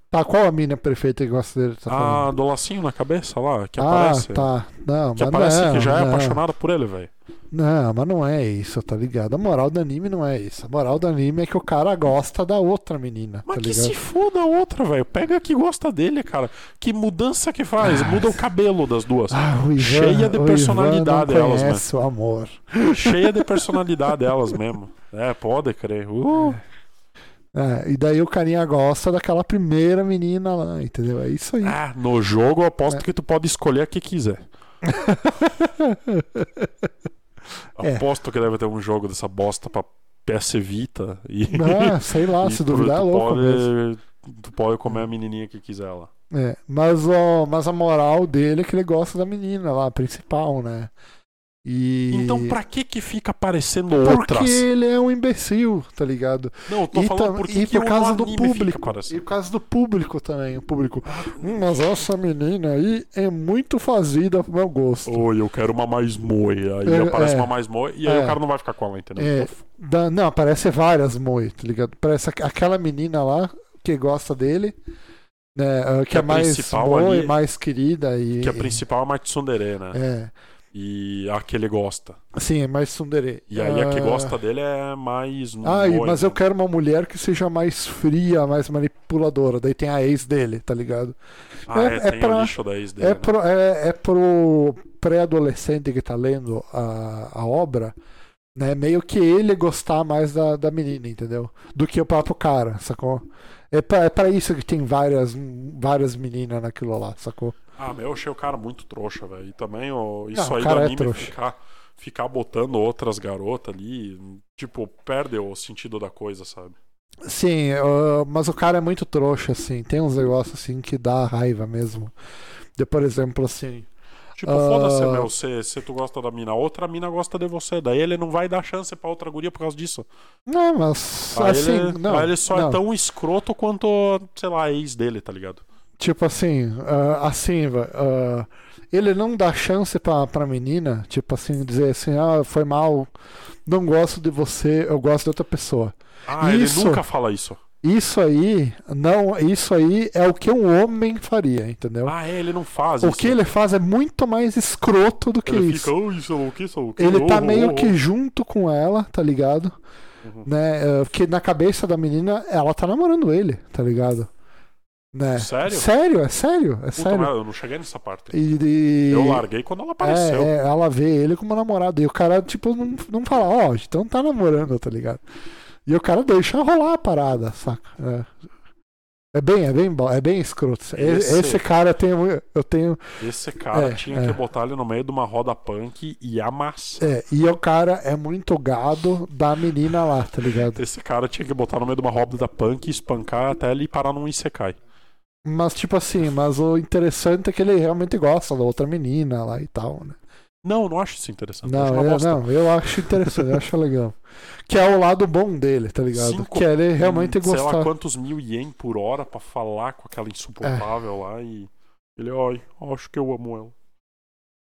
Speaker 2: Tá, qual a mina perfeita que gosta dele? Tá
Speaker 1: Ah,
Speaker 2: falando?
Speaker 1: do lacinho na cabeça lá, que
Speaker 2: ah
Speaker 1: aparece.
Speaker 2: tá. Não,
Speaker 1: Que
Speaker 2: mas
Speaker 1: aparece
Speaker 2: não,
Speaker 1: que já é
Speaker 2: não. Tá
Speaker 1: apaixonada por ele, velho.
Speaker 2: Não, mas não é isso, tá ligado? A moral do anime não é isso. A moral do anime é que o cara gosta da outra menina,
Speaker 1: Mas
Speaker 2: tá
Speaker 1: que
Speaker 2: ligado?
Speaker 1: se foda a outra, velho. Pega a que gosta dele, cara. Que mudança que faz.
Speaker 2: Ah,
Speaker 1: Muda o cabelo das duas.
Speaker 2: Ah, o Ivan,
Speaker 1: Cheia de
Speaker 2: o
Speaker 1: personalidade
Speaker 2: Ivan não
Speaker 1: elas, né?
Speaker 2: conhece o amor.
Speaker 1: Cheia de personalidade elas mesmo. É, pode crer. Uh,
Speaker 2: É, e daí o carinha gosta daquela primeira menina lá, entendeu? É isso aí.
Speaker 1: Ah, no jogo eu aposto que tu pode escolher a que quiser.
Speaker 2: É.
Speaker 1: Aposto que deve ter um jogo dessa bosta pra PS Vita. E...
Speaker 2: Ah, sei lá,
Speaker 1: e
Speaker 2: se
Speaker 1: tu-
Speaker 2: duvidar é
Speaker 1: tu
Speaker 2: louco
Speaker 1: pode-
Speaker 2: mesmo.
Speaker 1: Tu pode comer a menininha que quiser lá.
Speaker 2: É, mas, ó, mas a moral dele é que ele gosta da menina lá, a principal, né? E...
Speaker 1: Então pra que que fica aparecendo
Speaker 2: Porque
Speaker 1: outras?
Speaker 2: ele é um imbecil, tá ligado?
Speaker 1: Não, eu tô
Speaker 2: e
Speaker 1: falando
Speaker 2: tam-
Speaker 1: por que
Speaker 2: e
Speaker 1: que
Speaker 2: por
Speaker 1: o
Speaker 2: causa do
Speaker 1: anime
Speaker 2: público.
Speaker 1: Fica aparecendo.
Speaker 2: E por causa do público também, o público.
Speaker 1: Ah,
Speaker 2: "Hum, mas essa menina aí é muito fazida pro meu gosto.
Speaker 1: Oi, eu quero uma mais moia. Aí
Speaker 2: É,
Speaker 1: aparece
Speaker 2: é.
Speaker 1: uma mais moia e aí
Speaker 2: É.
Speaker 1: o cara não vai ficar com ela, entendeu?
Speaker 2: É. Da- não, aparece várias moi, tá ligado? Parece aqu- aquela menina lá que gosta dele, né? ah, Que,
Speaker 1: Que
Speaker 2: é
Speaker 1: a
Speaker 2: mais
Speaker 1: principal
Speaker 2: moi,
Speaker 1: ali-
Speaker 2: mais querida e.
Speaker 1: Que a principal é a Matsundere, né?
Speaker 2: É.
Speaker 1: E a que ele gosta.
Speaker 2: Sim, é mais tsundere.
Speaker 1: E aí a que
Speaker 2: Ah,
Speaker 1: gosta dele é mais
Speaker 2: Ai,
Speaker 1: moia,
Speaker 2: mas
Speaker 1: né?
Speaker 2: eu quero uma mulher que seja mais fria, mais manipuladora. Daí tem a ex dele, tá ligado?
Speaker 1: Ah, é,
Speaker 2: é- é
Speaker 1: tem o
Speaker 2: pra-
Speaker 1: lixo da ex dele.
Speaker 2: É
Speaker 1: né?
Speaker 2: pro, é, é pro pré-adolescente que tá lendo a, a obra, né? Meio que ele gostar mais da, da menina, entendeu? Do que o próprio cara, sacou? É pra, é pra isso que tem várias, várias meninas naquilo lá, sacou?
Speaker 1: Ah, meu, eu achei o cara muito trouxa, velho. E também ó, isso
Speaker 2: Não, o
Speaker 1: aí do
Speaker 2: cara é
Speaker 1: anime
Speaker 2: trouxa.
Speaker 1: ficar, ficar botando outras garotas ali, tipo, perde o sentido da coisa, sabe?
Speaker 2: Sim, ah, mas o cara é muito trouxa, assim. Tem uns negócios assim que dá raiva mesmo. De, por exemplo, assim.
Speaker 1: Tipo,
Speaker 2: Ah.
Speaker 1: foda-se, meu, se, se tu gosta da mina, outra mina gosta de você. Daí ele não vai dar chance pra outra guria por causa disso.
Speaker 2: Não, mas.
Speaker 1: Aí
Speaker 2: assim,
Speaker 1: ele,
Speaker 2: não,
Speaker 1: aí ele só
Speaker 2: não.
Speaker 1: é tão escroto quanto, sei lá, a ex dele, tá ligado?
Speaker 2: Tipo assim, ah, assim, va- ah, ele não dá chance pra, pra menina, tipo assim, dizer assim, ah, foi mal, não gosto de você, eu gosto de outra pessoa.
Speaker 1: Ah,
Speaker 2: Isso.
Speaker 1: ele nunca fala isso.
Speaker 2: Isso aí, não, isso aí é o que um homem faria, entendeu?
Speaker 1: Ah, é, ele não faz
Speaker 2: o
Speaker 1: isso.
Speaker 2: que ele faz é muito mais escroto do que
Speaker 1: ele
Speaker 2: isso.
Speaker 1: fica, "Oh, isso, o que isso, o que
Speaker 2: Ele
Speaker 1: oh,
Speaker 2: tá
Speaker 1: oh,
Speaker 2: meio
Speaker 1: oh,
Speaker 2: que
Speaker 1: oh."
Speaker 2: junto com ela, tá ligado?
Speaker 1: Uhum.
Speaker 2: Né? eh, Porque na cabeça da menina, ela tá namorando ele, tá ligado? Né?
Speaker 1: Sério?
Speaker 2: Sério, é sério, é
Speaker 1: Puta, mas
Speaker 2: sério.
Speaker 1: eu não cheguei nessa parte.
Speaker 2: E, e...
Speaker 1: Eu larguei quando ela apareceu.
Speaker 2: É, é, ela vê ele como namorado. E o cara, tipo, não, não fala, ó, então tá namorando, tá ligado? E o cara deixa rolar a parada, saca? É, É bem, é bem, bo- é bem escroto. E-
Speaker 1: Esse-
Speaker 2: Esse, cara tem. um- Eu tenho.
Speaker 1: Esse cara
Speaker 2: É,
Speaker 1: tinha
Speaker 2: é.
Speaker 1: que botar ele no meio de uma roda punk e amassar.
Speaker 2: É, e o cara é muito gado da menina lá, tá ligado?
Speaker 1: Esse cara tinha que botar no meio de uma roda da punk e espancar até ele parar num Isekai.
Speaker 2: Mas, tipo assim, mas o interessante é que ele realmente gosta da outra menina lá e tal, né?
Speaker 1: Não, não acho isso interessante. acho
Speaker 2: Não,
Speaker 1: uma
Speaker 2: eu,
Speaker 1: Tá bosta.
Speaker 2: não, eu acho interessante, eu acho legal. Que é o lado bom dele, tá ligado?
Speaker 1: Cinco-
Speaker 2: que é ele realmente
Speaker 1: Hum, Sei lá
Speaker 2: gostar.
Speaker 1: quantos mil ien por hora pra falar com aquela insuportável lá e. Ele, oi, acho que eu amo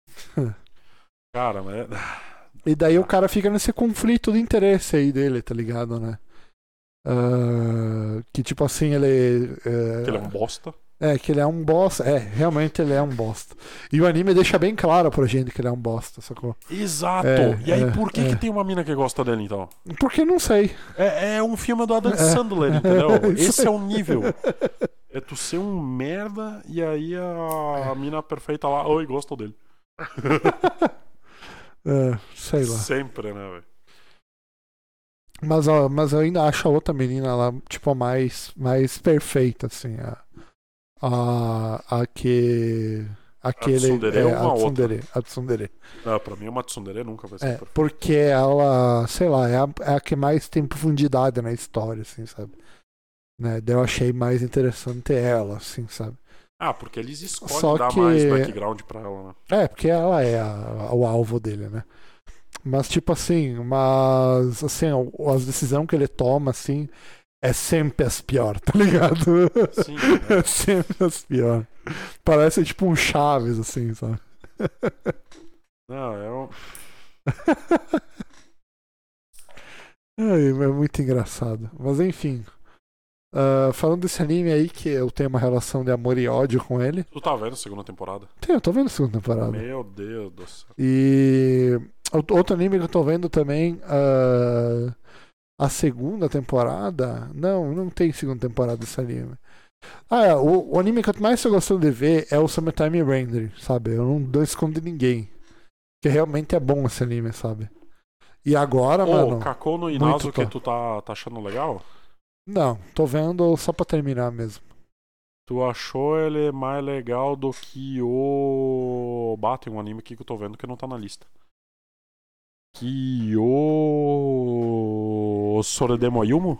Speaker 1: ela. cara, mas. é,
Speaker 2: E daí o cara fica nesse conflito de interesse aí dele, tá ligado, né? Ah, que tipo assim, ele. eh,
Speaker 1: Ele é um bosta.
Speaker 2: é, que ele é um bosta. É, realmente ele é um bosta. E o anime deixa bem claro pra gente que ele é um bosta, sacou?
Speaker 1: Exato.
Speaker 2: É,
Speaker 1: e aí,
Speaker 2: é,
Speaker 1: por que,
Speaker 2: é.
Speaker 1: que tem uma mina que gosta dele então?
Speaker 2: Porque não sei.
Speaker 1: É, é um filme do Adam
Speaker 2: É.
Speaker 1: Sandler, entendeu?
Speaker 2: Isso
Speaker 1: Esse
Speaker 2: aí.
Speaker 1: é o nível. É tu ser um merda e aí a, a mina perfeita lá, oi, gosto dele.
Speaker 2: É, sei lá.
Speaker 1: Sempre, né, velho?
Speaker 2: Mas, ó, mas eu ainda acho a outra menina lá, tipo, a mais, mais perfeita, assim. A, a, a que. é, Aquele.
Speaker 1: tsundere ou é uma
Speaker 2: a
Speaker 1: outra?
Speaker 2: tsundere, a tsundere.
Speaker 1: Não, pra mim uma tsundere nunca vai ser
Speaker 2: É,
Speaker 1: perfeita.
Speaker 2: porque ela, sei lá, é a, é a que mais tem profundidade na história, assim, sabe? Né? Daí eu achei mais interessante ela, assim, sabe?
Speaker 1: Ah, porque eles escolhem
Speaker 2: Só
Speaker 1: dar
Speaker 2: que-
Speaker 1: mais background pra ela, né?
Speaker 2: É, porque ela é a- o alvo dele, né? Mas, tipo assim, mas, assim, o- as decisões que ele toma, assim, é sempre as piores, tá ligado?
Speaker 1: Sim, né?
Speaker 2: É sempre as piores. Parece tipo um Chaves, assim, sabe?
Speaker 1: Não, é um...
Speaker 2: Ai, é muito engraçado. Mas enfim. Ah, falando desse anime aí, que eu tenho uma relação de amor e ódio com ele.
Speaker 1: Tu tá vendo a segunda temporada?
Speaker 2: Tem, eu tô vendo a segunda temporada.
Speaker 1: Meu Deus do céu.
Speaker 2: E Out- Outro anime que eu tô vendo também. ah, a segunda temporada. Não, não tem segunda temporada desse anime. Ah, é, o, o anime que eu mais tô gostando de ver é o Summertime Render, sabe? Eu não dou escondo de ninguém. Porque realmente é bom esse anime, sabe? E agora,
Speaker 1: Ô,
Speaker 2: mano.
Speaker 1: Kakou no Inazo
Speaker 2: Tá muito top.
Speaker 1: que tu tá, tá achando legal?
Speaker 2: Não, tô vendo só pra terminar mesmo.
Speaker 1: Tu achou ele mais legal do que o. Bah, tem um anime aqui que eu tô vendo que não tá na lista. Que o. Soredemo Ayumu?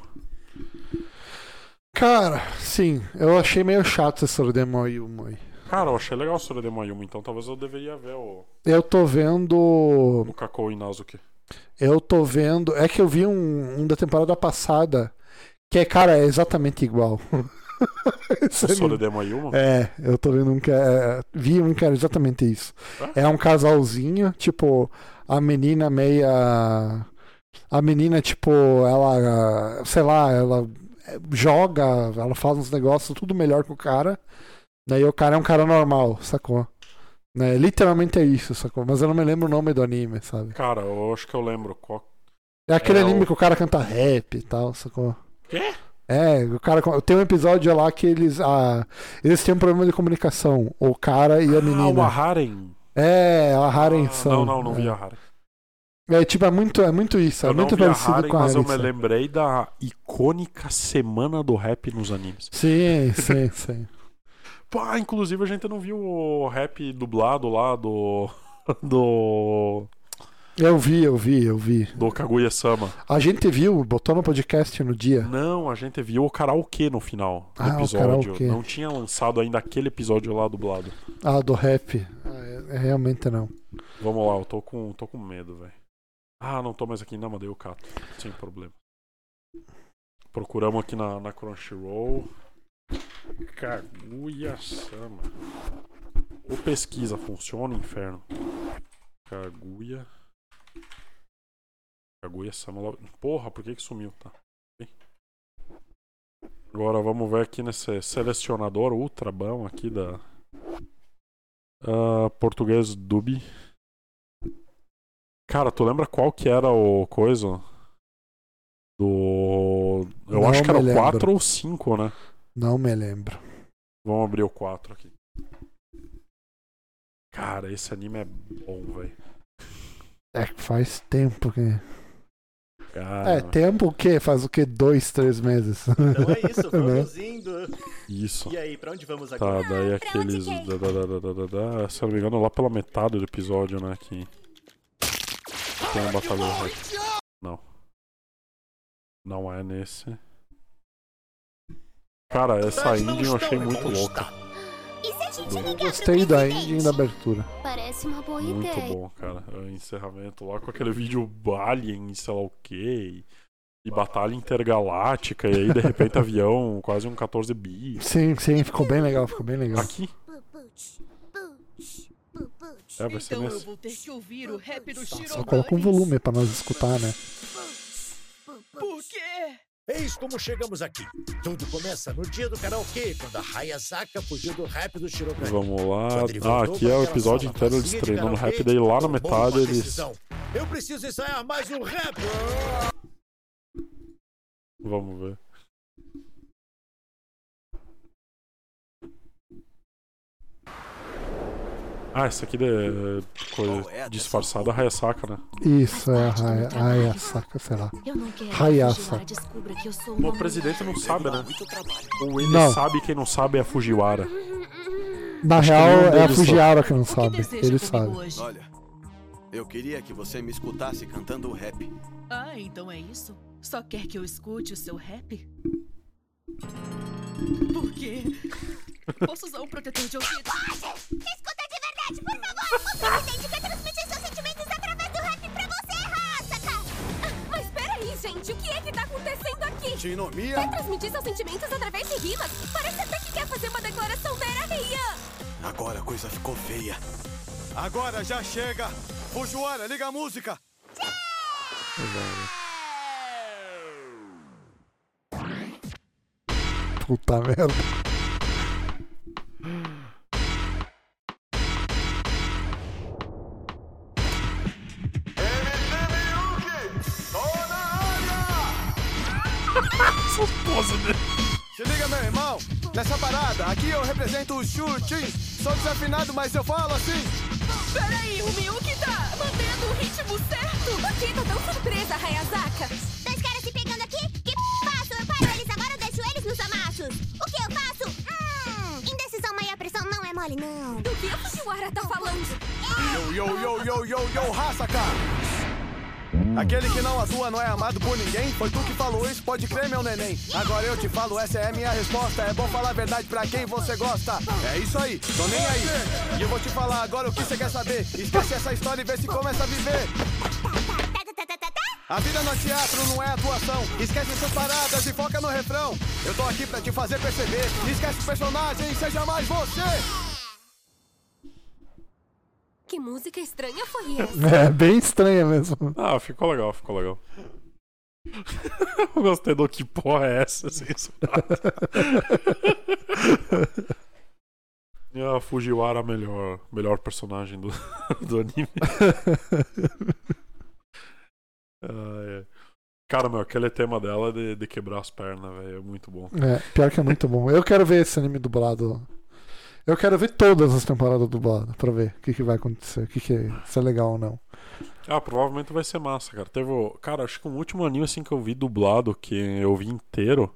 Speaker 2: Cara, sim, eu achei meio chato esse Sordemon e o Moi.
Speaker 1: Cara, eu achei legal o Soredemo Ayumu, então talvez eu deveria ver o,
Speaker 2: Eu tô vendo.
Speaker 1: o Kakou Inazuki.
Speaker 2: Eu tô vendo. É que eu vi um, um da temporada passada. Que é, cara, é exatamente igual. Esse
Speaker 1: O
Speaker 2: anime.
Speaker 1: Soredemo Ayumu?
Speaker 2: É, eu tô vendo um que é. Vi um que era exatamente isso. É um casalzinho, tipo, a menina meia. A menina, tipo, ela. Sei lá, ela joga, ela faz uns negócios tudo melhor que o cara. Daí o cara é um cara normal, sacou? Né? Literalmente é isso, sacou? Mas eu não me lembro o nome do anime, sabe?
Speaker 1: Cara, eu acho que eu lembro. Qual...
Speaker 2: É aquele
Speaker 1: É o-
Speaker 2: anime que o cara canta rap e tal, sacou?
Speaker 1: Quê?
Speaker 2: É, o cara. Tem um episódio lá que eles. Ah, eles têm um problema de comunicação. O cara e a
Speaker 1: Ah, o
Speaker 2: menina.
Speaker 1: Aharen.
Speaker 2: É, a Haren
Speaker 1: Ah,
Speaker 2: são.
Speaker 1: Não, não, não
Speaker 2: é.
Speaker 1: vi a Haren.
Speaker 2: É, tipo, é muito, é muito isso. É
Speaker 1: eu não
Speaker 2: muito
Speaker 1: vi a
Speaker 2: parecido
Speaker 1: Haren,
Speaker 2: com a
Speaker 1: mas eu
Speaker 2: Haren.
Speaker 1: me lembrei da icônica semana do rap nos animes.
Speaker 2: Sim, sim, sim.
Speaker 1: Pá, inclusive a gente não viu o rap dublado lá do. Do.
Speaker 2: Eu vi, eu vi, eu vi.
Speaker 1: Do Kaguya-sama.
Speaker 2: A gente viu, botou no podcast no dia.
Speaker 1: Não, a gente viu o karaokê no final do
Speaker 2: Ah, o
Speaker 1: episódio.
Speaker 2: karaokê.
Speaker 1: Não tinha lançado ainda aquele episódio lá dublado.
Speaker 2: Ah, do rap. Ah, é- é realmente não.
Speaker 1: Vamos lá, eu tô com, tô com medo, velho. Ah, não tô mais aqui. Não, mandei o Cato. Sem problema. Procuramos aqui na, na Crunchyroll. Kaguya-sama. Ou pesquisa funciona, inferno? Kaguya. Kaguya-sama. Lo- Porra, por que que sumiu? Tá. Ok. Agora vamos ver aqui nesse selecionador ultra bom aqui da. Ah, português Dubi. Cara, tu lembra qual que era o coisa? Do. Eu
Speaker 2: Não
Speaker 1: acho que era
Speaker 2: me
Speaker 1: o
Speaker 2: lembro.
Speaker 1: 4 ou 5, né?
Speaker 2: Não me lembro.
Speaker 1: Vamos abrir o 4 aqui. Cara, esse anime é bom, velho.
Speaker 2: É que faz tempo que.
Speaker 1: Cara,
Speaker 2: É, tempo o quê? Faz o quê? Dois, três meses.
Speaker 3: Então é isso,
Speaker 2: Né?
Speaker 3: vamos indo.
Speaker 1: isso.
Speaker 3: E aí, pra onde vamos agora?
Speaker 1: Tá, daí
Speaker 4: Ah, pra onde
Speaker 1: aqueles.
Speaker 4: que é
Speaker 1: Da, da, da, da, da, da, da, se eu não me engano, lá pela metade do episódio, né? Que tem um batalhão. rap. Não. Não é nesse. Cara, essa indie eu achei muito louca.
Speaker 4: E se a gente
Speaker 2: Eu
Speaker 4: ligar
Speaker 2: gostei
Speaker 4: pro
Speaker 2: da
Speaker 4: presidente?
Speaker 2: ending da abertura.
Speaker 4: Parece uma boa
Speaker 1: Muito
Speaker 4: ideia.
Speaker 1: bom, cara. O encerramento lá com aquele vídeo Alien, sei lá o quê. E, e batalha intergaláctica. E aí, de repente, avião, quase um 14 bi.
Speaker 2: Sim, sim, ficou bem legal, ficou bem legal.
Speaker 1: Aqui? É, vai ser
Speaker 5: Então eu
Speaker 1: nesse.
Speaker 5: vou ter que ouvir o rap do Shirogane.
Speaker 2: Só coloca um volume pra nós escutar, né?
Speaker 5: Por quê?
Speaker 3: Eis como chegamos aqui. Tudo começa no dia do karaokê, quando a Hayasaka fugiu do rap do Shirogane.
Speaker 1: Vamos lá.
Speaker 3: Quando ele
Speaker 1: Ah,
Speaker 3: voltou
Speaker 1: aqui é o
Speaker 3: pra
Speaker 1: episódio
Speaker 3: aquela
Speaker 1: inteiro
Speaker 3: sala
Speaker 1: eles
Speaker 3: vazia de
Speaker 1: treinando
Speaker 3: karaokê,
Speaker 1: rap. Daí lá na
Speaker 3: tomou
Speaker 1: metade
Speaker 3: uma
Speaker 1: eles.
Speaker 3: decisão. Eu preciso ensaiar mais um rap.
Speaker 1: Vamos ver. Ah, essa aqui é coisa disfarçada, a ressaca, né?
Speaker 2: Isso, é a Haya- Haya Saka, sei lá.
Speaker 6: Eu não quero
Speaker 2: Hayasa.
Speaker 6: que ela descubra que eu sou
Speaker 1: O
Speaker 6: uma
Speaker 1: presidente não sabe, né? Ou ele
Speaker 2: Não.
Speaker 1: sabe, quem não sabe é a Fujiwara.
Speaker 2: Na
Speaker 1: Acho que
Speaker 2: real,
Speaker 1: nenhum
Speaker 2: é a
Speaker 1: deles sabe.
Speaker 2: Fujiara que não
Speaker 5: O
Speaker 2: sabe.
Speaker 5: que deseja
Speaker 2: Ele
Speaker 5: comigo
Speaker 2: sabe.
Speaker 5: hoje?
Speaker 7: Olha, eu queria que você me escutasse cantando o rap.
Speaker 5: Ah, então é isso? Só quer que eu escute o seu rap? Por quê? Posso usar um protetor de ouvido?
Speaker 4: Escuta de verdade, por favor! O presidente quer transmitir seus sentimentos através do rap pra você, Hasaka! Mas peraí, gente, o que é que tá acontecendo aqui?
Speaker 7: Dinomia!
Speaker 4: Quer transmitir seus sentimentos através de rimas? Parece até que quer fazer uma declaração veraria!
Speaker 7: Agora a coisa ficou feia. Agora já chega! Fujiwara, liga a música!
Speaker 2: Puta merda.
Speaker 7: É
Speaker 1: esposa dele.
Speaker 7: Se liga, meu irmão, nessa parada, aqui eu represento os chutins. Sou desafinado, mas eu falo assim.
Speaker 4: Peraí, o Miyuki tá mantendo o ritmo certo! Por que tá tão surpresa, Hayazaka? Dois caras se pegando aqui? Que p faço? Eu paro eles agora ou deixo eles nos amassos? O que eu faço? Hum, indecisão maior pressão não é mole, não. É. Do que o Fujiwara tá falando?
Speaker 7: Yo, yo, yo, yo, yo, yo, Hasaka! Aquele que não atua não é amado por ninguém. Foi tu que falou isso, pode crer, meu neném. Agora eu te falo, essa é a minha resposta. É bom falar a verdade pra quem você gosta. É isso aí, tô nem aí. E eu vou te falar agora o que você quer saber. Esquece essa história e vê se começa a viver.
Speaker 4: Tá,
Speaker 7: A vida no teatro não é atuação. Esquece essas paradas e foca no refrão. Eu tô aqui pra te fazer perceber. Esquece o personagem e seja mais você.
Speaker 4: Que música estranha foi essa?
Speaker 2: É bem estranha mesmo.
Speaker 1: Ah, ficou legal, ficou legal. Eu gostei do que porra é essa, assim, isso. E a Fujiwara é a melhor, melhor personagem do, do anime. Ai, ai. Ah, é. Cara, meu, aquele tema dela é de, de quebrar as pernas, velho, é muito bom.
Speaker 2: É, pior que é muito bom. Eu quero ver esse anime dublado. Eu quero ver todas as temporadas dubladas pra ver o que, que vai acontecer, o que, que se é legal ou não.
Speaker 1: Ah, provavelmente vai ser massa, cara. Teve, o- cara, acho que o último anime assim que eu vi dublado, que eu vi inteiro,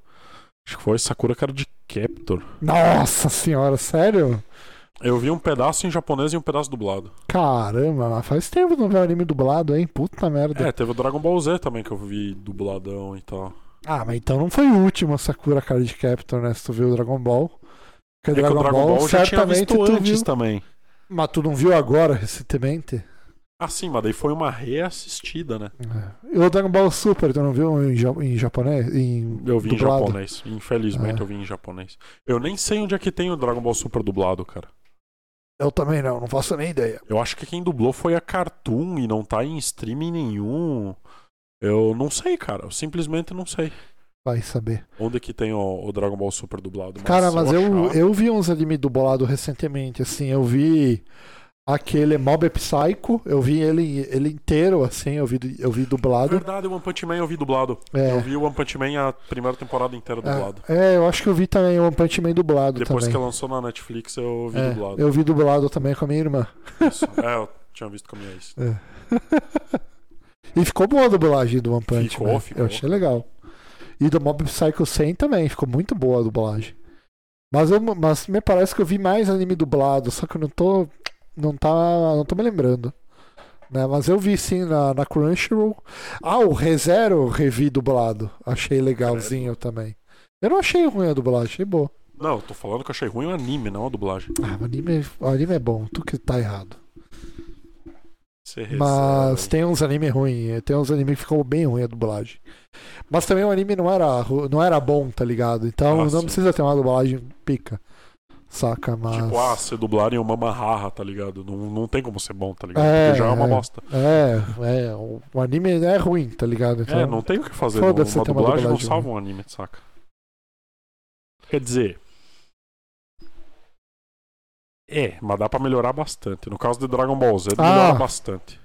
Speaker 1: acho que foi Sakura Card de Captor.
Speaker 2: Nossa senhora, sério?
Speaker 1: Eu vi um pedaço em japonês e um pedaço dublado.
Speaker 2: Caramba, mas faz tempo que não vê um anime dublado, hein? Puta merda.
Speaker 1: É, teve o Dragon Ball Z também que eu vi dubladão e tal.
Speaker 2: Ah, mas então não foi o último a Sakura Card Captor, né? Se tu viu o Dragon Ball. Porque
Speaker 1: é que o Dragon Ball eu já tinha
Speaker 2: certamente
Speaker 1: visto
Speaker 2: tu
Speaker 1: antes tá?
Speaker 2: viu.
Speaker 1: também.
Speaker 2: Mas tu não viu agora, recentemente?
Speaker 1: Ah, sim, mas daí foi uma reassistida, né?
Speaker 2: E o Dragon Ball Super, tu não viu em, ja- em japonês? Em
Speaker 1: Eu vi
Speaker 2: dublado?
Speaker 1: em japonês. Infelizmente
Speaker 2: Ah.
Speaker 1: eu vi em japonês. Eu nem sei onde é que tem o Dragon Ball Super dublado, cara.
Speaker 2: Eu também não, não faço nem ideia.
Speaker 1: Eu acho que quem dublou foi a Cartoon e não tá em streaming nenhum. Eu não sei, cara. Eu simplesmente não sei
Speaker 2: Vai saber.
Speaker 1: onde que tem o, o Dragon Ball Super dublado.
Speaker 2: Cara, mas
Speaker 1: se
Speaker 2: eu,
Speaker 1: achar-
Speaker 2: eu vi uns anime dublado recentemente, assim, eu vi aquele Mob Psycho, eu vi ele, ele inteiro, assim, eu vi, eu vi dublado.
Speaker 1: Verdade, o One Punch Man eu vi dublado.
Speaker 2: É.
Speaker 1: Eu vi o One Punch Man a primeira temporada inteira dublado.
Speaker 2: É, eu acho que eu vi também o One Punch Man dublado
Speaker 1: Depois que
Speaker 2: também.
Speaker 1: lançou na Netflix, eu vi
Speaker 2: É,
Speaker 1: dublado.
Speaker 2: eu vi dublado também com a minha irmã.
Speaker 1: Isso. É, eu tinha visto com a minha ex.
Speaker 2: E ficou boa a dublagem do One Punch
Speaker 1: Ficou,
Speaker 2: Man.
Speaker 1: ficou.
Speaker 2: Eu achei legal. E do Mob Psycho 100 também, ficou muito boa a dublagem. Mas, eu- mas me parece que eu vi mais anime dublado, só que eu não tô. Não, tá, não tô me lembrando. Né? Mas eu vi sim na, na Crunchyroll. Ah, o ReZero eu revi dublado. Achei legalzinho também. Eu não achei ruim a dublagem, achei boa.
Speaker 1: Não, eu tô falando que eu achei ruim o anime, não a dublagem.
Speaker 2: Ah, o anime, o anime é bom, tu que tá errado.
Speaker 1: Você
Speaker 2: Mas
Speaker 1: recebe.
Speaker 2: tem uns anime ruins, tem uns anime que ficou bem ruim a dublagem. Mas também o anime não era, ru- não era bom, tá ligado? Então
Speaker 1: Ah,
Speaker 2: não
Speaker 1: sim.
Speaker 2: precisa ter uma dublagem pica. Saca, mas.
Speaker 1: Tipo, ah, se dublarem uma marra, tá ligado? Não, não tem como ser bom, tá ligado?
Speaker 2: É,
Speaker 1: Porque já é uma
Speaker 2: é.
Speaker 1: bosta.
Speaker 2: É, é, o o anime é ruim, tá ligado? Então,
Speaker 1: É, não tem o que fazer. Uma
Speaker 2: foda-se
Speaker 1: dublagem,
Speaker 2: ter uma
Speaker 1: não
Speaker 2: dublagem, né?
Speaker 1: salva um anime, saca? Quer dizer. É, mas dá pra melhorar bastante. No caso de Dragon Ball Z,
Speaker 2: Ah.
Speaker 1: melhora bastante.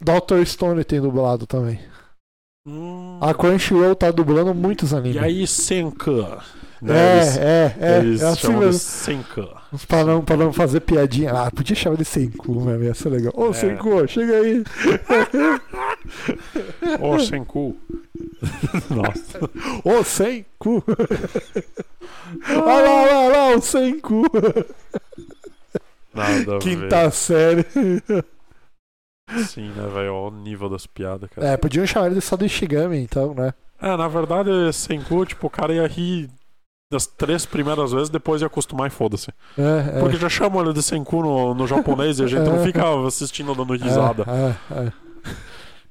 Speaker 2: Dr. Stone tem dublado também.
Speaker 1: Hum,
Speaker 2: A Crunchyroll tá dublando muitos
Speaker 1: e
Speaker 2: animes.
Speaker 1: aí, Senka? Né, eles-
Speaker 2: é, é, é,
Speaker 1: eles
Speaker 2: é assim
Speaker 1: chamam de
Speaker 2: mesmo.
Speaker 1: Senka.
Speaker 2: Pra não, pra não fazer piadinha. Ah, podia chamar de Senku, né? Ia ser legal. Ô,
Speaker 1: É.
Speaker 2: Senku, chega aí.
Speaker 1: Ô, Senku. Nossa.
Speaker 2: Ô, sem cu. Olha lá, olha lá, olha lá, o sem cu.
Speaker 1: Nada a ver.
Speaker 2: Quinta série.
Speaker 1: Sim, né, velho? Olha o nível das piadas, cara.
Speaker 2: É, podiam chamar ele só de Shigami, então, né?
Speaker 1: É, na verdade, sem cu, tipo, o cara ia rir das três primeiras vezes, depois ia acostumar e foda-se.
Speaker 2: É, é.
Speaker 1: Porque já chamam ele de sem cu no, no japonês e a gente não
Speaker 2: É.
Speaker 1: fica assistindo dando risada.
Speaker 2: É, é, é.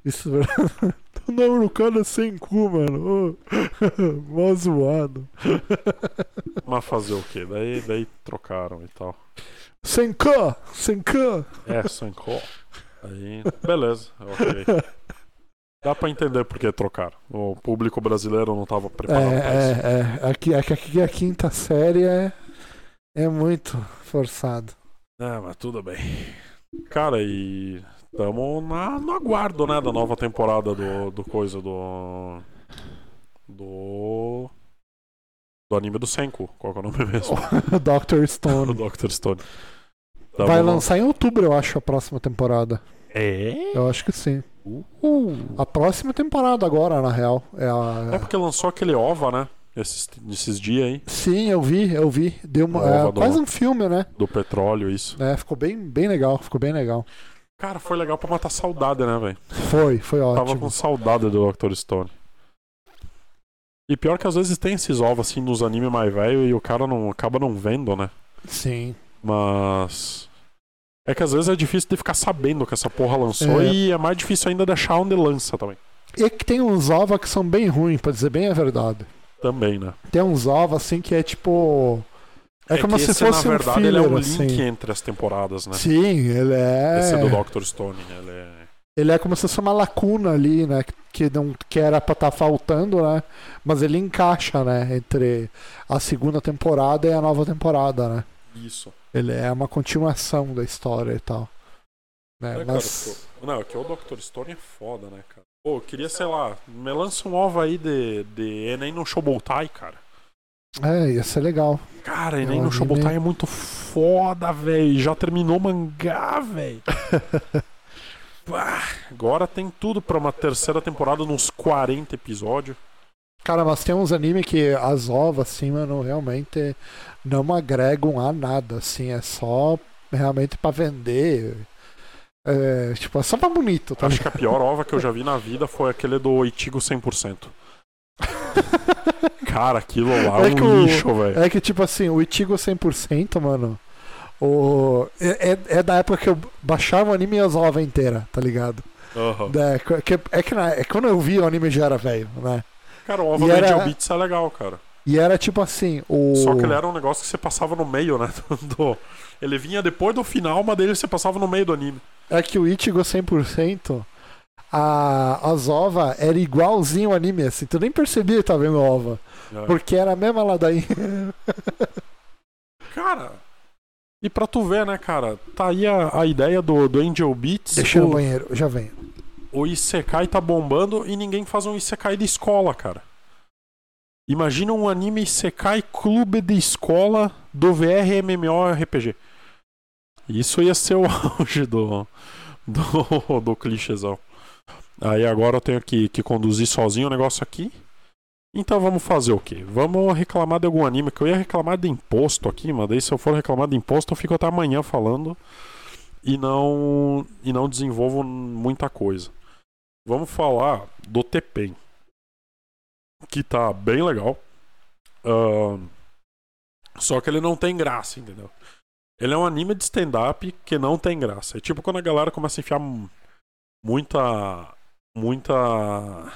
Speaker 2: Isso, é verdade. O nome do cara é sem cu, mano. Ô, Mó zoado.
Speaker 1: Mas fazer o quê? Daí, daí trocaram e tal.
Speaker 2: Sem cu, sem cu.
Speaker 1: É, sem cu. Aí, beleza, ok. Dá pra entender por que trocaram. O público brasileiro não tava
Speaker 2: É,
Speaker 1: preparado pra isso.
Speaker 2: é, é. Aqui, aqui, aqui a quinta série é, é muito forçado. é.
Speaker 1: Ah, mas tudo bem. Cara, e tamo na, no aguardo, né, da nova temporada do, do coisa do. Do. Do anime do Senku. Qual que é o nome mesmo?
Speaker 2: O Dr.
Speaker 1: o
Speaker 2: Stone.
Speaker 1: Dr. Stone. Tá
Speaker 2: Vai
Speaker 1: bom.
Speaker 2: lançar em outubro, eu acho, a próxima temporada.
Speaker 1: É? Uh.
Speaker 2: Eu acho que sim. A próxima temporada agora, na real. É
Speaker 1: É
Speaker 2: a...
Speaker 1: porque lançou aquele OVA, né? Esses, esses dias aí.
Speaker 2: Sim, eu vi, eu vi. Deu uma,
Speaker 1: Nova
Speaker 2: é,
Speaker 1: do-
Speaker 2: quase um filme, né?
Speaker 1: Do petróleo, isso.
Speaker 2: É, ficou bem, bem legal, ficou bem legal.
Speaker 1: Cara, foi legal pra matar saudade, né, velho?
Speaker 2: Foi, foi
Speaker 1: Tava
Speaker 2: ótimo.
Speaker 1: com saudade do Dr. Stone. E pior que às vezes tem esses ovos assim nos animes mais velho e o cara não acaba não vendo, né?
Speaker 2: Sim.
Speaker 1: Mas. É que às vezes é difícil de ficar sabendo que essa porra lançou
Speaker 2: É.
Speaker 1: e é mais difícil ainda deixar onde lança também.
Speaker 2: E que tem uns OVA que são bem ruins, pra dizer bem a verdade.
Speaker 1: Também, né?
Speaker 2: Tem uns OVA assim que é tipo. É, como
Speaker 1: que
Speaker 2: se
Speaker 1: esse,
Speaker 2: fosse
Speaker 1: na
Speaker 2: um
Speaker 1: verdade,
Speaker 2: filler,
Speaker 1: ele é um
Speaker 2: assim.
Speaker 1: link entre as temporadas, né?
Speaker 2: Sim, ele é.
Speaker 1: Esse do Dr. Stone, ele é.
Speaker 2: Ele é como se fosse uma lacuna ali, né? Que, não, que era pra estar faltando, né? Mas ele encaixa, né? Entre a segunda temporada e a nova temporada, né?
Speaker 1: Isso.
Speaker 2: Ele é uma continuação da história e tal. Né?
Speaker 1: É,
Speaker 2: Mas.
Speaker 1: cara, pô. Não, é que o Dr. Stone é foda, né, cara? Pô, eu queria, sei lá, me lança um ovo aí de, de Enem no Shobotai, cara.
Speaker 2: É, ia ser legal.
Speaker 1: Cara,
Speaker 2: É
Speaker 1: Enem
Speaker 2: um
Speaker 1: no
Speaker 2: anime.
Speaker 1: Shobotai é muito foda, velho. Já terminou o mangá, velho. Pá, Agora tem tudo pra uma terceira temporada, nos 40 episódios.
Speaker 2: Cara, mas tem uns anime que as ovas, assim, mano, realmente não agregam a nada, assim, é só realmente pra vender. É, tipo, é só pra bonito, tá?
Speaker 1: Acho que a pior ova que eu já vi na vida foi aquele do Oitigo 100%. Cara, aquilo lá é
Speaker 2: É que
Speaker 1: um
Speaker 2: o-
Speaker 1: lixo, velho.
Speaker 2: É que, tipo assim, o Itigo 100%, mano, o... é, é- é da época que eu baixava o anime e as ovas inteira, tá ligado?
Speaker 1: Aham.
Speaker 2: É que, é que na- é que quando eu vi o anime já era velho, né?
Speaker 1: Cara, o ova
Speaker 2: E
Speaker 1: do
Speaker 2: era-
Speaker 1: Angel Beats é legal, cara.
Speaker 2: E era tipo assim, o...
Speaker 1: Só que ele era um negócio que você passava no meio, né? do- Ele vinha depois do final, mas dele você passava no meio do anime.
Speaker 2: É que o Ichigo 100%, a, as OVA era igualzinho ao anime, assim. Tu nem percebia que tava vendo OVA.
Speaker 1: É.
Speaker 2: Porque era a mesma ladainha.
Speaker 1: Cara. E pra tu ver, né, cara? Tá aí a, a ideia do, do Angel Beats.
Speaker 2: Deixa eu no
Speaker 1: o,
Speaker 2: banheiro, já venho.
Speaker 1: o Isekai tá bombando e ninguém faz um Isekai de escola, cara. Imagina um anime Isekai clube de escola do VR MMORPG. Isso ia ser o auge do, do, do clichêzão. Aí agora eu tenho que, que conduzir sozinho o negócio aqui. Então vamos fazer o quê? Vamos reclamar de algum anime, que eu ia reclamar de imposto aqui, mas daí se eu for reclamar de imposto eu fico até amanhã falando e não, e não desenvolvo muita coisa. Vamos falar do Tepen, que tá bem legal. Ahn, só que ele não tem graça, entendeu? Ele é um anime de stand-up que não tem graça. É tipo quando a galera começa a enfiar mu- muita. muita.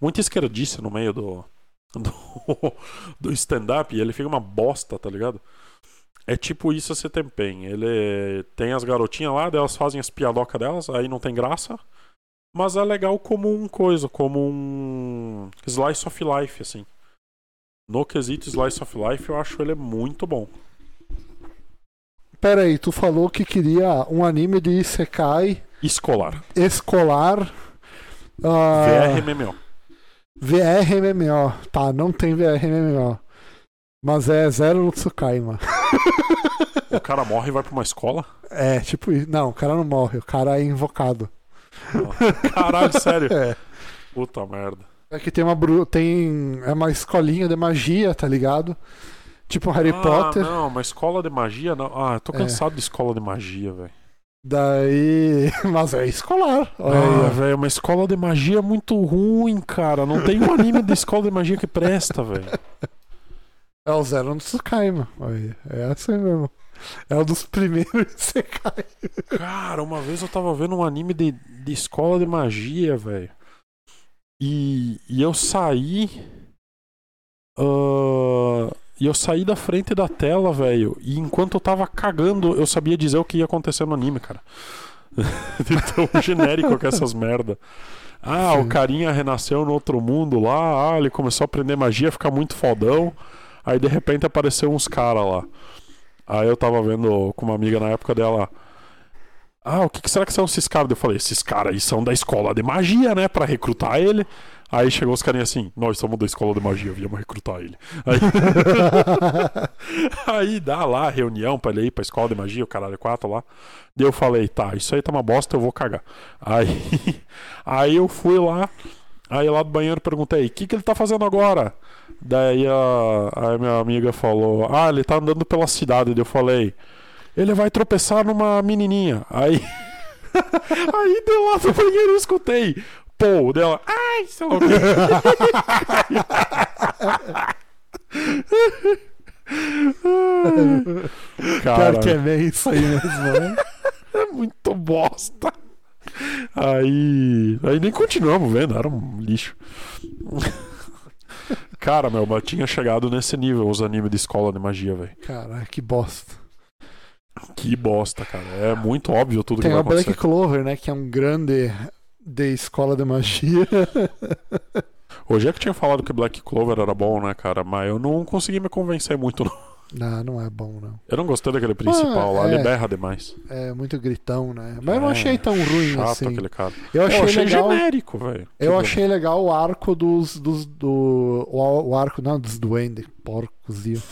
Speaker 1: muita esquerdice no meio do. do, do stand-up e ele fica uma bosta, tá ligado? É tipo isso esse Tempen. Ele tem as garotinhas lá, daí elas fazem as piadocas delas, aí não tem graça. Mas é legal como um coisa, como um slice of life, assim. No quesito slice of life, eu acho ele muito bom.
Speaker 2: Pera aí, tu falou que queria um anime de Isekai
Speaker 1: Escolar.
Speaker 2: escolar. ah,
Speaker 1: VRMMO.
Speaker 2: VRMMO. Tá, não tem VRMMO. Mas é Zero Lutsukai, mano. Ah.
Speaker 1: O cara morre e vai pra uma escola?
Speaker 2: É, tipo isso. Não, o cara não morre, o cara é invocado.
Speaker 1: Ah, Caralho, sério.
Speaker 2: É.
Speaker 1: Puta merda.
Speaker 2: É que tem uma bru... tem é uma escolinha de magia, tá ligado? Tipo Harry
Speaker 1: ah,
Speaker 2: Potter.
Speaker 1: Não, uma escola de magia não. Ah, eu tô
Speaker 2: É.
Speaker 1: cansado de escola de magia, velho.
Speaker 2: Daí, mas é escolar. Olha
Speaker 1: Ah,
Speaker 2: aí, ó.
Speaker 1: velho, uma escola de magia é muito ruim, cara. Não tem um anime de escola de magia que presta, velho.
Speaker 2: é o Zero no Tsukai, mano. Olha aí, É assim mesmo. É um dos primeiros Sekai.
Speaker 1: Cara, uma vez eu tava vendo um anime de, de escola de magia, velho. E, e eu saí. ah, e eu saí da frente da tela, velho. E enquanto eu tava cagando, eu sabia dizer o que ia acontecer no anime, cara. de tão genérico que é essas merda. Ah, o
Speaker 2: Sim.
Speaker 1: carinha renasceu no outro mundo lá. Ah, ele começou a aprender magia, ficar muito fodão. Aí de repente apareceu uns caras lá. Aí eu tava vendo com uma amiga na época dela. Ah, o que, que será que são esses caras? Eu falei, esses caras aí são da escola de magia, né? Pra recrutar ele. Aí chegou os carinhas assim, nós somos da escola de magia, viemos recrutar ele. Aí, aí dá lá a reunião pra ele ir pra escola de magia, o caralho é quatro lá. Daí eu falei, tá, isso aí tá uma bosta, eu vou cagar. Aí, aí eu fui lá, aí lá do banheiro perguntei, o que, que ele tá fazendo agora? Daí a, a minha amiga falou, ah, ele tá andando pela cidade. Daí eu falei, ele vai tropeçar numa menininha. Aí. Aí deu lá do banheiro eu escutei. Pô, dela. Ai, sei lá o quê.
Speaker 2: Pior
Speaker 1: Cara,
Speaker 2: que é bem isso aí mesmo, né?
Speaker 1: é muito bosta. Aí. Aí nem continuamos vendo, era um lixo. Cara, meu, mas tinha chegado nesse nível os animes de escola de magia, velho.
Speaker 2: Cara, que bosta.
Speaker 1: Que bosta, cara. É muito óbvio tudo
Speaker 2: Tem
Speaker 1: que
Speaker 2: a
Speaker 1: vai
Speaker 2: Black
Speaker 1: acontecer.
Speaker 2: Clover, né? Que é um grande de escola de magia.
Speaker 1: Hoje é que tinha falado que Black Clover era bom, né, cara? Mas eu não consegui me convencer muito, não.
Speaker 2: não, não é bom, não.
Speaker 1: Eu não gostei daquele principal lá,
Speaker 2: é.
Speaker 1: ele berra demais.
Speaker 2: É muito gritão, né? Mas eu não
Speaker 1: É,
Speaker 2: achei tão ruim
Speaker 1: Chato
Speaker 2: assim.
Speaker 1: aquele cara.
Speaker 2: Eu achei,
Speaker 1: eu achei
Speaker 2: legal.
Speaker 1: genérico, velho.
Speaker 2: Eu achei legal o arco dos. dos do, o, o arco, não, dos duendes, porcozinho.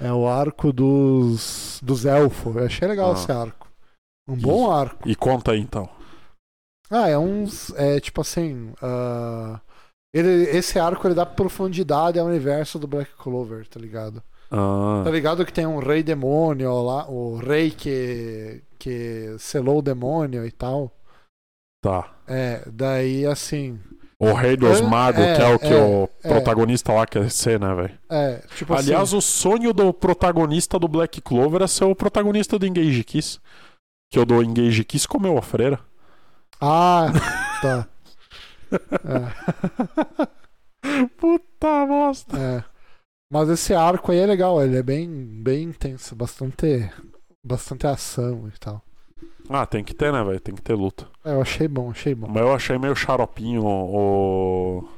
Speaker 2: É o arco dos. dos elfos. Eu achei legal
Speaker 1: Ah.
Speaker 2: esse arco. Um bom arco.
Speaker 1: E conta aí, então.
Speaker 2: Ah, é uns. É tipo assim. ah, ele, esse arco ele dá profundidade ao universo do Black Clover, tá ligado?
Speaker 1: Ah,
Speaker 2: Tá ligado que tem um rei demônio lá, o rei que. que selou o demônio e tal.
Speaker 1: tá.
Speaker 2: É, daí assim.
Speaker 1: O Rei dos
Speaker 2: É,
Speaker 1: Magos,
Speaker 2: é,
Speaker 1: que é o que
Speaker 2: é,
Speaker 1: o
Speaker 2: é.
Speaker 1: protagonista lá quer ser, né, velho?
Speaker 2: É, tipo assim.
Speaker 1: Aliás, o sonho do protagonista do Black Clover é ser o protagonista do Engage Kiss. Que o do Engage Kiss comeu a freira.
Speaker 2: Ah, tá. É,
Speaker 1: Puta bosta.
Speaker 2: é. Mas esse arco aí é legal, ele é bem, bem intenso, bastante, bastante ação e tal.
Speaker 1: Ah, tem que ter, né, velho? Tem que ter luta.
Speaker 2: É, eu achei bom, achei bom.
Speaker 1: Mas eu achei meio xaropinho o.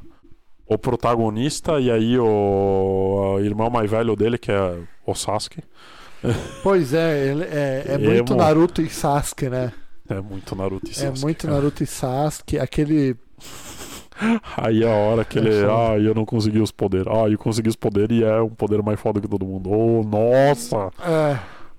Speaker 1: O protagonista e aí o, o irmão mais velho dele, que é o Sasuke.
Speaker 2: Pois é, ele é, é
Speaker 1: Emo.
Speaker 2: muito Naruto e Sasuke, né?
Speaker 1: É muito Naruto e
Speaker 2: É
Speaker 1: Sasuke.
Speaker 2: muito
Speaker 1: cara.
Speaker 2: Naruto e Sasuke, aquele.
Speaker 1: Aí a hora que
Speaker 2: É
Speaker 1: ele.
Speaker 2: foda.
Speaker 1: ah, eu não consegui os poderes. Ah, eu consegui os poderes e é um poder mais foda que todo mundo. Oh, nossa!
Speaker 2: É,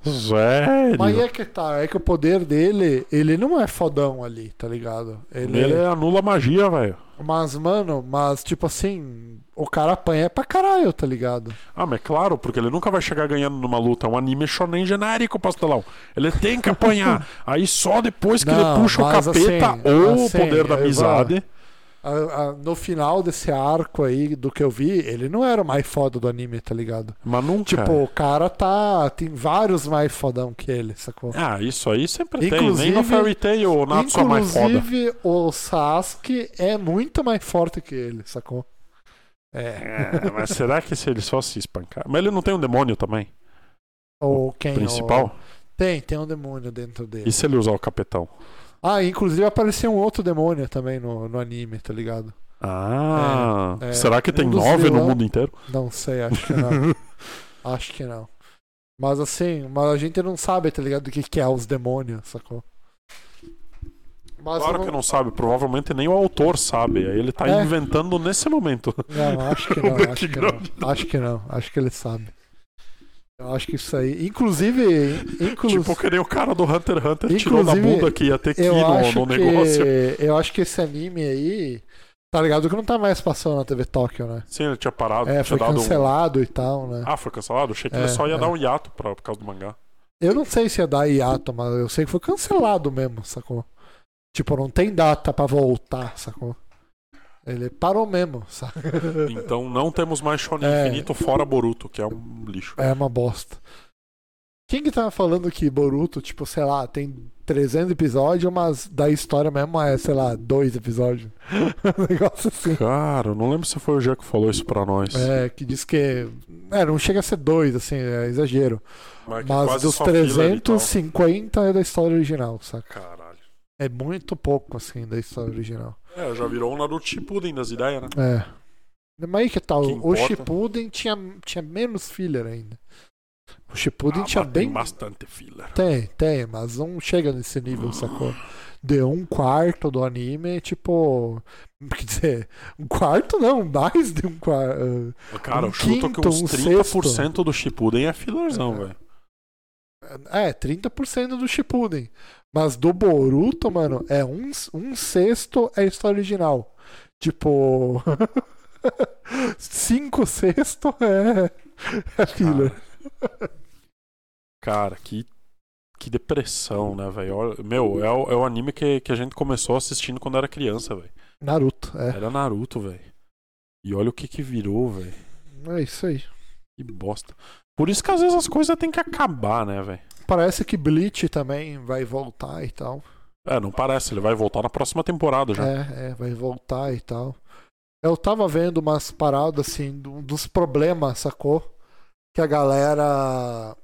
Speaker 1: Sério!
Speaker 2: mas é que tá, é que o poder dele, ele não é fodão ali, tá ligado? Ele,
Speaker 1: Ele é anula a magia, velho.
Speaker 2: Mas, mano, mas tipo assim, o cara apanha pra caralho, tá ligado?
Speaker 1: Ah, mas é claro, porque ele nunca vai chegar ganhando numa luta. É um anime shonen genérico, pastelão. Ele tem que apanhar. Aí só depois que
Speaker 2: Não,
Speaker 1: ele puxa o
Speaker 2: mas
Speaker 1: capeta
Speaker 2: assim,
Speaker 1: ou
Speaker 2: assim,
Speaker 1: o poder da
Speaker 2: eu vou-
Speaker 1: amizade.
Speaker 2: A- a- no final desse arco aí, do que eu vi, ele não era o mais foda do anime, tá ligado?
Speaker 1: Mas nunca.
Speaker 2: Tipo, o cara tá. Tem vários mais fodão que ele, sacou?
Speaker 1: Ah, isso aí sempre tem.
Speaker 2: Inclusive-
Speaker 1: Nem no Fairy Tail o Natsu é mais foda.
Speaker 2: Inclusive, o Sasuke é muito mais forte que ele, sacou? É.
Speaker 1: É, mas será que se ele só se espancar? Mas ele não tem um demônio também,
Speaker 2: Ou quem?
Speaker 1: principal?
Speaker 2: O- Tem, tem um demônio dentro dele.
Speaker 1: E se ele usar o capetão?
Speaker 2: Ah, inclusive apareceu um outro demônio também no, no anime, tá ligado?
Speaker 1: Ah,
Speaker 2: É, é.
Speaker 1: será que
Speaker 2: Um
Speaker 1: tem
Speaker 2: dos
Speaker 1: nove no
Speaker 2: vilão-
Speaker 1: mundo inteiro?
Speaker 2: Não sei, acho que não. acho que não. Mas assim, mas a gente não sabe, tá ligado? O que, que é os demônios, sacou? Mas
Speaker 1: Claro
Speaker 2: eu
Speaker 1: que não sabe, provavelmente nem o autor sabe. Aí ele tá
Speaker 2: É.
Speaker 1: inventando nesse momento.
Speaker 2: Não, acho que não,
Speaker 1: O
Speaker 2: acho que
Speaker 1: background.
Speaker 2: não. Acho que não, acho que ele sabe. Eu acho que isso aí. Inclusive, inclusive
Speaker 1: Tipo, que nem o cara do Hunter x Hunter tirou da
Speaker 2: Inclusive,
Speaker 1: bunda que ia ter que ir
Speaker 2: eu acho
Speaker 1: no, no
Speaker 2: que
Speaker 1: negócio.
Speaker 2: eu acho que esse anime aí, tá ligado que não tá mais passando na TV Tóquio, né?
Speaker 1: Sim, ele tinha parado,
Speaker 2: É,
Speaker 1: tinha
Speaker 2: foi
Speaker 1: dado um.
Speaker 2: cancelado e tal, né?
Speaker 1: Ah, foi cancelado? Achei que
Speaker 2: É,
Speaker 1: ele só ia
Speaker 2: é.
Speaker 1: dar um hiato pra, por causa do mangá.
Speaker 2: Eu não sei se é ia dar hiato, mas eu sei que foi cancelado mesmo, sacou? Tipo, não tem data pra voltar, sacou? Ele parou mesmo, saca?
Speaker 1: Então não temos mais Shonen
Speaker 2: É.
Speaker 1: Infinito fora Boruto, que é um lixo.
Speaker 2: É uma bosta. Quem que tava falando que Boruto, tipo, sei lá, tem 300 episódios, mas da história mesmo é, sei lá, dois episódios. um negócio assim.
Speaker 1: Cara, eu não lembro se foi o Jean que falou isso pra nós.
Speaker 2: É, que diz que. É, não chega a ser dois, assim, é exagero.
Speaker 1: Mas, É que
Speaker 2: Mas
Speaker 1: quase
Speaker 2: dos
Speaker 1: só filler e tal.
Speaker 2: 350 é da história original, saca?
Speaker 1: Caralho.
Speaker 2: É muito pouco, assim, da história original.
Speaker 1: É, já virou um Naruto Shippuden das ideias, né?
Speaker 2: É. Mas aí que tal?
Speaker 1: Que
Speaker 2: o
Speaker 1: importa.
Speaker 2: Shippuden tinha, tinha menos filler ainda. O Shippuden
Speaker 1: Ah,
Speaker 2: tinha
Speaker 1: mas tem
Speaker 2: bem.
Speaker 1: bastante filler. Ah.
Speaker 2: Tem, tem, mas não chega nesse nível, sacou? deu um quarto do anime, tipo. Quer dizer, um quarto não, mais de um quarto.
Speaker 1: Cara,
Speaker 2: Um
Speaker 1: eu chuto que
Speaker 2: quinto,
Speaker 1: uns
Speaker 2: um
Speaker 1: 30% do Shippuden é filerzão, velho.
Speaker 2: É, 30% do Shippuden. Mas do Boruto, mano, é um, um sexto é a história original. Tipo. cinco sexto é. É filler.
Speaker 1: Ah. Cara, que, que depressão, né, velho? Olha- Meu, é o, é o anime que, que a gente começou assistindo quando era criança, velho.
Speaker 2: Naruto, é.
Speaker 1: Era Naruto, velho. E olha o que que virou, velho.
Speaker 2: É isso aí.
Speaker 1: Que bosta. Por isso que às vezes as coisas têm que acabar, né, velho?
Speaker 2: Parece que Bleach também vai voltar e tal.
Speaker 1: É, não parece, ele vai voltar na próxima temporada já.
Speaker 2: É, é, vai voltar e tal. Eu tava vendo umas paradas assim, do- dos problemas, sacou? Que a galera.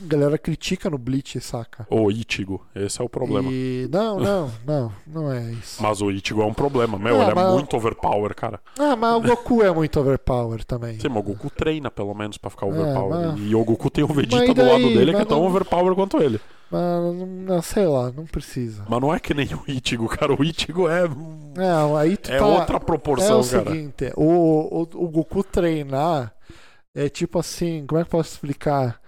Speaker 2: A galera critica no Bleach, saca?
Speaker 1: O Ichigo, esse é o problema.
Speaker 2: E... Não, não, não, não é isso.
Speaker 1: Mas o Ichigo é um problema, meu,
Speaker 2: É,
Speaker 1: ele é
Speaker 2: mas-
Speaker 1: muito overpower, cara.
Speaker 2: Ah, mas o Goku é muito overpower também.
Speaker 1: Sim, mas o Goku treina pelo menos pra ficar
Speaker 2: É,
Speaker 1: overpower.
Speaker 2: mas-
Speaker 1: E o Goku tem o Vegeta
Speaker 2: Mas e
Speaker 1: do lado
Speaker 2: daí?
Speaker 1: dele que é
Speaker 2: Mas
Speaker 1: tão
Speaker 2: não-
Speaker 1: overpower quanto ele.
Speaker 2: Mas não, não, sei lá, não precisa.
Speaker 1: Mas não é que nem o Ichigo, cara. O Ichigo é.
Speaker 2: Não, aí tu
Speaker 1: É
Speaker 2: tá-
Speaker 1: outra proporção,
Speaker 2: é o
Speaker 1: cara.
Speaker 2: seguinte, o, o, o Goku treinar é tipo assim, como é que eu posso explicar?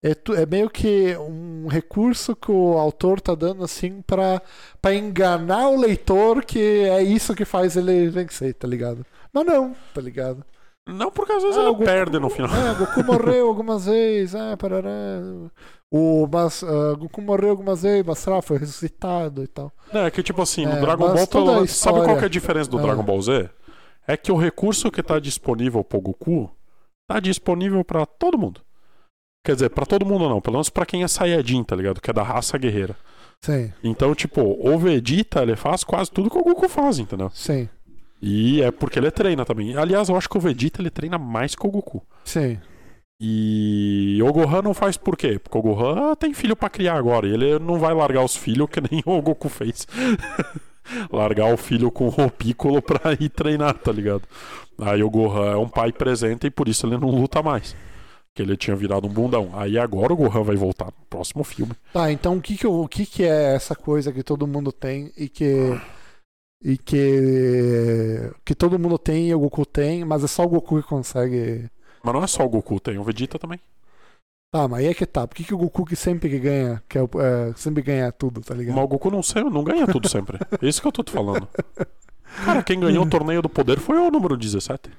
Speaker 2: É, tu- é meio que um recurso que o autor tá dando assim pra, pra enganar o leitor que é isso que faz ele vencer, tá ligado? Mas não, tá ligado?
Speaker 1: Não, porque às vezes
Speaker 2: Ah,
Speaker 1: ele
Speaker 2: o Goku-
Speaker 1: perde no final.
Speaker 2: É, Goku morreu algumas vezes, ah, parará. O, mas, ah, Goku morreu algumas vezes, mas sei lá, foi ressuscitado e tal.
Speaker 1: Não, é que tipo assim, no
Speaker 2: É,
Speaker 1: Dragon
Speaker 2: mas
Speaker 1: Ball,
Speaker 2: toda
Speaker 1: pelo
Speaker 2: a
Speaker 1: menos- sabe qual
Speaker 2: história-
Speaker 1: que é a diferença do
Speaker 2: Ah.
Speaker 1: Dragon Ball Z? É que o recurso que tá disponível pro Goku tá disponível pra todo mundo. Quer dizer, pra todo mundo não, pelo menos pra quem é Saiyajin, tá ligado? Que é da raça guerreira.
Speaker 2: Sim,
Speaker 1: Então, tipo, o Vegeta, ele faz quase tudo que o Goku faz, entendeu?
Speaker 2: sim,
Speaker 1: E é porque ele treina também. Aliás, eu acho que o Vegeta ele treina mais que o Goku.
Speaker 2: sim.
Speaker 1: E o Gohan não faz por quê? Porque o Gohan "Ah, tem filho pra criar agora. E ele não vai largar os filhos que nem o Goku fez. largar o filho com o Piccolo pra ir treinar, tá ligado? Aí o Gohan é um pai presente e por isso ele não luta mais. Que ele tinha virado um bundão. Aí agora o Gohan vai voltar no próximo filme.
Speaker 2: Tá, então o que que, eu- o que que é essa coisa que todo mundo tem e que. E que. Que todo mundo tem e o Goku tem, mas é só o Goku que consegue.
Speaker 1: Mas não é só o Goku, tem o Vegeta também.
Speaker 2: Tá, mas aí é que tá. Por que, que o Goku que sempre que ganha, que é o- é, sempre ganha tudo, tá ligado?
Speaker 1: Mas o Goku não, se- não ganha tudo sempre. É isso que eu tô te falando. Cara, quem ganhou o torneio do poder foi o número 17.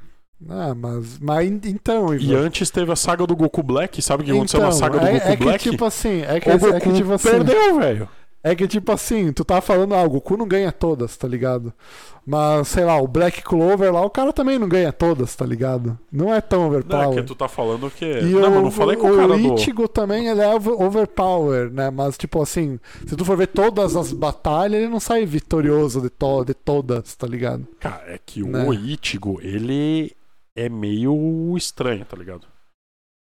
Speaker 2: Ah, mas. Mas en- então,
Speaker 1: E
Speaker 2: Ivan.
Speaker 1: antes teve a saga do Goku Black. Sabe o que aconteceu na
Speaker 2: Então,
Speaker 1: saga do
Speaker 2: é,
Speaker 1: Goku
Speaker 2: é que
Speaker 1: Black?
Speaker 2: tipo assim, é que,
Speaker 1: o
Speaker 2: é
Speaker 1: Goku
Speaker 2: que tipo assim.
Speaker 1: perdeu, velho.
Speaker 2: É que tipo assim, tu tá falando, ah, o Goku não ganha todas, tá ligado? Mas, sei lá, o Black Clover lá, o cara também não ganha todas, tá ligado? Não é tão
Speaker 1: Não, é
Speaker 2: overpower.
Speaker 1: que tu tá falando que.
Speaker 2: E
Speaker 1: não,
Speaker 2: o,
Speaker 1: mas não falei com
Speaker 2: o
Speaker 1: o cara do.
Speaker 2: Ichigo também, ele é over- overpower, né? Mas, tipo assim, se tu for ver todas as batalhas, ele não sai vitorioso de, to de todas, tá ligado?
Speaker 1: Cara, é que o
Speaker 2: Né.
Speaker 1: Ichigo, ele é meio estranho, tá ligado?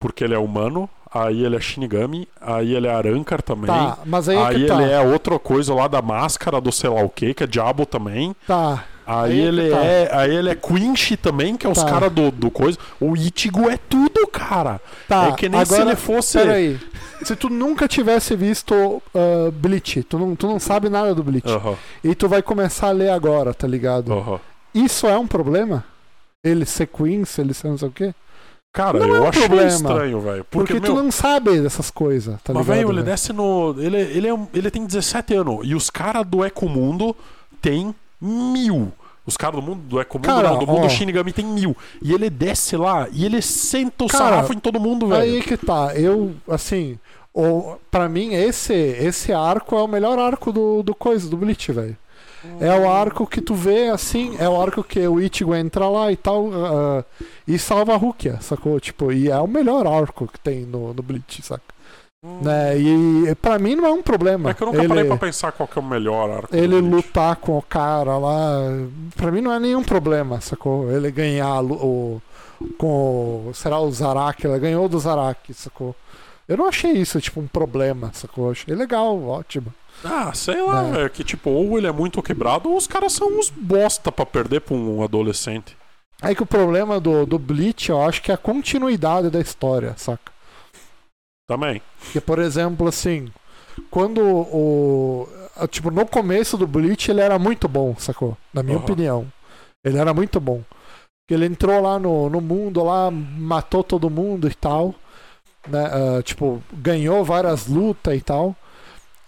Speaker 1: Porque ele é humano, aí ele é Shinigami, aí ele é Arankar também.
Speaker 2: Tá, mas aí,
Speaker 1: Aí,
Speaker 2: é que
Speaker 1: ele
Speaker 2: tá.
Speaker 1: é outra coisa lá da máscara do sei lá o que, que é Diabo também.
Speaker 2: Tá,
Speaker 1: Aí,
Speaker 2: Aí é que
Speaker 1: ele
Speaker 2: tá.
Speaker 1: é. Aí ele é Quinch também, que é os
Speaker 2: Tá.
Speaker 1: caras do, do coisa. O Ichigo é tudo, cara.
Speaker 2: tá.
Speaker 1: É que nem se
Speaker 2: Agora,
Speaker 1: ele fosse.
Speaker 2: Peraí. Se tu nunca tivesse visto ah, Bleach, tu não, tu não sabe nada do Bleach,
Speaker 1: Aham,
Speaker 2: e tu vai começar a ler agora, tá ligado?
Speaker 1: aham.
Speaker 2: Isso é um problema? Ele ser Queen, se ele ser não sei o quê?
Speaker 1: Cara,
Speaker 2: Não é
Speaker 1: eu
Speaker 2: um
Speaker 1: achei
Speaker 2: problema.
Speaker 1: estranho, velho.
Speaker 2: Porque,
Speaker 1: Porque, meu,
Speaker 2: tu não sabe dessas coisas, tá
Speaker 1: mas,
Speaker 2: ligado?
Speaker 1: velho, ele
Speaker 2: velho?
Speaker 1: desce no. Ele, ele, é um- ele tem 17 anos. E os caras do Ecomundo tem mil. Os caras do mundo do Ecomundo,
Speaker 2: Cara,
Speaker 1: não, do mundo
Speaker 2: ó.
Speaker 1: Shinigami tem mil. E ele desce lá e ele senta o
Speaker 2: Cara,
Speaker 1: sarrafo em todo mundo, velho.
Speaker 2: Aí que tá. Eu, assim, o, pra mim, esse, esse arco é o melhor arco do, do coisa, do Bleach, velho. É o arco que tu vê, assim, é o arco que o Ichigo entra lá e tal, ah, e salva a Rukia, sacou? Tipo, e é o melhor arco que tem no, no Bleach, saca? Né? E pra mim não é um problema.
Speaker 1: Hum. É que eu nunca
Speaker 2: ele,
Speaker 1: parei pra pensar qual que é o melhor arco. do
Speaker 2: ele
Speaker 1: Bleach.
Speaker 2: lutar com o cara lá, pra mim não é nenhum problema, sacou? Ele ganhar a lu- o, com o, será o Zarak, ele ganhou do Zarak, sacou? Eu não achei isso, tipo, um problema, sacou? Eu achei legal, ótimo.
Speaker 1: Ah, sei lá,
Speaker 2: Né?
Speaker 1: velho. Que tipo, ou ele é muito quebrado, ou os caras são uns bosta pra perder pra um adolescente.
Speaker 2: Aí É que o problema do, do Bleach, eu acho que é a continuidade da história, saca?
Speaker 1: Também.
Speaker 2: Que, por exemplo, assim, quando o. a- Tipo, no começo do Bleach ele era muito bom, sacou? Na minha
Speaker 1: Aham.
Speaker 2: opinião. Ele era muito bom. Ele entrou lá no, no mundo, lá, matou todo mundo e tal. Né? Ah, tipo, ganhou várias lutas e tal.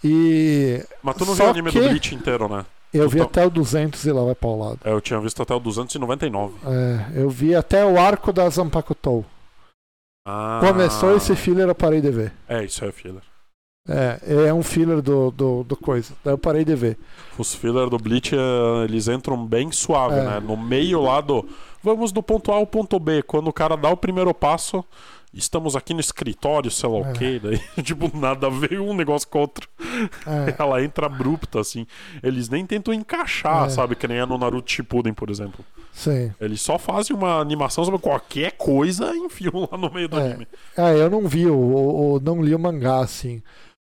Speaker 2: E
Speaker 1: Mas tu não
Speaker 2: Só
Speaker 1: viu o anime do
Speaker 2: que-
Speaker 1: Bleach inteiro, né?
Speaker 2: eu vi
Speaker 1: Então-
Speaker 2: até o 200 e lá vai paulado.
Speaker 1: É, eu tinha visto até o 299.
Speaker 2: É, eu vi até o arco da Zampakutou.
Speaker 1: Ah.
Speaker 2: Começou esse filler, eu parei de ver.
Speaker 1: É, isso é filler.
Speaker 2: É, é um filler do, do, do coisa. Daí eu parei de ver.
Speaker 1: Os filler do Bleach, eh, eles entram bem suave,
Speaker 2: É.
Speaker 1: né? No meio lá do. Vamos do ponto A ao ponto B. Quando o cara dá o primeiro passo, estamos aqui no escritório, sei lá
Speaker 2: É.
Speaker 1: o quê. Daí, tipo, nada veio um negócio com o outro.
Speaker 2: É,
Speaker 1: Ela entra abrupta, assim. Eles nem tentam encaixar,
Speaker 2: É.
Speaker 1: sabe? Que nem é no Naruto Shippuden, por exemplo.
Speaker 2: sim.
Speaker 1: Eles só fazem uma animação sobre qualquer coisa e enfiam lá no meio do
Speaker 2: É.
Speaker 1: anime.
Speaker 2: É, eu não vi, o, o- o- não li o mangá, assim.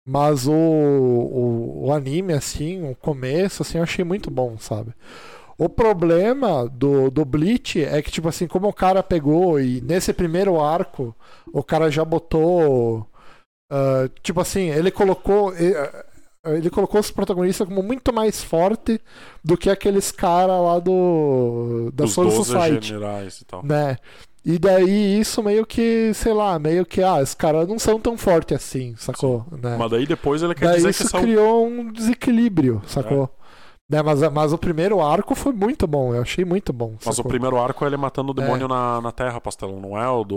Speaker 2: Mas o, o, o anime, assim, o começo, assim, eu achei muito bom, sabe? O problema do, do Bleach é que, tipo assim, como o cara pegou e nesse primeiro arco, o cara já botou. ah, tipo assim, ele colocou. e- ah, Ele colocou os protagonistas como muito mais forte do que aqueles caras lá do. Da
Speaker 1: Os é
Speaker 2: Soul
Speaker 1: 12
Speaker 2: Society
Speaker 1: generais e tal.
Speaker 2: né? E daí isso meio que, sei lá, meio que, ah, os caras não são tão fortes assim, sacou? Né?
Speaker 1: Mas daí depois ele quer
Speaker 2: Daí
Speaker 1: dizer que
Speaker 2: isso
Speaker 1: são. É.
Speaker 2: criou um desequilíbrio, sacou? Né, mas, mas o primeiro arco foi muito bom, eu achei muito bom.
Speaker 1: Mas o
Speaker 2: sacou?
Speaker 1: primeiro arco é ele matando o demônio
Speaker 2: É.
Speaker 1: na, na Terra, Pastelão, não é o do,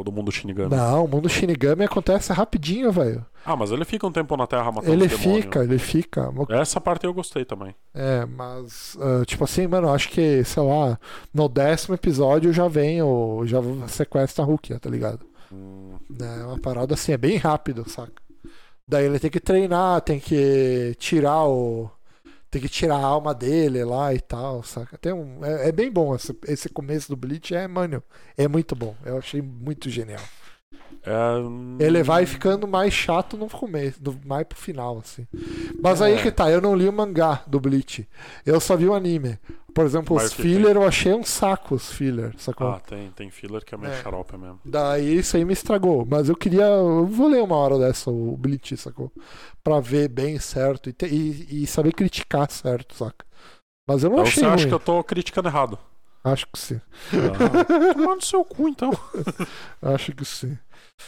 Speaker 1: o do mundo Shinigami.
Speaker 2: Não, o mundo Shinigami acontece rapidinho, velho.
Speaker 1: Ah, mas ele fica um tempo na Terra matando
Speaker 2: Ele
Speaker 1: o demônio.
Speaker 2: fica, ele fica.
Speaker 1: Essa parte eu gostei também.
Speaker 2: É, mas, ah, tipo assim, mano, acho que, sei lá, no décimo episódio já vem o. Já sequestra a Rukia, tá ligado?
Speaker 1: Hum,
Speaker 2: É uma parada assim, é bem rápido, saca? Daí ele tem que treinar, tem que tirar o. Tem que tirar a alma dele lá e tal, saca? Tem um, é, é bem bom esse, esse começo do Bleach, é, mano, é muito bom. Eu achei muito genial.
Speaker 1: é, hum,
Speaker 2: Ele vai ficando mais chato no começo, no, mais pro final, assim. Mas aí
Speaker 1: É.
Speaker 2: que tá, eu não li o mangá do Bleach. Eu só vi o anime. Por exemplo,
Speaker 1: Mas
Speaker 2: os
Speaker 1: o que
Speaker 2: filler eu achei um saco, os filler, sacou?
Speaker 1: Ah, tem, tem filler que é meio
Speaker 2: É.
Speaker 1: xarope mesmo.
Speaker 2: Daí isso aí me estragou. Mas eu queria. Eu vou ler uma hora dessa, o Bleach, sacou? Pra ver bem certo e, ter- e- e saber criticar certo, saca? Mas eu não
Speaker 1: Então
Speaker 2: achei
Speaker 1: você acha
Speaker 2: ruim.
Speaker 1: que eu tô criticando errado.
Speaker 2: Acho que sim.
Speaker 1: Ah, Toma no seu cu, então.
Speaker 2: Acho que sim.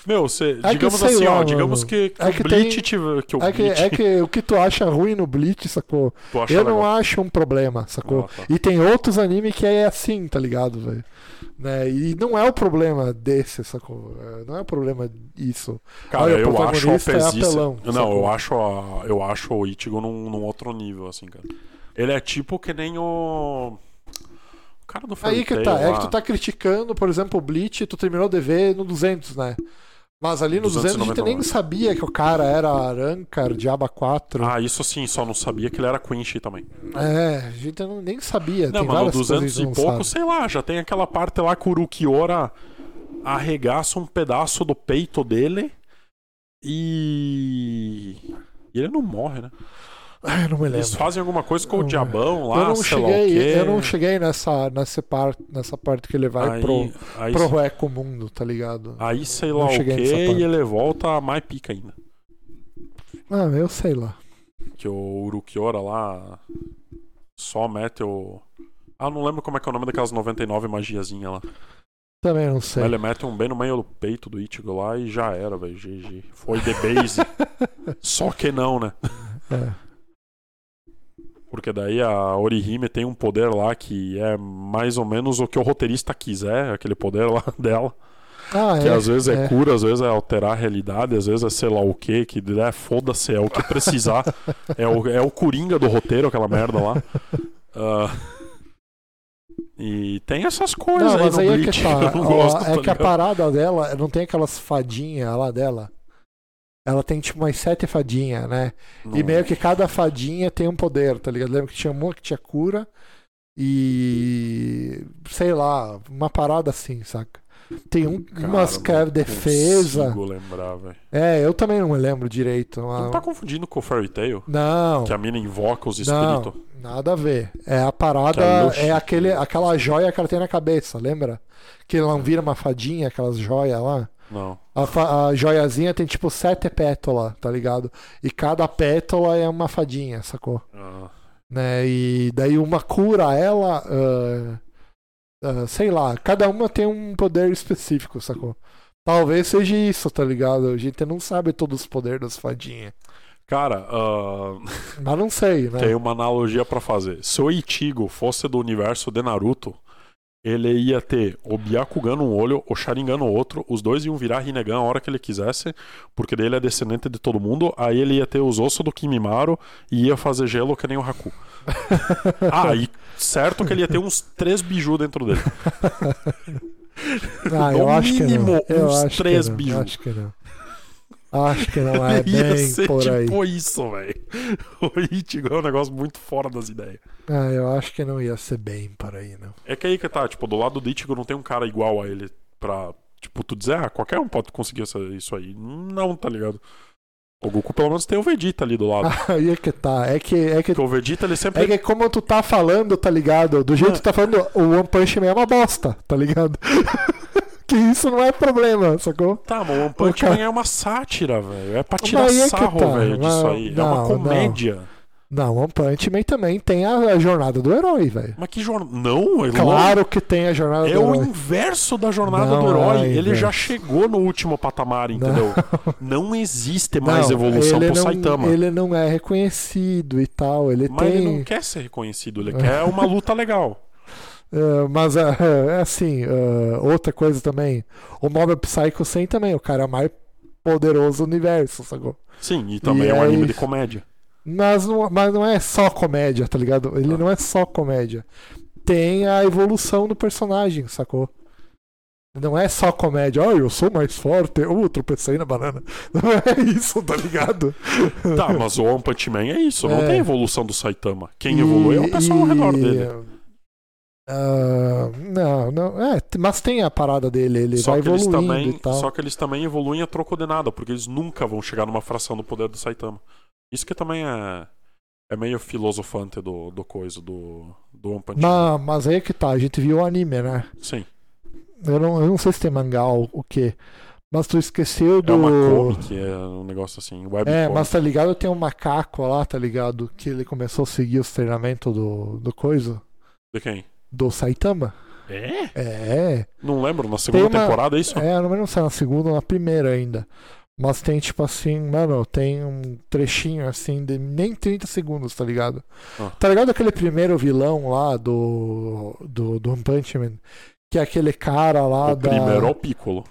Speaker 1: Meu, você,
Speaker 2: É que
Speaker 1: digamos
Speaker 2: sei
Speaker 1: assim,
Speaker 2: lá,
Speaker 1: ó,
Speaker 2: mano.
Speaker 1: digamos que, que
Speaker 2: É
Speaker 1: o
Speaker 2: que
Speaker 1: Bleach
Speaker 2: tem-
Speaker 1: tive- que o
Speaker 2: É que,
Speaker 1: Bleach
Speaker 2: é que o que tu acha ruim no Bleach, sacou?
Speaker 1: tu acha
Speaker 2: Eu
Speaker 1: legal.
Speaker 2: não acho um problema, sacou?
Speaker 1: Ah, tá.
Speaker 2: E tem outros animes que é assim, tá ligado, velho? Né? E não é o problema desse, sacou? É, Não é o problema isso.
Speaker 1: Cara,
Speaker 2: Olha, o
Speaker 1: eu acho
Speaker 2: protagonista é
Speaker 1: pesista.
Speaker 2: apelão,
Speaker 1: não,
Speaker 2: sacou?
Speaker 1: eu acho, a- eu acho o Ichigo num, num outro nível, assim, cara. Ele é tipo que nem o. O cara do Fairy
Speaker 2: Aí que
Speaker 1: Tail
Speaker 2: tá, é
Speaker 1: um lá.
Speaker 2: que tu tá criticando, por exemplo, o Bleach, tu terminou de ver no 200, né? Mas ali no 200 a gente
Speaker 1: 299.
Speaker 2: nem sabia que o cara era Arancar, Diaba 4.
Speaker 1: Ah, isso sim, só não sabia que ele era Quincy também.
Speaker 2: É, a gente não- nem sabia.
Speaker 1: Não,
Speaker 2: tem
Speaker 1: mas no
Speaker 2: várias coisas
Speaker 1: 200
Speaker 2: que a
Speaker 1: e
Speaker 2: gente não
Speaker 1: pouco,
Speaker 2: sabe.
Speaker 1: sei lá, já tem aquela parte lá que o Urukiora arregaça um pedaço do peito dele e. E ele não morre, né?
Speaker 2: Ah, eu não me
Speaker 1: Eles
Speaker 2: lembro.
Speaker 1: fazem alguma coisa com o
Speaker 2: Eu-
Speaker 1: diabão lá,
Speaker 2: eu não
Speaker 1: sei lá o quê.
Speaker 2: cheguei, eu não cheguei nessa, nessa, parte, nessa parte que ele vai
Speaker 1: Aí-
Speaker 2: pro,
Speaker 1: aí
Speaker 2: pro Reco Mundo, tá ligado?
Speaker 1: Aí sei
Speaker 2: Não
Speaker 1: lá o que,
Speaker 2: cheguei nessa parte.
Speaker 1: e ele volta a mais pica ainda.
Speaker 2: Ah, eu sei lá.
Speaker 1: Que o Urukiora lá só mete o. Ah, não lembro como é que é o nome daquelas 99 magiazinha lá.
Speaker 2: Também não
Speaker 1: Mas
Speaker 2: sei.
Speaker 1: ele mete um bem no meio do peito do Ichigo lá e já era, velho. GG. Foi The Base. só que não, né?
Speaker 2: É.
Speaker 1: Porque daí a Orihime tem um poder lá que é mais ou menos o que o roteirista quiser, aquele poder lá dela.
Speaker 2: Ah,
Speaker 1: Que
Speaker 2: é,
Speaker 1: às vezes é,
Speaker 2: é.
Speaker 1: cura, às vezes é alterar a realidade, às vezes é sei lá o que, que é foda-se, é o que precisar. é, o, é o coringa do roteiro, aquela merda lá. Ah, e tem essas coisas
Speaker 2: Não,
Speaker 1: aí
Speaker 2: mas
Speaker 1: no
Speaker 2: aí é
Speaker 1: Bleach
Speaker 2: que
Speaker 1: que,
Speaker 2: tá.
Speaker 1: eu não
Speaker 2: Ó,
Speaker 1: gosto.
Speaker 2: é
Speaker 1: tá
Speaker 2: que a
Speaker 1: ligado?
Speaker 2: parada dela, não tem aquelas fadinhas lá dela. Ela tem tipo umas sete fadinhas, né? E
Speaker 1: Não.
Speaker 2: meio que cada fadinha tem um poder, tá ligado? Lembra que tinha uma que tinha cura e. sei lá, uma parada assim, saca? Tem um,
Speaker 1: Cara,
Speaker 2: umas que é
Speaker 1: não
Speaker 2: defesa.
Speaker 1: consigo lembrar, velho.
Speaker 2: É, eu também não me lembro direito.
Speaker 1: Tu
Speaker 2: Mas...
Speaker 1: não tá confundindo com o Fairy Tail?
Speaker 2: Não.
Speaker 1: Que a mina invoca os espíritos.
Speaker 2: Não, nada a ver. É a
Speaker 1: Que
Speaker 2: parada,
Speaker 1: é luxo.
Speaker 2: é aquele, aquela joia que ela tem na cabeça, lembra? Que ela não vira uma fadinha, aquelas joias lá.
Speaker 1: Não.
Speaker 2: A, fa- a joiazinha tem tipo sete pétalas, tá ligado? E cada pétala é uma fadinha, sacou?
Speaker 1: Ah,
Speaker 2: Né? E daí uma cura ela. ah, ah, sei lá, cada uma tem um poder específico, sacou? Talvez seja isso, tá ligado? A gente não sabe todos os poderes das fadinhas.
Speaker 1: Cara, ah,
Speaker 2: Mas não sei, né?
Speaker 1: tem uma analogia pra fazer. Se o Ichigo fosse do universo de Naruto, ele ia ter o Byakugan num olho, o Sharingan no outro, os dois iam virar Rinnegan a hora que ele quisesse, porque daí ele é descendente de todo mundo, aí ele ia ter os ossos do Kimimaro e ia fazer gelo que nem o Haku. ah, e certo que ele ia ter uns três biju dentro dele.
Speaker 2: Ah,
Speaker 1: No
Speaker 2: eu acho que não.
Speaker 1: É mínimo
Speaker 2: Eu
Speaker 1: uns
Speaker 2: acho
Speaker 1: três
Speaker 2: que não.
Speaker 1: biju.
Speaker 2: Acho que não. Acho que não é
Speaker 1: ia
Speaker 2: bem
Speaker 1: ser
Speaker 2: por aí.
Speaker 1: tipo isso, velho. O Ichigo é um negócio muito fora das ideias.
Speaker 2: Ah, eu acho que não ia ser bem por aí, não.
Speaker 1: É que aí que tá, tipo, do lado do Ichigo não tem um cara igual a ele pra, tipo, tu dizer, ah, qualquer um pode conseguir essa- isso aí. Não, tá ligado? O Goku pelo menos tem o Vegeta ali do lado.
Speaker 2: Aí é que tá. É que, é que,
Speaker 1: Porque o Vegeta ele sempre.
Speaker 2: é que como tu tá falando, tá ligado? Do jeito que tu tá falando, o One Punch Man é uma bosta, tá ligado? que isso não é problema, sacou?
Speaker 1: Tá, mas o One Punch
Speaker 2: O cara-
Speaker 1: Man é uma sátira, velho. É pra
Speaker 2: Mas
Speaker 1: tirar
Speaker 2: aí é que
Speaker 1: sarro,
Speaker 2: tá,
Speaker 1: velho, disso
Speaker 2: mas-
Speaker 1: aí. é
Speaker 2: não,
Speaker 1: uma
Speaker 2: não.
Speaker 1: comédia.
Speaker 2: Não, One Punch Man também tem a, a jornada do herói, velho.
Speaker 1: Mas que jornada. Não, é
Speaker 2: Claro que tem a jornada
Speaker 1: É
Speaker 2: do
Speaker 1: o
Speaker 2: herói.
Speaker 1: inverso da jornada
Speaker 2: Não,
Speaker 1: do herói.
Speaker 2: é
Speaker 1: ele já
Speaker 2: inverso.
Speaker 1: chegou no último patamar, entendeu? Não, existe mais
Speaker 2: Não,
Speaker 1: evolução
Speaker 2: ele
Speaker 1: pro
Speaker 2: não,
Speaker 1: Saitama.
Speaker 2: Ele não é reconhecido e tal. Ele
Speaker 1: Mas
Speaker 2: tem.
Speaker 1: ele não quer ser reconhecido, ele quer uma luta legal.
Speaker 2: É, mas é, é assim, é, outra coisa também. O Mob Psycho 100 também, é o cara mais poderoso do universo, sacou?
Speaker 1: Sim, e também
Speaker 2: E
Speaker 1: é um
Speaker 2: aí-
Speaker 1: anime de comédia.
Speaker 2: Mas não, mas não é só comédia, tá ligado? Ele não é só comédia. Tem a evolução do personagem, sacou? Não é só comédia, ó, eu sou mais forte, eu tropecei na banana. Não é isso, tá ligado?
Speaker 1: Tá, mas o One Punch Man é isso, não
Speaker 2: É.
Speaker 1: tem evolução do Saitama. Quem evolui é o pessoal ao redor dele.
Speaker 2: Ah, não, não. É, t- mas tem a parada dele, ele
Speaker 1: Só
Speaker 2: vai
Speaker 1: que, eles
Speaker 2: evoluindo
Speaker 1: também,
Speaker 2: e tal.
Speaker 1: só que eles também evoluem a troco de nada, porque eles nunca vão chegar numa fração do poder do Saitama. Isso que também é, é meio filosofante do, do coisa, do, do One Punch Man.
Speaker 2: Mas, mas aí é que tá, a gente viu o anime, né?
Speaker 1: Sim,
Speaker 2: Eu não, eu não sei se tem mangá ou o quê. Mas tu esqueceu do.
Speaker 1: é uma comic, é um negócio assim, web
Speaker 2: É,
Speaker 1: comic.
Speaker 2: mas tá ligado? Tem um macaco lá, tá ligado? Que ele começou a seguir os treinamentos do, do coisa,
Speaker 1: De quem?
Speaker 2: do Saitama.
Speaker 1: É?
Speaker 2: É,
Speaker 1: Não lembro, na segunda
Speaker 2: Tem uma-
Speaker 1: temporada é isso?
Speaker 2: é, eu não lembro se é na segunda ou na primeira ainda. Mas tem tipo assim, mano, tem um trechinho assim de nem 30 segundos, tá ligado?
Speaker 1: Ah.
Speaker 2: Tá ligado aquele primeiro vilão lá do. do, do One Punch Man? Que é aquele cara lá
Speaker 1: o
Speaker 2: da.
Speaker 1: primeiro é o Piccolo.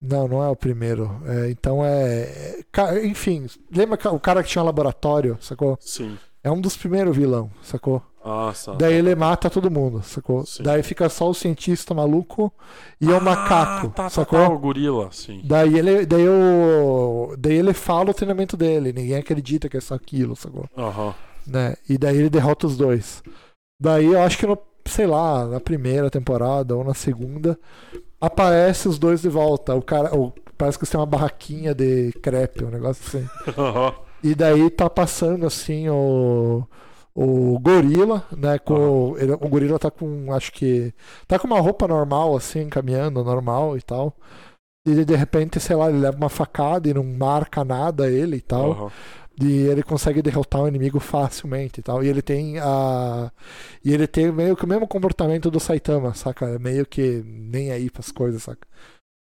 Speaker 2: Não, não é o primeiro. É, então é. é, ca- Enfim, lembra ca- o cara que tinha um laboratório, sacou?
Speaker 1: Sim.
Speaker 2: É um dos primeiros vilão, sacou?
Speaker 1: Ah, tá.
Speaker 2: Daí ele mata todo mundo, sacou?
Speaker 1: Sim.
Speaker 2: Daí fica só o cientista maluco e o macaco,
Speaker 1: Ah, tá, tá,
Speaker 2: sacou?
Speaker 1: tá, o gorila, sim.
Speaker 2: Daí ele, daí, o, daí ele fala o treinamento dele, ninguém acredita que é só aquilo, sacou?
Speaker 1: Aham.
Speaker 2: Né? E daí ele derrota os dois. Daí eu acho que, no, sei lá, na primeira temporada ou na segunda, aparece os dois de volta. O cara, o- parece que tem uma barraquinha de crepe, um negócio assim.
Speaker 1: Aham.
Speaker 2: E daí tá passando assim o. O gorila, né? Com, ele- o gorila tá com. Acho que. Tá com uma roupa normal, assim, caminhando, normal e tal. E de repente, sei lá, ele leva uma facada e não marca nada ele e tal.
Speaker 1: Aham.
Speaker 2: E ele consegue derrotar o inimigo facilmente e tal. E ele tem a. E ele tem meio que o mesmo comportamento do Saitama, saca? É Meio que nem aí pras coisas, saca?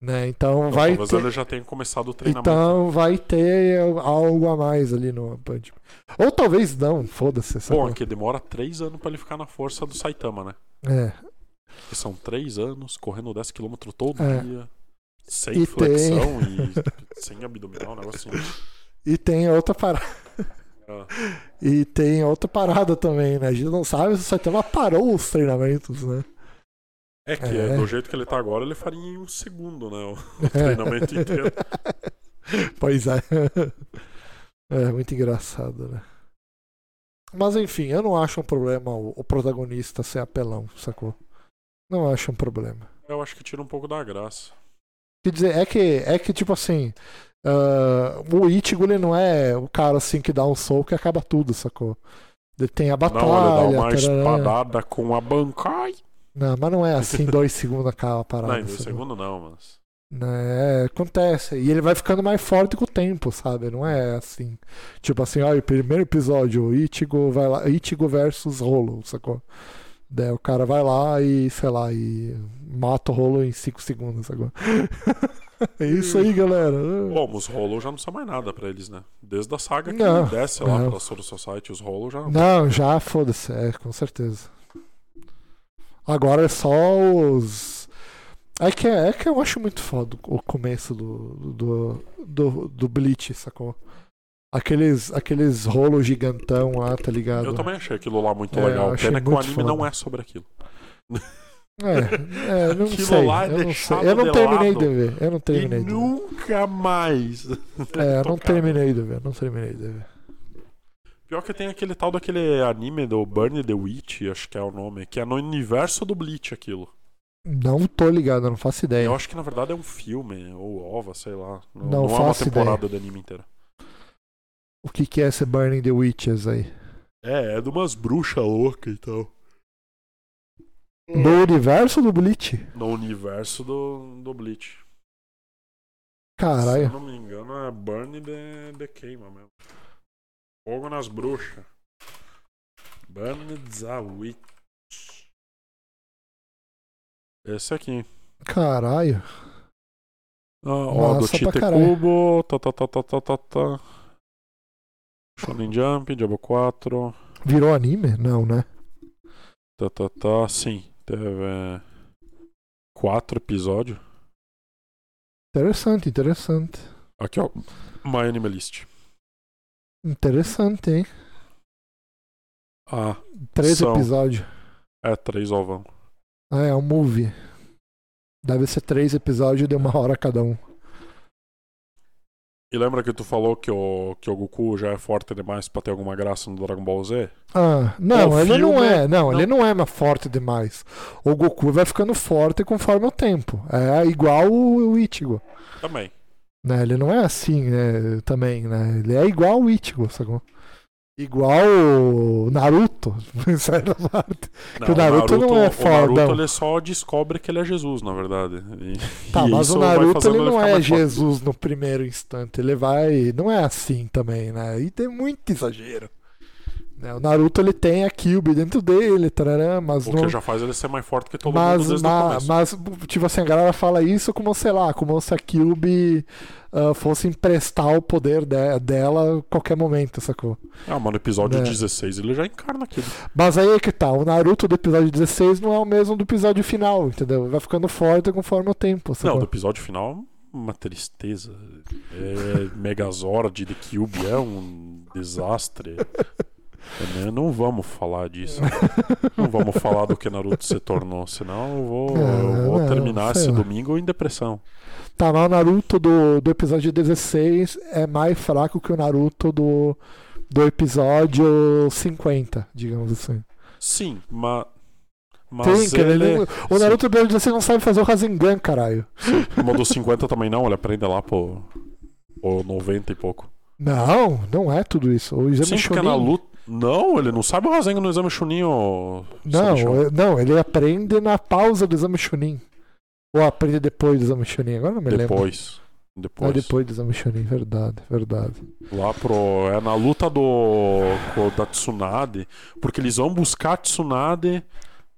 Speaker 2: Né? Então
Speaker 1: Então,
Speaker 2: vai.
Speaker 1: Talvez
Speaker 2: ter-
Speaker 1: ele já tenha começado o treinamento.
Speaker 2: Então vai ter algo a mais ali no One Punch. Man. Ou talvez não, foda-se. saca?
Speaker 1: Bom, é que demora três anos pra ele ficar na força do Saitama, né?
Speaker 2: É.
Speaker 1: Que são três anos, correndo 10km todo
Speaker 2: É.
Speaker 1: dia, sem
Speaker 2: E
Speaker 1: flexão e sem abdominal, um negócio assim.
Speaker 2: E tem outra parada.
Speaker 1: Ah.
Speaker 2: E tem outra parada também, né? A gente não sabe se o Saitama parou os treinamentos, né?
Speaker 1: É que
Speaker 2: É.
Speaker 1: é, do jeito que ele tá agora, ele faria em um segundo, né? O, o treinamento inteiro.
Speaker 2: Pois é. É muito engraçado, né? Mas enfim, eu não acho um problema o, o protagonista ser apelão, sacou? Não acho um problema.
Speaker 1: Eu acho que tira um pouco da graça.
Speaker 2: Quer dizer, é que, é que tipo assim, ah, o Ichigo ele não é o cara assim que dá um soco e acaba tudo, sacou? Ele tem a batalha.
Speaker 1: não, ele dá uma
Speaker 2: tarará.
Speaker 1: espadada com a Bankai.
Speaker 2: Não, mas não é assim, dois segundos acaba a parada.
Speaker 1: não, em dois
Speaker 2: sacou?
Speaker 1: segundos não, mas.
Speaker 2: Né, acontece. E ele vai ficando mais forte com o tempo, sabe? Não é assim. Tipo assim, olha, o primeiro episódio, Ichigo vai lá, Ichigo versus Rolo, sacou? Daí o cara vai lá e, sei lá, e mata o Rolo em 5 segundos, sacou? é isso aí, galera.
Speaker 1: Bom, os Hollow já não são mais nada pra eles, né? Desde a saga que
Speaker 2: Não,
Speaker 1: ele desce lá
Speaker 2: não.
Speaker 1: pra Soro Society, os Hollow já.
Speaker 2: Não, já foda-se, é, com certeza. Agora é só os. É que, é que eu acho muito foda o começo do, do, do, do Bleach, sacou? Aqueles, aqueles rolos gigantão lá, tá ligado?
Speaker 1: Eu também achei aquilo lá muito
Speaker 2: É, eu
Speaker 1: legal.
Speaker 2: achei
Speaker 1: Pena que o
Speaker 2: muito
Speaker 1: anime
Speaker 2: foda.
Speaker 1: não é sobre aquilo.
Speaker 2: É, é, não
Speaker 1: Aquilo
Speaker 2: sei.
Speaker 1: lá é
Speaker 2: eu, não
Speaker 1: deixado
Speaker 2: sei. eu não
Speaker 1: de
Speaker 2: terminei
Speaker 1: lado.
Speaker 2: de ver. Eu não terminei
Speaker 1: e
Speaker 2: de ver.
Speaker 1: nunca mais.
Speaker 2: É, eu não
Speaker 1: tocado.
Speaker 2: terminei de ver, não terminei de ver.
Speaker 1: Pior que tem aquele tal daquele anime do Burn the Witch, acho que é o nome, que é no universo do Bleach aquilo.
Speaker 2: Não tô ligado, eu não faço ideia.
Speaker 1: Eu acho que na verdade é um filme, ou ova, sei lá. Não,
Speaker 2: Não
Speaker 1: não é uma
Speaker 2: faço
Speaker 1: temporada do anime inteira.
Speaker 2: O que, que é esse Burning the Witches aí?
Speaker 1: É, é de umas bruxas loucas e tal. É.
Speaker 2: Do universo do Bleach?
Speaker 1: No universo do, do Bleach. Se eu
Speaker 2: Caralho.
Speaker 1: não me engano, é Burn the, the Queima mesmo. Fogo nas bruxas. Burn the Witch. Esse aqui.
Speaker 2: Caralho.
Speaker 1: Ah, ó, do
Speaker 2: Massa pra
Speaker 1: Tite
Speaker 2: caralho.
Speaker 1: Cubo. Tá, tá, tá, tá, tá, tá, tá. Shonen Jump, Diablo 4.
Speaker 2: Virou anime? Não, né?
Speaker 1: Tá, tá, tá. Sim, teve. é, Quatro episódios.
Speaker 2: Interessante, interessante.
Speaker 1: Aqui, ó. My Animalist.
Speaker 2: Interessante, hein?
Speaker 1: Ah,
Speaker 2: Três
Speaker 1: São.
Speaker 2: episódios.
Speaker 1: é três ovão.
Speaker 2: Ah, é um movie. Deve ser três episódios de uma hora cada um.
Speaker 1: E lembra que tu falou que o, que o Goku já é forte demais pra ter alguma graça no Dragon Ball Z?
Speaker 2: Ah, não,
Speaker 1: O
Speaker 2: ele não
Speaker 1: filme-
Speaker 2: é. Não,
Speaker 1: não.
Speaker 2: ele não é mais forte demais. O Goku vai ficando forte conforme o tempo. É igual o o Ichigo.
Speaker 1: Também.
Speaker 2: Né? Ele não é assim, né? Também, né? Ele é igual o Ichigo, sacou? Igual o Naruto. Sai da parte. Que o Naruto não é
Speaker 1: O
Speaker 2: fodão.
Speaker 1: Naruto ele só descobre que ele é Jesus, na verdade. E-
Speaker 2: Tá,
Speaker 1: e
Speaker 2: mas
Speaker 1: isso
Speaker 2: o
Speaker 1: vai
Speaker 2: Naruto
Speaker 1: fazendo
Speaker 2: ele não
Speaker 1: ficar
Speaker 2: é
Speaker 1: mais forte.
Speaker 2: Jesus no primeiro instante. Ele vai. Não é assim também, né? E tem muito exagero. né? O Naruto ele tem a Kyubi dentro dele, tarará, mas
Speaker 1: O
Speaker 2: não.
Speaker 1: que já faz ele ser mais forte que todo
Speaker 2: Mas,
Speaker 1: mundo desde o
Speaker 2: ma-
Speaker 1: começo.
Speaker 2: mas, tipo assim, a galera fala isso como, sei lá, como se a Kyubi ah, fosse emprestar o poder de- dela a qualquer momento, sacou?
Speaker 1: Ah, mano, episódio
Speaker 2: É.
Speaker 1: 16 ele já encarna aquilo.
Speaker 2: Mas aí é que tá, o Naruto do episódio 16 não é o mesmo do episódio final, entendeu? Vai ficando forte conforme o tempo, sacou?
Speaker 1: Não, do episódio final, uma tristeza. É Megazord de Cube é um desastre. É, né? Não vamos falar disso. Não vamos falar do que Naruto se tornou, senão eu vou, eu vou
Speaker 2: Ah, Não,
Speaker 1: terminar
Speaker 2: sei
Speaker 1: esse
Speaker 2: lá.
Speaker 1: domingo em depressão.
Speaker 2: Tá, mas o Naruto do, do episódio 16 é mais fraco que o Naruto do, do episódio 50, digamos assim.
Speaker 1: Sim, ma...
Speaker 2: Tem,
Speaker 1: mas
Speaker 2: que ele,
Speaker 1: ele... é
Speaker 2: não- o Naruto do episódio 16 não sabe fazer o Rasengan, caralho.
Speaker 1: Uma dos 50 também não, ele aprende lá pro... pro 90 e pouco.
Speaker 2: Não, não é tudo isso. O exame
Speaker 1: Sim, porque é
Speaker 2: Chunin,
Speaker 1: na luta... Não, ele não sabe o Rasengan no exame Chunin, ô... Sabichão.
Speaker 2: Não, é- não, ele aprende na pausa do exame Chunin. Ou aprende depois do exame Chunin, agora não me lembro.
Speaker 1: Depois.
Speaker 2: Ah,
Speaker 1: Depois.
Speaker 2: depois do exame Chunin, verdade, verdade.
Speaker 1: Lá pro. É na luta do. co- da Tsunade. Porque eles vão buscar a Tsunade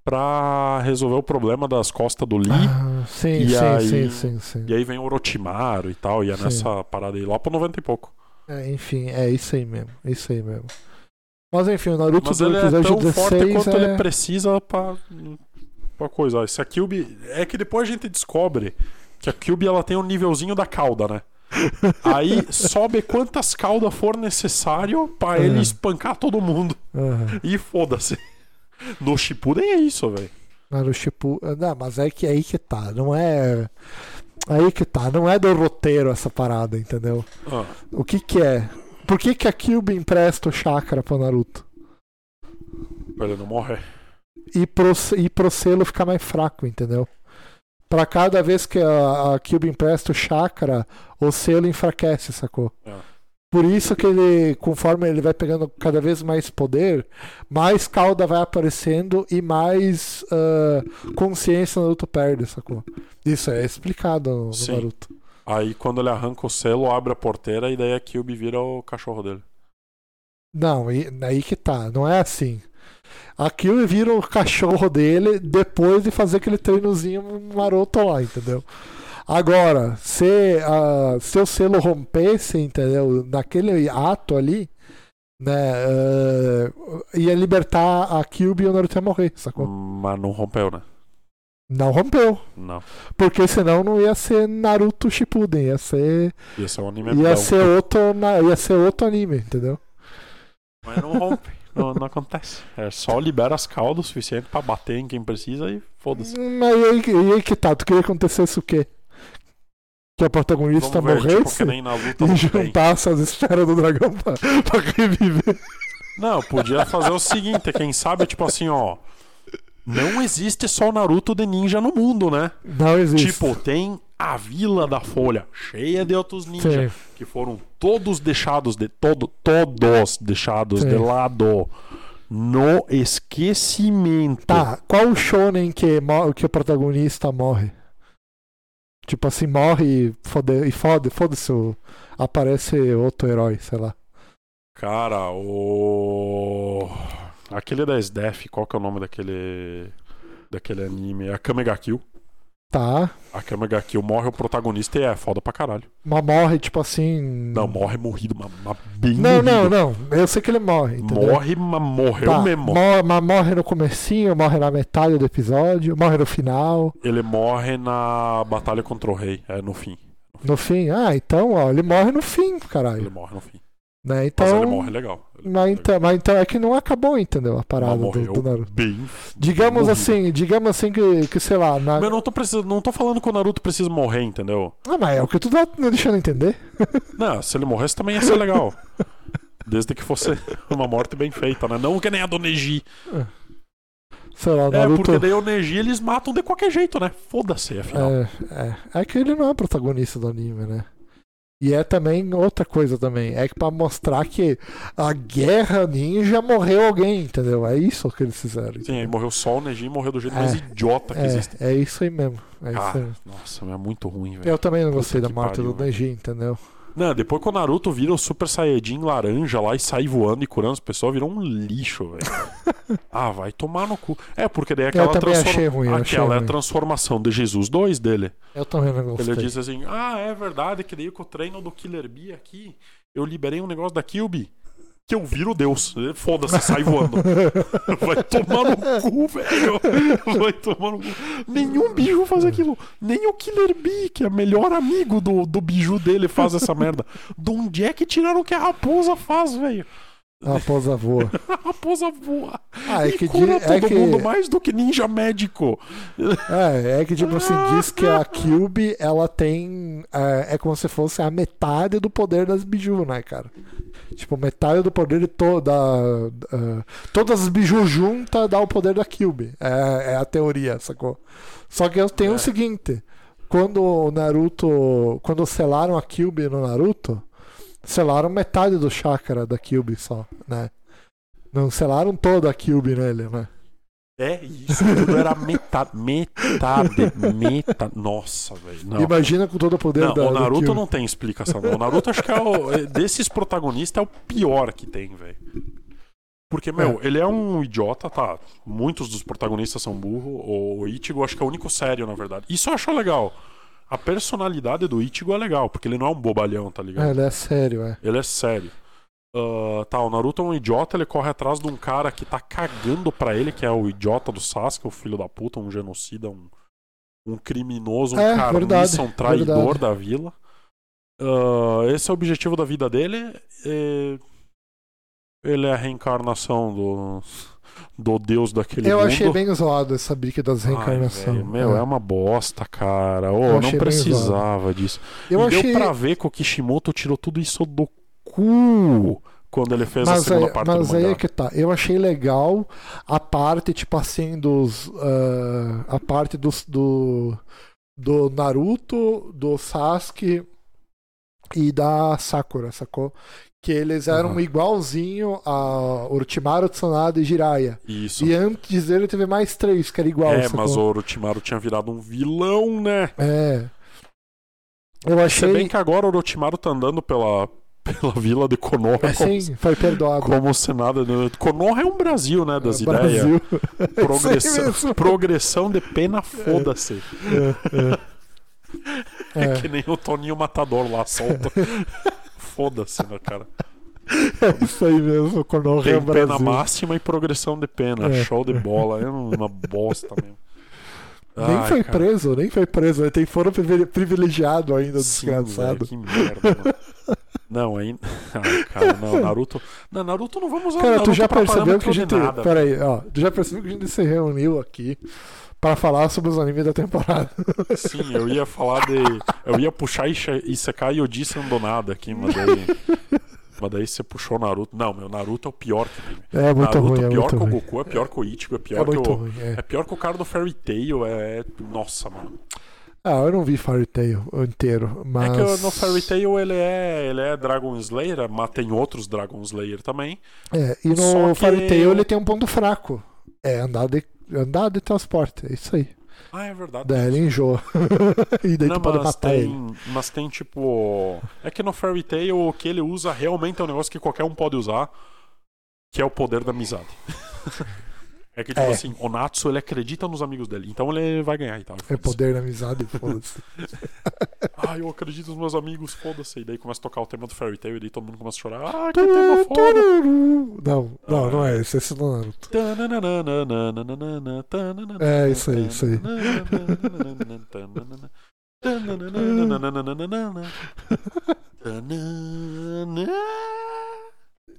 Speaker 1: pra resolver o problema das costas do Lee.
Speaker 2: Ah, sim,
Speaker 1: e
Speaker 2: sim,
Speaker 1: aí-
Speaker 2: sim, sim, sim.
Speaker 1: E aí vem o Orochimaru e tal. E é
Speaker 2: Sim.
Speaker 1: nessa parada aí, lá pro 90 e pouco.
Speaker 2: É, enfim, é isso aí mesmo, é isso aí mesmo. Mas enfim, o Naruto
Speaker 1: Mas
Speaker 2: do
Speaker 1: ele é
Speaker 2: episódio
Speaker 1: tão forte
Speaker 2: 16
Speaker 1: quanto
Speaker 2: é...
Speaker 1: ele precisa pra. pra coisa. Esse a Kyubi. É que depois a gente descobre que a Kyubi ela tem um nívelzinho da cauda, né? Aí sobe quantas caudas for necessário pra ele
Speaker 2: É.
Speaker 1: espancar todo mundo.
Speaker 2: Aham.
Speaker 1: E foda-se. No Shippuden é isso, velho.
Speaker 2: Naruto Shippu- ah, Não, mas é que aí que tá, não é... Aí que tá, não é do roteiro essa parada, entendeu?
Speaker 1: Ah,
Speaker 2: O que que é? Por que que a Kyuubi empresta o chakra pro Naruto?
Speaker 1: pra ele não morrer.
Speaker 2: E pro, e pro selo ficar mais fraco, entendeu? Pra cada vez que a, a Kyuubi empresta o chakra, o selo enfraquece, sacou?
Speaker 1: É.
Speaker 2: Por isso que ele, conforme ele vai pegando cada vez mais poder, mais cauda vai aparecendo e mais ah, consciência o Naruto perde, sacou? Isso é explicado no, no
Speaker 1: Sim.
Speaker 2: Naruto.
Speaker 1: Aí quando ele arranca o selo, abre a porteira e daí a Kyubi vira o cachorro dele.
Speaker 2: Não, e- aí que tá, não é assim. Aqui ele vira o cachorro dele depois de fazer aquele treinozinho maroto lá, entendeu? Agora, se, ah, se o selo rompesse, entendeu? Naquele ato ali, né? ah, ia libertar a Kyubi e o Naruto ia morrer, sacou?
Speaker 1: Mas não rompeu, né?
Speaker 2: Não rompeu,
Speaker 1: Não.
Speaker 2: porque senão não ia ser Naruto Shippuden, ia ser,
Speaker 1: Ia ser um anime
Speaker 2: ia
Speaker 1: bom.
Speaker 2: ser, outro, na- ia ser outro anime, entendeu?
Speaker 1: Mas não rompe. não, não acontece. É só libera as caudas o suficiente pra bater em quem precisa e foda-se.
Speaker 2: Mas e aí, que- e aí que tá? Tu queria que acontecesse o quê? Que a protagonista
Speaker 1: Vamos ver, tipo,
Speaker 2: morresse
Speaker 1: que nem na luta
Speaker 2: e
Speaker 1: não tem.
Speaker 2: juntasse as esferas do dragão pra, pra reviver.
Speaker 1: Não, podia fazer o seguinte, quem sabe, tipo assim, ó. Não existe só o Naruto de ninja no mundo, né?
Speaker 2: Não existe.
Speaker 1: Tipo, tem a Vila da Folha, cheia de outros ninjas,
Speaker 2: Sim.
Speaker 1: que foram todos deixados de todo, todos deixados
Speaker 2: Sim.
Speaker 1: de lado no esquecimento.
Speaker 2: Tá, qual o shonen que, mo- que o protagonista morre? Tipo assim, morre e fode, e fode, foda-se, o- aparece outro herói, sei lá.
Speaker 1: Cara, o aquele da SDF, qual que é o nome daquele daquele anime? É a Kamega Kill.
Speaker 2: Tá,
Speaker 1: A Kamega Kill morre o protagonista e é foda pra caralho.
Speaker 2: mas morre, tipo assim.
Speaker 1: Não, morre morrido, mas, mas bem
Speaker 2: Não,
Speaker 1: morrido.
Speaker 2: não, não. Eu sei que ele morre, entendeu?
Speaker 1: Morre, mas morreu
Speaker 2: Tá,
Speaker 1: mesmo.
Speaker 2: mor- mas morre no comecinho, morre na metade do episódio, morre no final,
Speaker 1: Ele morre na batalha contra o rei, é no fim.
Speaker 2: no fim. Ah, então, ó, ele morre no fim,
Speaker 1: Ele
Speaker 2: caralho.
Speaker 1: morre no fim.
Speaker 2: Né? Então,
Speaker 1: Mas ele morre legal. Ele
Speaker 2: Mas,
Speaker 1: morre legal.
Speaker 2: então, mas então é que não acabou, entendeu? A parada
Speaker 1: Mas
Speaker 2: do,
Speaker 1: morreu
Speaker 2: do Naruto.
Speaker 1: bem.
Speaker 2: Digamos
Speaker 1: morrido.
Speaker 2: assim, digamos assim que, que sei lá. Na...
Speaker 1: Mas eu não tô, precisando, não tô falando que o Naruto precisa morrer, entendeu?
Speaker 2: Ah, mas é o que tu tá me deixando entender.
Speaker 1: Não, se ele morresse também ia ser legal. Desde que fosse uma morte bem feita, né? Não que nem a do Neji.
Speaker 2: Sei lá, o
Speaker 1: É,
Speaker 2: Naruto.
Speaker 1: porque daí o Neji eles matam de qualquer jeito, né? Foda-se, afinal.
Speaker 2: É, é. É que ele não é protagonista do anime, né? E é também outra coisa também. É que pra mostrar que a guerra ninja morreu alguém, entendeu? É isso que eles fizeram.
Speaker 1: Sim, aí morreu só o Neji e morreu do jeito
Speaker 2: É,
Speaker 1: mais idiota que existe.
Speaker 2: É, é isso aí mesmo. É isso aí.
Speaker 1: Cara, nossa, é muito ruim, velho.
Speaker 2: Eu também não
Speaker 1: Puta
Speaker 2: gostei da
Speaker 1: que
Speaker 2: morte
Speaker 1: pariu,
Speaker 2: do Neji, entendeu?
Speaker 1: Não, depois que o Naruto vira o Super Saiyajin laranja lá e sai voando e curando as pessoas, virou um lixo, velho. ah, vai tomar no cu. É, porque daí aquela
Speaker 2: também
Speaker 1: transforma-
Speaker 2: achei ruim, eu achei
Speaker 1: Aquela é a
Speaker 2: ruim.
Speaker 1: transformação de Jesus 2 dele.
Speaker 2: Eu também não gostei.
Speaker 1: Ele diz assim: Ah, é verdade que daí com o treino do Killer Bee aqui, eu liberei um negócio da Kyubi. Que eu viro Deus. Ele, Foda-se, sai voando. Vai tomar no cu, velho. Vai tomar no cu. Nenhum bicho
Speaker 2: É.
Speaker 1: faz aquilo. Nem o Killer Bee, que é o melhor amigo do, do biju dele, faz essa merda. De onde é que tiraram o que a raposa faz, velho?
Speaker 2: Ah, A raposa voa.
Speaker 1: A raposa voa.
Speaker 2: Ah, é
Speaker 1: e
Speaker 2: que
Speaker 1: cura
Speaker 2: di- é
Speaker 1: todo
Speaker 2: que-
Speaker 1: mundo mais do que ninja médico.
Speaker 2: É, é que tipo assim, diz que a Cube, ela tem. É, é como se fosse a metade do poder das Biju, né, cara? Tipo, metade do poder de toda. ah, todas as Biju juntas dá o poder da Cube. É, é a teoria, sacou? Só que eu tenho o
Speaker 1: É.
Speaker 2: seguinte: quando o Naruto. Quando selaram a Cube no Naruto, selaram metade do chakra da Cube só, né? Não selaram toda a Cube nele, né?
Speaker 1: É isso, tudo era metade, metade, metade. Nossa, velho. Não.
Speaker 2: Imagina com todo o poder
Speaker 1: Não,
Speaker 2: da
Speaker 1: o
Speaker 2: da
Speaker 1: Naruto
Speaker 2: Kyuubi.
Speaker 1: não tem explicação. não. O Naruto acho que é o, é, desses protagonistas é o pior que tem, velho. Porque, meu, ele é um idiota, tá? Muitos dos protagonistas são burro. O Ichigo acho que é o único sério, na verdade. Isso eu acho legal. A personalidade do Ichigo é legal, porque ele não é um bobalhão, tá ligado?
Speaker 2: É, ele é sério, é.
Speaker 1: Ele é sério. Ah, tá, o Naruto é um idiota, ele corre atrás de um cara que tá cagando pra ele, que é o idiota do Sasuke, o filho da puta, um genocida, um, um criminoso, um
Speaker 2: É,
Speaker 1: carniça,
Speaker 2: verdade,
Speaker 1: um traidor
Speaker 2: verdade.
Speaker 1: da vila. Ah, esse é o objetivo da vida dele. e- Ele é a reencarnação do, do deus daquele
Speaker 2: Eu
Speaker 1: mundo.
Speaker 2: achei bem zoado essa briga das
Speaker 1: Ai,
Speaker 2: reencarnações.
Speaker 1: velho, meu, é. uma bosta, cara. Ô, não
Speaker 2: achei bem
Speaker 1: precisava disso.
Speaker 2: Eu
Speaker 1: e
Speaker 2: achei.
Speaker 1: deu pra ver que o Kishimoto tirou tudo isso do cu quando ele fez a
Speaker 2: Mas aí,
Speaker 1: segunda assim, parte
Speaker 2: mas
Speaker 1: do
Speaker 2: aí
Speaker 1: mangá.
Speaker 2: é que tá. Eu achei legal a parte, tipo assim, dos. ah, a parte dos, do. Do Naruto, do Sasuke e da Sakura, sacou? Que eles eram
Speaker 1: Aham.
Speaker 2: igualzinho a Orochimaru, Tsunade e Jiraiya.
Speaker 1: Isso.
Speaker 2: E antes dele teve mais três que era igual,
Speaker 1: é,
Speaker 2: sacou?
Speaker 1: mas o Orochimaru tinha virado um vilão, né?
Speaker 2: É. Eu
Speaker 1: Se é bem
Speaker 2: achei...
Speaker 1: que agora o Orochimaru tá andando pela, pela vila de Konoha
Speaker 2: É,
Speaker 1: como,
Speaker 2: sim, foi perdoado.
Speaker 1: como se nada. Konoha é um Brasil, né? Das ideias.
Speaker 2: Brasil. É Isso aí
Speaker 1: Progressão,
Speaker 2: mesmo.
Speaker 1: progressão de pena, foda-se. É,
Speaker 2: É.
Speaker 1: que nem o Toninho Matador lá solta. foda-se, né, cara?
Speaker 2: É isso aí mesmo, Konoha
Speaker 1: Tem
Speaker 2: é o Brasil.
Speaker 1: pena máxima e progressão de pena.
Speaker 2: É.
Speaker 1: Show de bola. É uma bosta mesmo.
Speaker 2: Nem
Speaker 1: Ai,
Speaker 2: foi
Speaker 1: cara.
Speaker 2: preso, nem foi preso. Ele tem foro privile- privilegiado ainda,
Speaker 1: Sim,
Speaker 2: desgraçado.
Speaker 1: velho, que merda, mano. Não, aí. Ai, cara, não, Naruto. Não, Naruto não vamos usar
Speaker 2: Cara,
Speaker 1: Naruto
Speaker 2: tu já
Speaker 1: pra
Speaker 2: percebeu que
Speaker 1: parâmetro
Speaker 2: a
Speaker 1: de
Speaker 2: gente.
Speaker 1: nada.
Speaker 2: Pera aí, ó. Tu já percebeu que a gente se reuniu aqui pra falar sobre os animes da temporada?
Speaker 1: Sim, eu ia falar de. Eu ia puxar e, che- e secar e Odisse Andonada aqui, mas daí. Mas daí você puxou o Naruto. Não, meu, Naruto é o pior que tem.
Speaker 2: É muito
Speaker 1: Naruto
Speaker 2: ruim,
Speaker 1: é
Speaker 2: é
Speaker 1: pior
Speaker 2: muito
Speaker 1: que o
Speaker 2: ruim.
Speaker 1: Goku, é pior que o Ichigo, é pior
Speaker 2: É
Speaker 1: que
Speaker 2: muito
Speaker 1: o.
Speaker 2: ruim,
Speaker 1: é
Speaker 2: é.
Speaker 1: pior que o cara do Fairy Tail, é. Nossa, mano.
Speaker 2: Ah, eu não vi Fairy Tail inteiro, mas.
Speaker 1: É que o- no Fairy Tail ele é, ele é Dragon Slayer, mas tem outros Dragon Slayer também.
Speaker 2: É, e
Speaker 1: Só
Speaker 2: no
Speaker 1: que-
Speaker 2: Fairy Tail ele tem um ponto fraco. É andar de, andar de transporte, é isso aí.
Speaker 1: Ah, é verdade.
Speaker 2: Daí ele enjoa. e daí tu pode
Speaker 1: mas
Speaker 2: matar
Speaker 1: tem,
Speaker 2: ele.
Speaker 1: Mas tem tipo. É que no Fairy Tail o que ele usa realmente é um negócio que qualquer um pode usar, que é o poder da amizade. é que, tipo
Speaker 2: É.
Speaker 1: assim, o Natsu ele acredita nos amigos dele, então ele vai ganhar e tal.
Speaker 2: É poder na amizade, foda-se.
Speaker 1: Ah, eu acredito nos meus amigos, foda-se. E daí começa a tocar o tema do Fairy Tail e daí todo mundo começa a chorar. Ah, que tema foda!
Speaker 2: Não,
Speaker 1: Ah.
Speaker 2: não, não é esse, esse não é. Naruto.
Speaker 1: É
Speaker 2: isso aí, isso aí.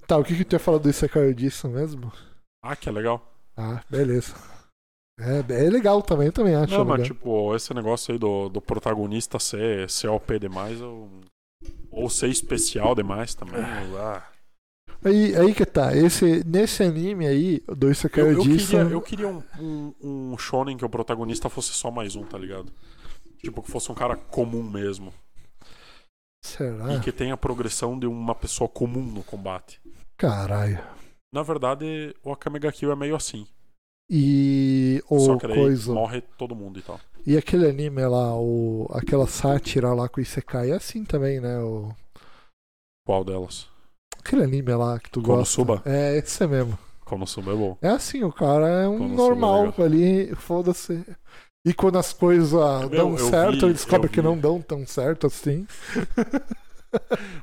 Speaker 2: Tá, o que que tu ia falar do Isekai disso mesmo?
Speaker 1: Ah, que legal.
Speaker 2: Ah, beleza. É, é legal também, eu também acho. é
Speaker 1: Não, mas
Speaker 2: legal.
Speaker 1: tipo, esse negócio aí do, do protagonista ser, ser OP demais ou, ou ser especial demais também. Ah,
Speaker 2: Aí, aí que tá, esse, nesse anime aí, do Isekai
Speaker 1: Eu, eu
Speaker 2: disso,
Speaker 1: queria, eu queria um, um, um shonen que o protagonista fosse só mais um, tá ligado? Tipo, que fosse um cara comum mesmo.
Speaker 2: será?
Speaker 1: e que tem a progressão de uma pessoa comum no combate.
Speaker 2: Caralho.
Speaker 1: Na verdade, o Akame ga Kill é meio assim.
Speaker 2: E
Speaker 1: só
Speaker 2: o
Speaker 1: que daí
Speaker 2: coisa.
Speaker 1: morre todo mundo e tal.
Speaker 2: E aquele anime lá, o, aquela sátira lá com o Isekai é assim também, né? O,
Speaker 1: Qual delas?
Speaker 2: aquele anime lá que tu gosta.
Speaker 1: Konosuba?
Speaker 2: É, esse mesmo.
Speaker 1: Konosuba é bom.
Speaker 2: É assim, o cara é um
Speaker 1: Konosuba é
Speaker 2: normal
Speaker 1: legal.
Speaker 2: ali, foda-se. E quando as coisas dão
Speaker 1: eu
Speaker 2: certo,
Speaker 1: vi,
Speaker 2: ele descobre
Speaker 1: eu
Speaker 2: que
Speaker 1: vi.
Speaker 2: não dão tão certo assim.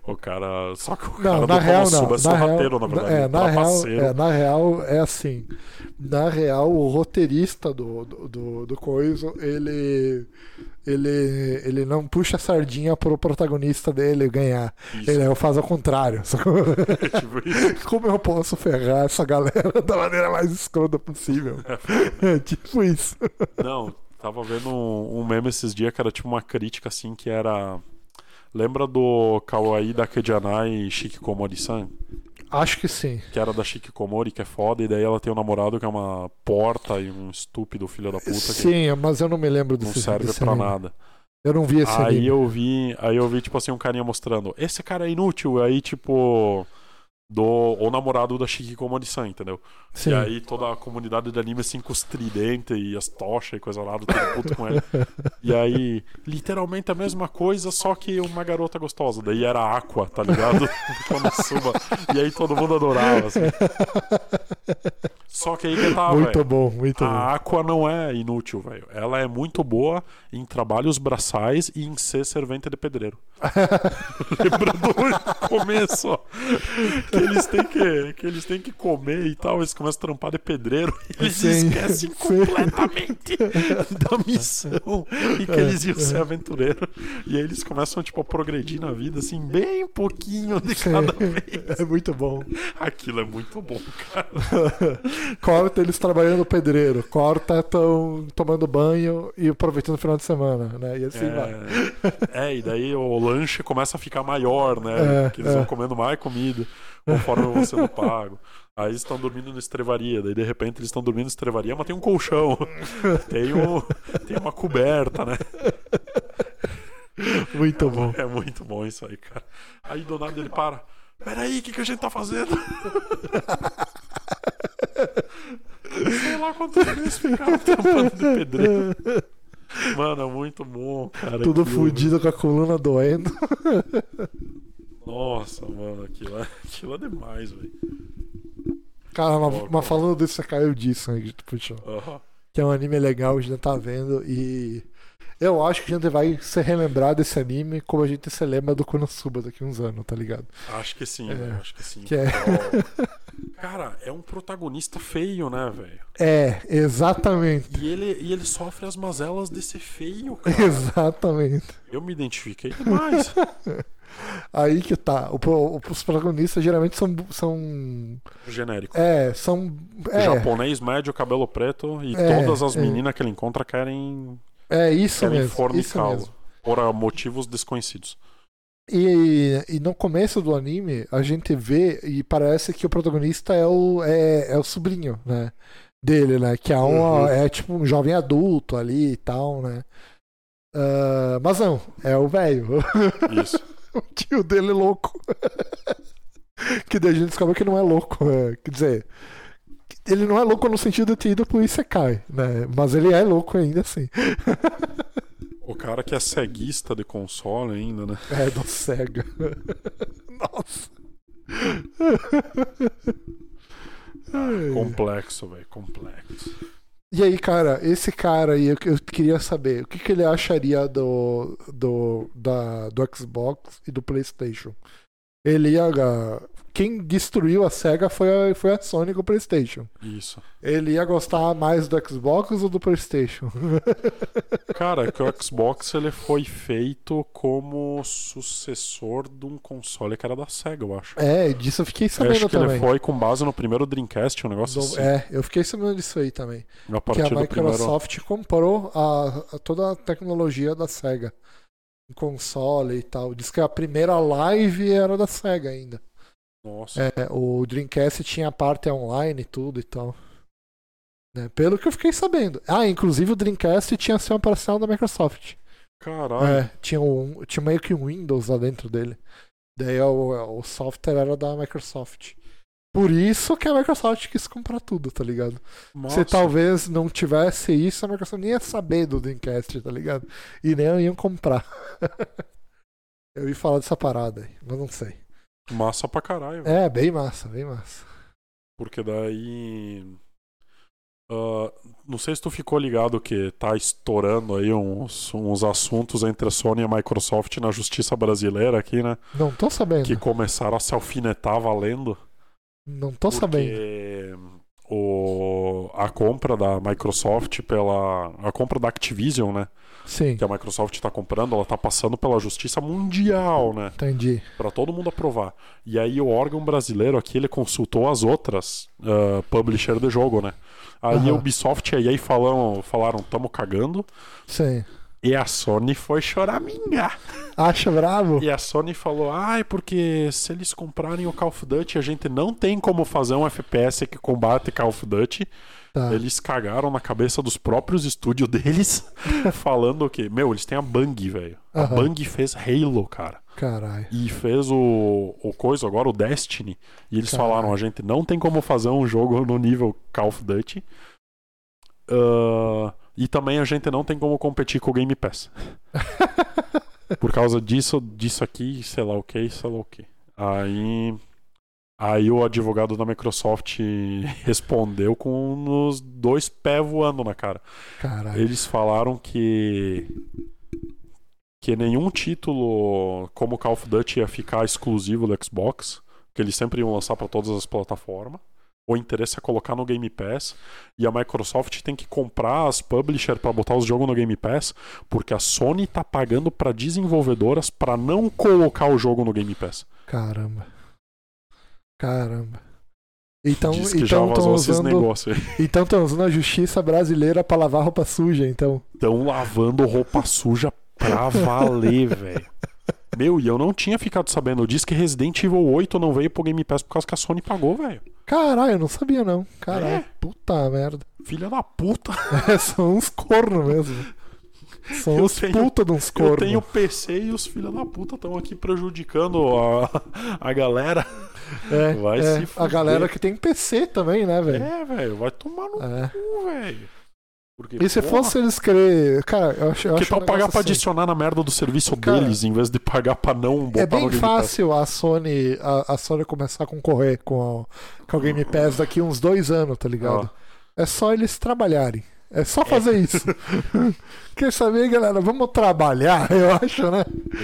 Speaker 1: O cara. Só que o cara
Speaker 2: Não,
Speaker 1: do
Speaker 2: na real não.
Speaker 1: Konosuba é
Speaker 2: Na
Speaker 1: sorrateiro,
Speaker 2: real,
Speaker 1: na verdade.
Speaker 2: é, na real,
Speaker 1: trapaceiro.
Speaker 2: é, na real é assim. Na real, o roteirista do, do, do, do coisa, ele, ele, ele não puxa a sardinha pro protagonista dele ganhar.
Speaker 1: Isso.
Speaker 2: Ele faz ao contrário. sacou?
Speaker 1: É tipo isso.
Speaker 2: Como eu posso ferrar essa galera da maneira mais escrota possível? É tipo isso.
Speaker 1: Não, tava vendo um, um meme esses dias que era tipo uma crítica assim que era. Lembra do Kawaii da Kejanai Shikikomori-san?
Speaker 2: Acho que sim.
Speaker 1: Que era da Shikikomori, que é foda, e daí ela tem um namorado que é uma porta e um estúpido filho da puta que
Speaker 2: Sim, mas eu não me lembro
Speaker 1: não
Speaker 2: desse
Speaker 1: serve
Speaker 2: desse
Speaker 1: pra
Speaker 2: anime.
Speaker 1: nada.
Speaker 2: Eu não vi esse
Speaker 1: aí
Speaker 2: anime.
Speaker 1: eu vi, aí eu vi tipo assim um carinha mostrando, esse cara é inútil, aí tipo do o namorado da Shikikomori-san, entendeu?
Speaker 2: Sim.
Speaker 1: E aí toda a comunidade do anime assim com os tridentes e as tochas e coisa lá, todo puto com ele. E aí, literalmente a mesma coisa, só que uma garota gostosa. Daí era Aqua, tá ligado? Quando suba. E aí todo mundo adorava, assim. Só que aí que tava,
Speaker 2: muito
Speaker 1: velho.
Speaker 2: bom, muito bom.
Speaker 1: A Aqua não é inútil, velho. Ela é muito boa em trabalhos braçais e em ser servente de pedreiro. Lembra do começo, ó. Que eles, têm que, que eles têm que comer e tal. Eles começam a trampar de pedreiro e eles
Speaker 2: Sim.
Speaker 1: esquecem
Speaker 2: Sim.
Speaker 1: completamente da missão e
Speaker 2: É.
Speaker 1: que eles iam ser aventureiros. E aí eles começam, tipo, a progredir na vida, assim, bem pouquinho de cada vez.
Speaker 2: É muito bom.
Speaker 1: Aquilo é muito bom, cara.
Speaker 2: Corta eles trabalhando pedreiro, corta estão tomando banho e aproveitando o final de semana, né? E assim vai.
Speaker 1: É, e daí o lanche começa a ficar maior, né?
Speaker 2: É,
Speaker 1: Porque eles
Speaker 2: é.
Speaker 1: vão comendo mais comida conforme vão sendo pago. Aí eles estão dormindo na estrevaria, daí de repente eles estão dormindo na estrevaria, mas tem um colchão, tem, um, tem uma coberta, né?
Speaker 2: Muito bom.
Speaker 1: É muito bom isso aí, cara. Aí do nada ele para. Peraí, o que, que a gente tá fazendo? Sei lá quanto tempo eles ficaram tampando de pedreiro. Mano, é muito bom, cara.
Speaker 2: Tudo
Speaker 1: aquilo, velho.
Speaker 2: fudido com a coluna doendo.
Speaker 1: Nossa, mano, aquilo é, aquilo é demais, velho.
Speaker 2: Cara, mas,
Speaker 1: Ó,
Speaker 2: mas falando desse Caiu disso aí que tu puxou.
Speaker 1: Aham.
Speaker 2: Que é um anime legal, a gente tá vendo e. Eu acho que a gente vai se relembrar desse anime como a gente se lembra do Konosuba daqui uns anos, tá ligado?
Speaker 1: Acho que sim, velho. Acho que sim.
Speaker 2: Que é-
Speaker 1: Ó, Cara, é um protagonista feio, né, velho?
Speaker 2: É, exatamente.
Speaker 1: E ele, e ele sofre as mazelas desse feio, cara.
Speaker 2: Exatamente.
Speaker 1: Eu me identifiquei demais.
Speaker 2: Aí que tá. O pro- os protagonistas geralmente são. são
Speaker 1: Genérico.
Speaker 2: é, são. É,
Speaker 1: Japonês médio, cabelo preto e
Speaker 2: É,
Speaker 1: todas as
Speaker 2: é.
Speaker 1: meninas que ele encontra querem,
Speaker 2: é isso
Speaker 1: querem
Speaker 2: mesmo. Isso
Speaker 1: fornicá-lo.
Speaker 2: mesmo.
Speaker 1: Por ah, motivos desconhecidos.
Speaker 2: E, e no começo do anime, a gente vê e parece que o protagonista é o, é, é o sobrinho, né? Dele, né? Que é, um,
Speaker 1: Uhum.
Speaker 2: é tipo um jovem adulto ali e tal, né? Ah, mas não, é o velho.
Speaker 1: Isso.
Speaker 2: o tio dele é louco. que daí a gente descobre que não é louco. né? Quer dizer, ele não é louco no sentido de ter ido pro Isekai, né? Mas ele é louco ainda assim.
Speaker 1: O cara que é ceguista de console ainda, né?
Speaker 2: É, do cega. Nossa. É.
Speaker 1: Complexo, velho. Complexo.
Speaker 2: E aí, cara, esse cara aí, eu, eu queria saber o que, que ele acharia do, do, da, do Xbox e do PlayStation. Ele ia. Quem destruiu a SEGA foi a, foi a Sony com o PlayStation.
Speaker 1: Isso.
Speaker 2: Ele ia gostar mais do Xbox ou do PlayStation?
Speaker 1: Cara, é que o Xbox ele foi feito como sucessor de um console que era da SEGA, eu acho.
Speaker 2: É, disso eu fiquei
Speaker 1: Eu
Speaker 2: sabendo
Speaker 1: acho que
Speaker 2: também.
Speaker 1: ele foi com base no primeiro Dreamcast, um negócio
Speaker 2: Do-
Speaker 1: assim.
Speaker 2: é, eu fiquei sabendo disso aí também.
Speaker 1: A
Speaker 2: que
Speaker 1: partir
Speaker 2: a
Speaker 1: do primeiro.
Speaker 2: Microsoft comprou a, a- toda a tecnologia da SEGA. Um console e tal. Diz que a primeira live era da SEGA ainda.
Speaker 1: Nossa.
Speaker 2: É, o Dreamcast tinha a parte online e tudo e tal. Né, Pelo que eu fiquei sabendo. Ah, inclusive o Dreamcast tinha sido uma parcela da Microsoft.
Speaker 1: Caralho.
Speaker 2: É, tinha, um, tinha meio que um Windows lá dentro dele. Daí o, o software era da Microsoft. Por isso que a Microsoft quis comprar tudo, tá ligado?
Speaker 1: Nossa.
Speaker 2: Se talvez não tivesse isso, a Microsoft nem ia saber do Dreamcast, tá ligado? E nem iam comprar. Eu ia falar dessa parada aí, mas não sei.
Speaker 1: Massa pra caralho.
Speaker 2: É, bem massa, bem massa.
Speaker 1: Porque daí. ah, não sei se tu ficou ligado que tá estourando aí uns, uns assuntos entre a Sony e a Microsoft na justiça brasileira aqui, né?
Speaker 2: Não tô sabendo.
Speaker 1: Que começaram a se alfinetar valendo.
Speaker 2: Não tô sabendo.
Speaker 1: porque o, a compra da Microsoft pela. A compra da Activision, né?
Speaker 2: Sim,
Speaker 1: Que a Microsoft tá comprando, ela tá passando pela justiça mundial, né?
Speaker 2: entendi.
Speaker 1: Pra todo mundo aprovar. E aí o órgão brasileiro aqui, ele consultou as outras ah, publisher de jogo, né? Aí
Speaker 2: Aham.
Speaker 1: a Ubisoft e a EA falaram, falaram, tamo cagando.
Speaker 2: Sim.
Speaker 1: E a Sony foi choramingar.
Speaker 2: Acha bravo?
Speaker 1: E a Sony falou, ai, porque se eles comprarem o Call of Duty, a gente não tem como fazer um FPS que combate Call of Duty.
Speaker 2: Tá.
Speaker 1: Eles cagaram na cabeça dos próprios estúdios deles, falando o quê? Meu, eles têm a Bang, velho. A
Speaker 2: Aham.
Speaker 1: Bang fez Halo, cara
Speaker 2: Caralho.
Speaker 1: e fez o, o coisa agora, o Destiny. E eles
Speaker 2: Caralho.
Speaker 1: falaram: a gente não tem como fazer um jogo no nível Call of Duty. Ah, e também a gente não tem como competir com o Game Pass. Por causa disso, disso aqui, sei lá o que, sei lá o que. Aí. Aí o advogado da Microsoft respondeu com uns dois pés voando na cara.
Speaker 2: Caralho.
Speaker 1: Eles falaram que que nenhum título como Call of Duty ia ficar exclusivo do Xbox, que eles sempre iam lançar pra todas as plataformas. O interesse é colocar no Game Pass e a Microsoft tem que comprar as publisher pra botar os jogos no Game Pass, porque a Sony tá pagando pra desenvolvedoras pra não colocar o jogo no Game Pass.
Speaker 2: Caramba. Caramba. Então,
Speaker 1: Diz que já
Speaker 2: então estão
Speaker 1: vazou esses
Speaker 2: usando,
Speaker 1: negócios. aí.
Speaker 2: então tão usando a justiça brasileira pra lavar roupa suja, então.
Speaker 1: Estão lavando roupa suja pra valer, velho. Meu, e eu não tinha ficado sabendo. Diz que Resident Evil 8 não veio pro Game Pass por causa que a Sony pagou, velho.
Speaker 2: Caralho, eu não sabia não. Caralho,
Speaker 1: É?
Speaker 2: puta merda.
Speaker 1: Filha da puta.
Speaker 2: É, são uns corno mesmo. São
Speaker 1: Eu
Speaker 2: os
Speaker 1: tenho-
Speaker 2: puta de uns
Speaker 1: Eu
Speaker 2: corvos.
Speaker 1: tenho PC e os filha da puta estão aqui prejudicando a, a galera.
Speaker 2: É,
Speaker 1: Vai
Speaker 2: é,
Speaker 1: se
Speaker 2: a
Speaker 1: fuder.
Speaker 2: galera que tem PC também, né, velho?
Speaker 1: É, velho, vai tomar no
Speaker 2: É.
Speaker 1: cu, velho. Porque,
Speaker 2: E se
Speaker 1: porra,
Speaker 2: fosse eles querer. Cara, eu acho. Eu
Speaker 1: Que
Speaker 2: acho
Speaker 1: tal
Speaker 2: um
Speaker 1: pagar
Speaker 2: negócio
Speaker 1: pra
Speaker 2: assim.
Speaker 1: adicionar na merda do serviço
Speaker 2: Cara,
Speaker 1: deles em vez de pagar pra não botar
Speaker 2: É
Speaker 1: no
Speaker 2: bem
Speaker 1: Game Pass?
Speaker 2: fácil a Sony, a, a Sony começar a concorrer com, a- com o Game Pass daqui uns dois anos, tá ligado? É só eles trabalharem. É só fazer isso. Quer saber, galera? Vamos trabalhar, eu acho, né?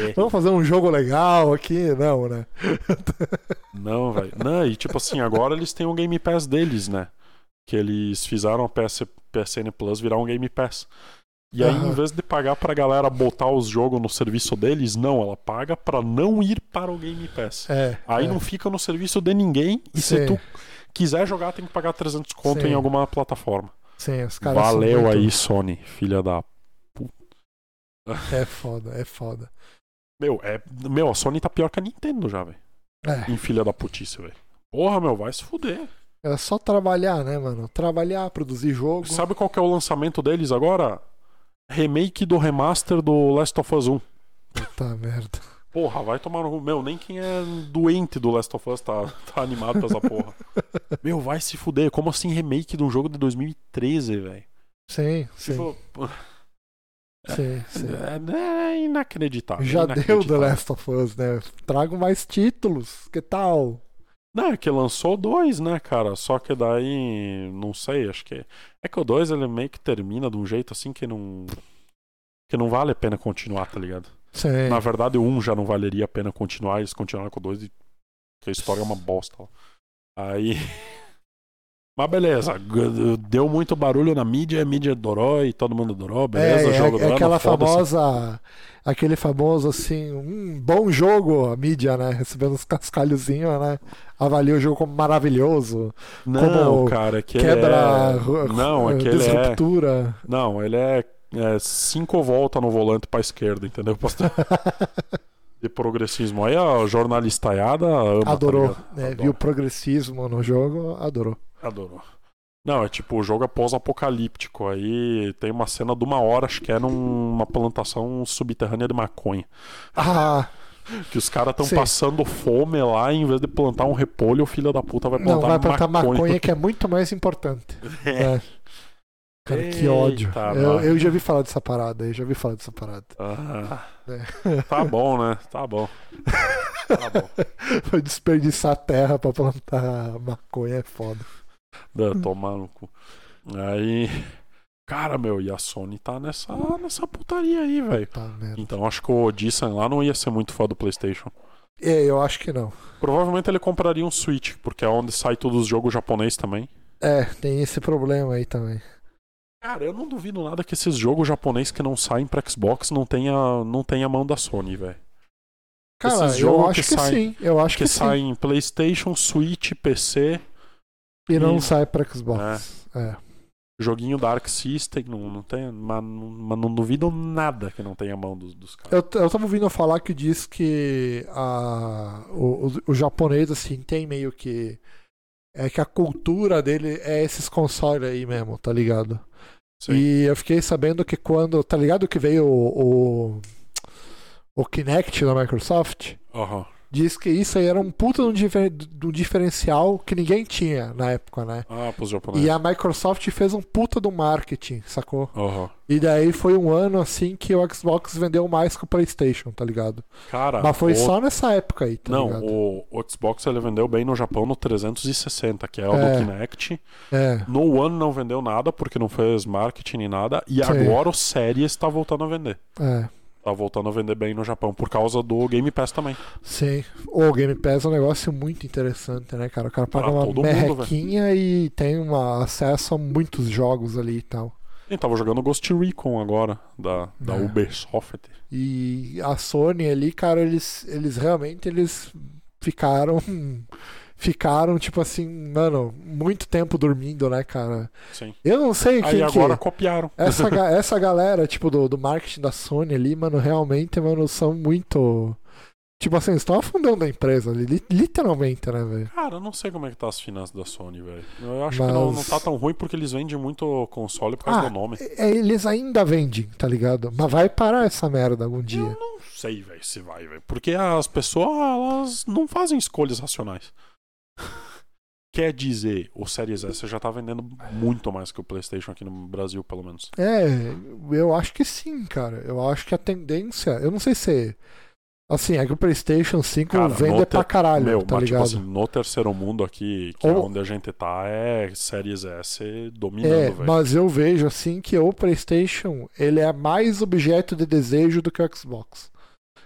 Speaker 1: É.
Speaker 2: Vamos fazer um jogo legal aqui, não, né?
Speaker 1: Não, velho. Não, e tipo assim, agora eles têm o Game Pass deles, né? Que eles fizeram a PS, PSN Plus virar um Game Pass. E aí,
Speaker 2: Aham.
Speaker 1: em vez de pagar pra galera botar os jogos no serviço deles, não, ela paga pra não ir para o Game Pass.
Speaker 2: É.
Speaker 1: Aí
Speaker 2: é.
Speaker 1: não fica no serviço de ninguém e se
Speaker 2: Sim.
Speaker 1: tu quiser jogar tem que pagar 300 conto
Speaker 2: Sim.
Speaker 1: em alguma plataforma.
Speaker 2: Sim, os caras são
Speaker 1: Valeu
Speaker 2: muito-
Speaker 1: aí, Sony, filha da
Speaker 2: É foda, é foda.
Speaker 1: Meu, é... meu, a Sony tá pior que a Nintendo já, velho.
Speaker 2: É.
Speaker 1: Em filha da putice, velho. Porra, meu, vai se fuder.
Speaker 2: É só trabalhar, né, mano? Trabalhar, produzir jogo.
Speaker 1: Sabe qual que é o lançamento deles agora? Remake do remaster do Last of Us 1.
Speaker 2: Puta merda.
Speaker 1: Porra, vai tomar no. cu. Meu, nem quem é doente do Last of Us tá, tá animado pra essa porra. meu, vai se fuder. Como assim remake de um jogo de 2013, velho?
Speaker 2: Sim, sim,
Speaker 1: Tipo,
Speaker 2: sim, sim.
Speaker 1: é, é inacreditável.
Speaker 2: Já deu
Speaker 1: inacreditável.
Speaker 2: The Last of Us, né? Trago mais títulos. Que tal?
Speaker 1: Não, é que lançou dois, né, cara? Só que daí, não sei, acho que. É que o dois ele meio que termina de um jeito assim que não. Que não vale a pena continuar, tá ligado?
Speaker 2: Sim.
Speaker 1: Na verdade, o um já não valeria a pena continuar, eles continuaram com o dois e. Que a história é uma bosta. lá. Aí. Mas beleza, g- deu muito barulho na mídia, a mídia adorou e todo mundo adorou, beleza,
Speaker 2: é, é,
Speaker 1: jogo
Speaker 2: é
Speaker 1: adorando,
Speaker 2: aquela
Speaker 1: foda-se.
Speaker 2: famosa. Aquele famoso assim, um bom jogo, a mídia, né? Recebendo uns cascalhozinhos, né? Avalia o jogo como maravilhoso.
Speaker 1: Não,
Speaker 2: como
Speaker 1: cara, é que ele
Speaker 2: quebra
Speaker 1: é... Não,
Speaker 2: eh,
Speaker 1: aquele é...
Speaker 2: disruptura.
Speaker 1: Não, ele é, é cinco voltas no volante pra esquerda, entendeu? Pastor? De progressismo. Aí a jornalistaiada ama, tá
Speaker 2: Adorou.
Speaker 1: ligado?
Speaker 2: né?
Speaker 1: Adora,
Speaker 2: Viu o progressismo no jogo, adorou.
Speaker 1: Adorou. Não, é tipo, o jogo é pós-apocalíptico. Aí tem uma cena de uma hora, acho que é numa plantação subterrânea de maconha.
Speaker 2: Ah,
Speaker 1: Que os caras estão
Speaker 2: Sim.
Speaker 1: passando fome lá, e em vez de plantar um repolho, o filho da puta vai plantar,
Speaker 2: não, vai plantar
Speaker 1: maconha.
Speaker 2: maconha que é muito mais importante. É. Cara, que
Speaker 1: Eita,
Speaker 2: ódio. Eu,
Speaker 1: mano.
Speaker 2: eu já vi falar dessa parada, eu já vi falar dessa parada.
Speaker 1: Ah, tá bom, né? Tá bom. Tá bom.
Speaker 2: Foi desperdiçar a terra pra plantar maconha, é foda.
Speaker 1: Da, tomar no cu. Aí. Cara, meu, e a Sony tá nessa, nessa putaria aí, velho.
Speaker 2: Tá merda.
Speaker 1: Então acho que o Odissan lá não ia ser muito fã do PlayStation.
Speaker 2: É, eu acho que não.
Speaker 1: Provavelmente ele compraria um Switch, porque é onde sai todos os jogos japonês também.
Speaker 2: É, tem esse problema aí também.
Speaker 1: Cara, eu não duvido nada que esses jogos japonês que não saem pra Xbox não tenha, não tenha mão da Sony, velho.
Speaker 2: Cara,
Speaker 1: Esses
Speaker 2: eu
Speaker 1: jogos
Speaker 2: acho
Speaker 1: que
Speaker 2: que,
Speaker 1: saem-
Speaker 2: sim. Eu acho que,
Speaker 1: Que
Speaker 2: sim.
Speaker 1: saem PlayStation, Switch, PC,
Speaker 2: E não
Speaker 1: e-
Speaker 2: sai pra Xbox. É.
Speaker 1: joguinho Dark System, não, não tem. Mas, não- mas não duvido nada que não tenha mão dos, dos caras.
Speaker 2: Eu, t- eu tava ouvindo falar que diz que a, o, o, o japonês, assim, tem meio que. É que a cultura dele é esses consoles aí mesmo, tá ligado?
Speaker 1: Sim.
Speaker 2: E eu fiquei sabendo que quando. Tá ligado que veio o. o, o Kinect da Microsoft?
Speaker 1: Aham.
Speaker 2: Diz que isso aí era um puta de um, difer- de um diferencial que ninguém tinha na época, né?
Speaker 1: Ah, pros japoneses.
Speaker 2: E a Microsoft fez um puta do marketing, sacou?
Speaker 1: Aham.
Speaker 2: E daí foi um ano assim que o Xbox vendeu mais que o PlayStation, tá ligado?
Speaker 1: Cara,
Speaker 2: Mas foi
Speaker 1: Ah, o-
Speaker 2: só nessa época aí, tá
Speaker 1: Não,
Speaker 2: ligado?
Speaker 1: o, o Xbox ele vendeu bem no Japão no 360, que é o
Speaker 2: É.
Speaker 1: do Kinect.
Speaker 2: É,
Speaker 1: No One não vendeu nada, porque não fez marketing nem nada. E
Speaker 2: Sim.
Speaker 1: agora o Series tá voltando a vender.
Speaker 2: é.
Speaker 1: Tá voltando a vender bem no Japão, por causa do Game Pass também.
Speaker 2: Sim. O Game Pass é um negócio muito interessante, né, cara? O cara paga
Speaker 1: Pra
Speaker 2: uma
Speaker 1: Ah, todo mundo, velho.
Speaker 2: merrequinha e tem uma acesso a muitos jogos ali e tal.
Speaker 1: Eu tava jogando Ghost Recon agora, da, da
Speaker 2: É.
Speaker 1: Ubisoft.
Speaker 2: E a Sony ali, cara, eles, eles realmente eles ficaram. Ficaram, tipo assim, mano, muito tempo dormindo, né, cara?
Speaker 1: Sim.
Speaker 2: Eu não sei
Speaker 1: Aí
Speaker 2: quem
Speaker 1: agora
Speaker 2: que...
Speaker 1: copiaram.
Speaker 2: Essa, ga- essa galera, tipo, do, do marketing da Sony ali, mano, realmente, mano, são muito. Tipo assim, eles estão afundando a empresa, li- literalmente, né, velho?
Speaker 1: Cara, eu não sei como é que tá as finanças da Sony, velho. Eu acho que não, não
Speaker 2: Mas-
Speaker 1: tá tão ruim porque eles vendem muito console por causa do nome.
Speaker 2: é- eles ainda vendem, tá ligado? Mas vai parar essa merda algum
Speaker 1: Eu
Speaker 2: dia.
Speaker 1: não tipo, sei, velho, se vai, velho. Porque as pessoas, elas não fazem escolhas racionais. Quer dizer, o Series S já tá vendendo muito mais que o PlayStation aqui no Brasil, pelo menos.
Speaker 2: É, eu acho que sim, cara. Eu acho que a tendência. Eu não sei se. é, Assim, é que o PlayStation 5
Speaker 1: Cara,
Speaker 2: vende
Speaker 1: no
Speaker 2: pra
Speaker 1: ter-
Speaker 2: caralho,
Speaker 1: Meu,
Speaker 2: tá
Speaker 1: mas
Speaker 2: ligado?
Speaker 1: tipo assim, no terceiro mundo aqui, que é
Speaker 2: Ou-
Speaker 1: onde a gente tá, é Series S dominando,
Speaker 2: É,
Speaker 1: velho.
Speaker 2: mas eu vejo assim que o PlayStation ele é mais objeto de desejo do que o Xbox.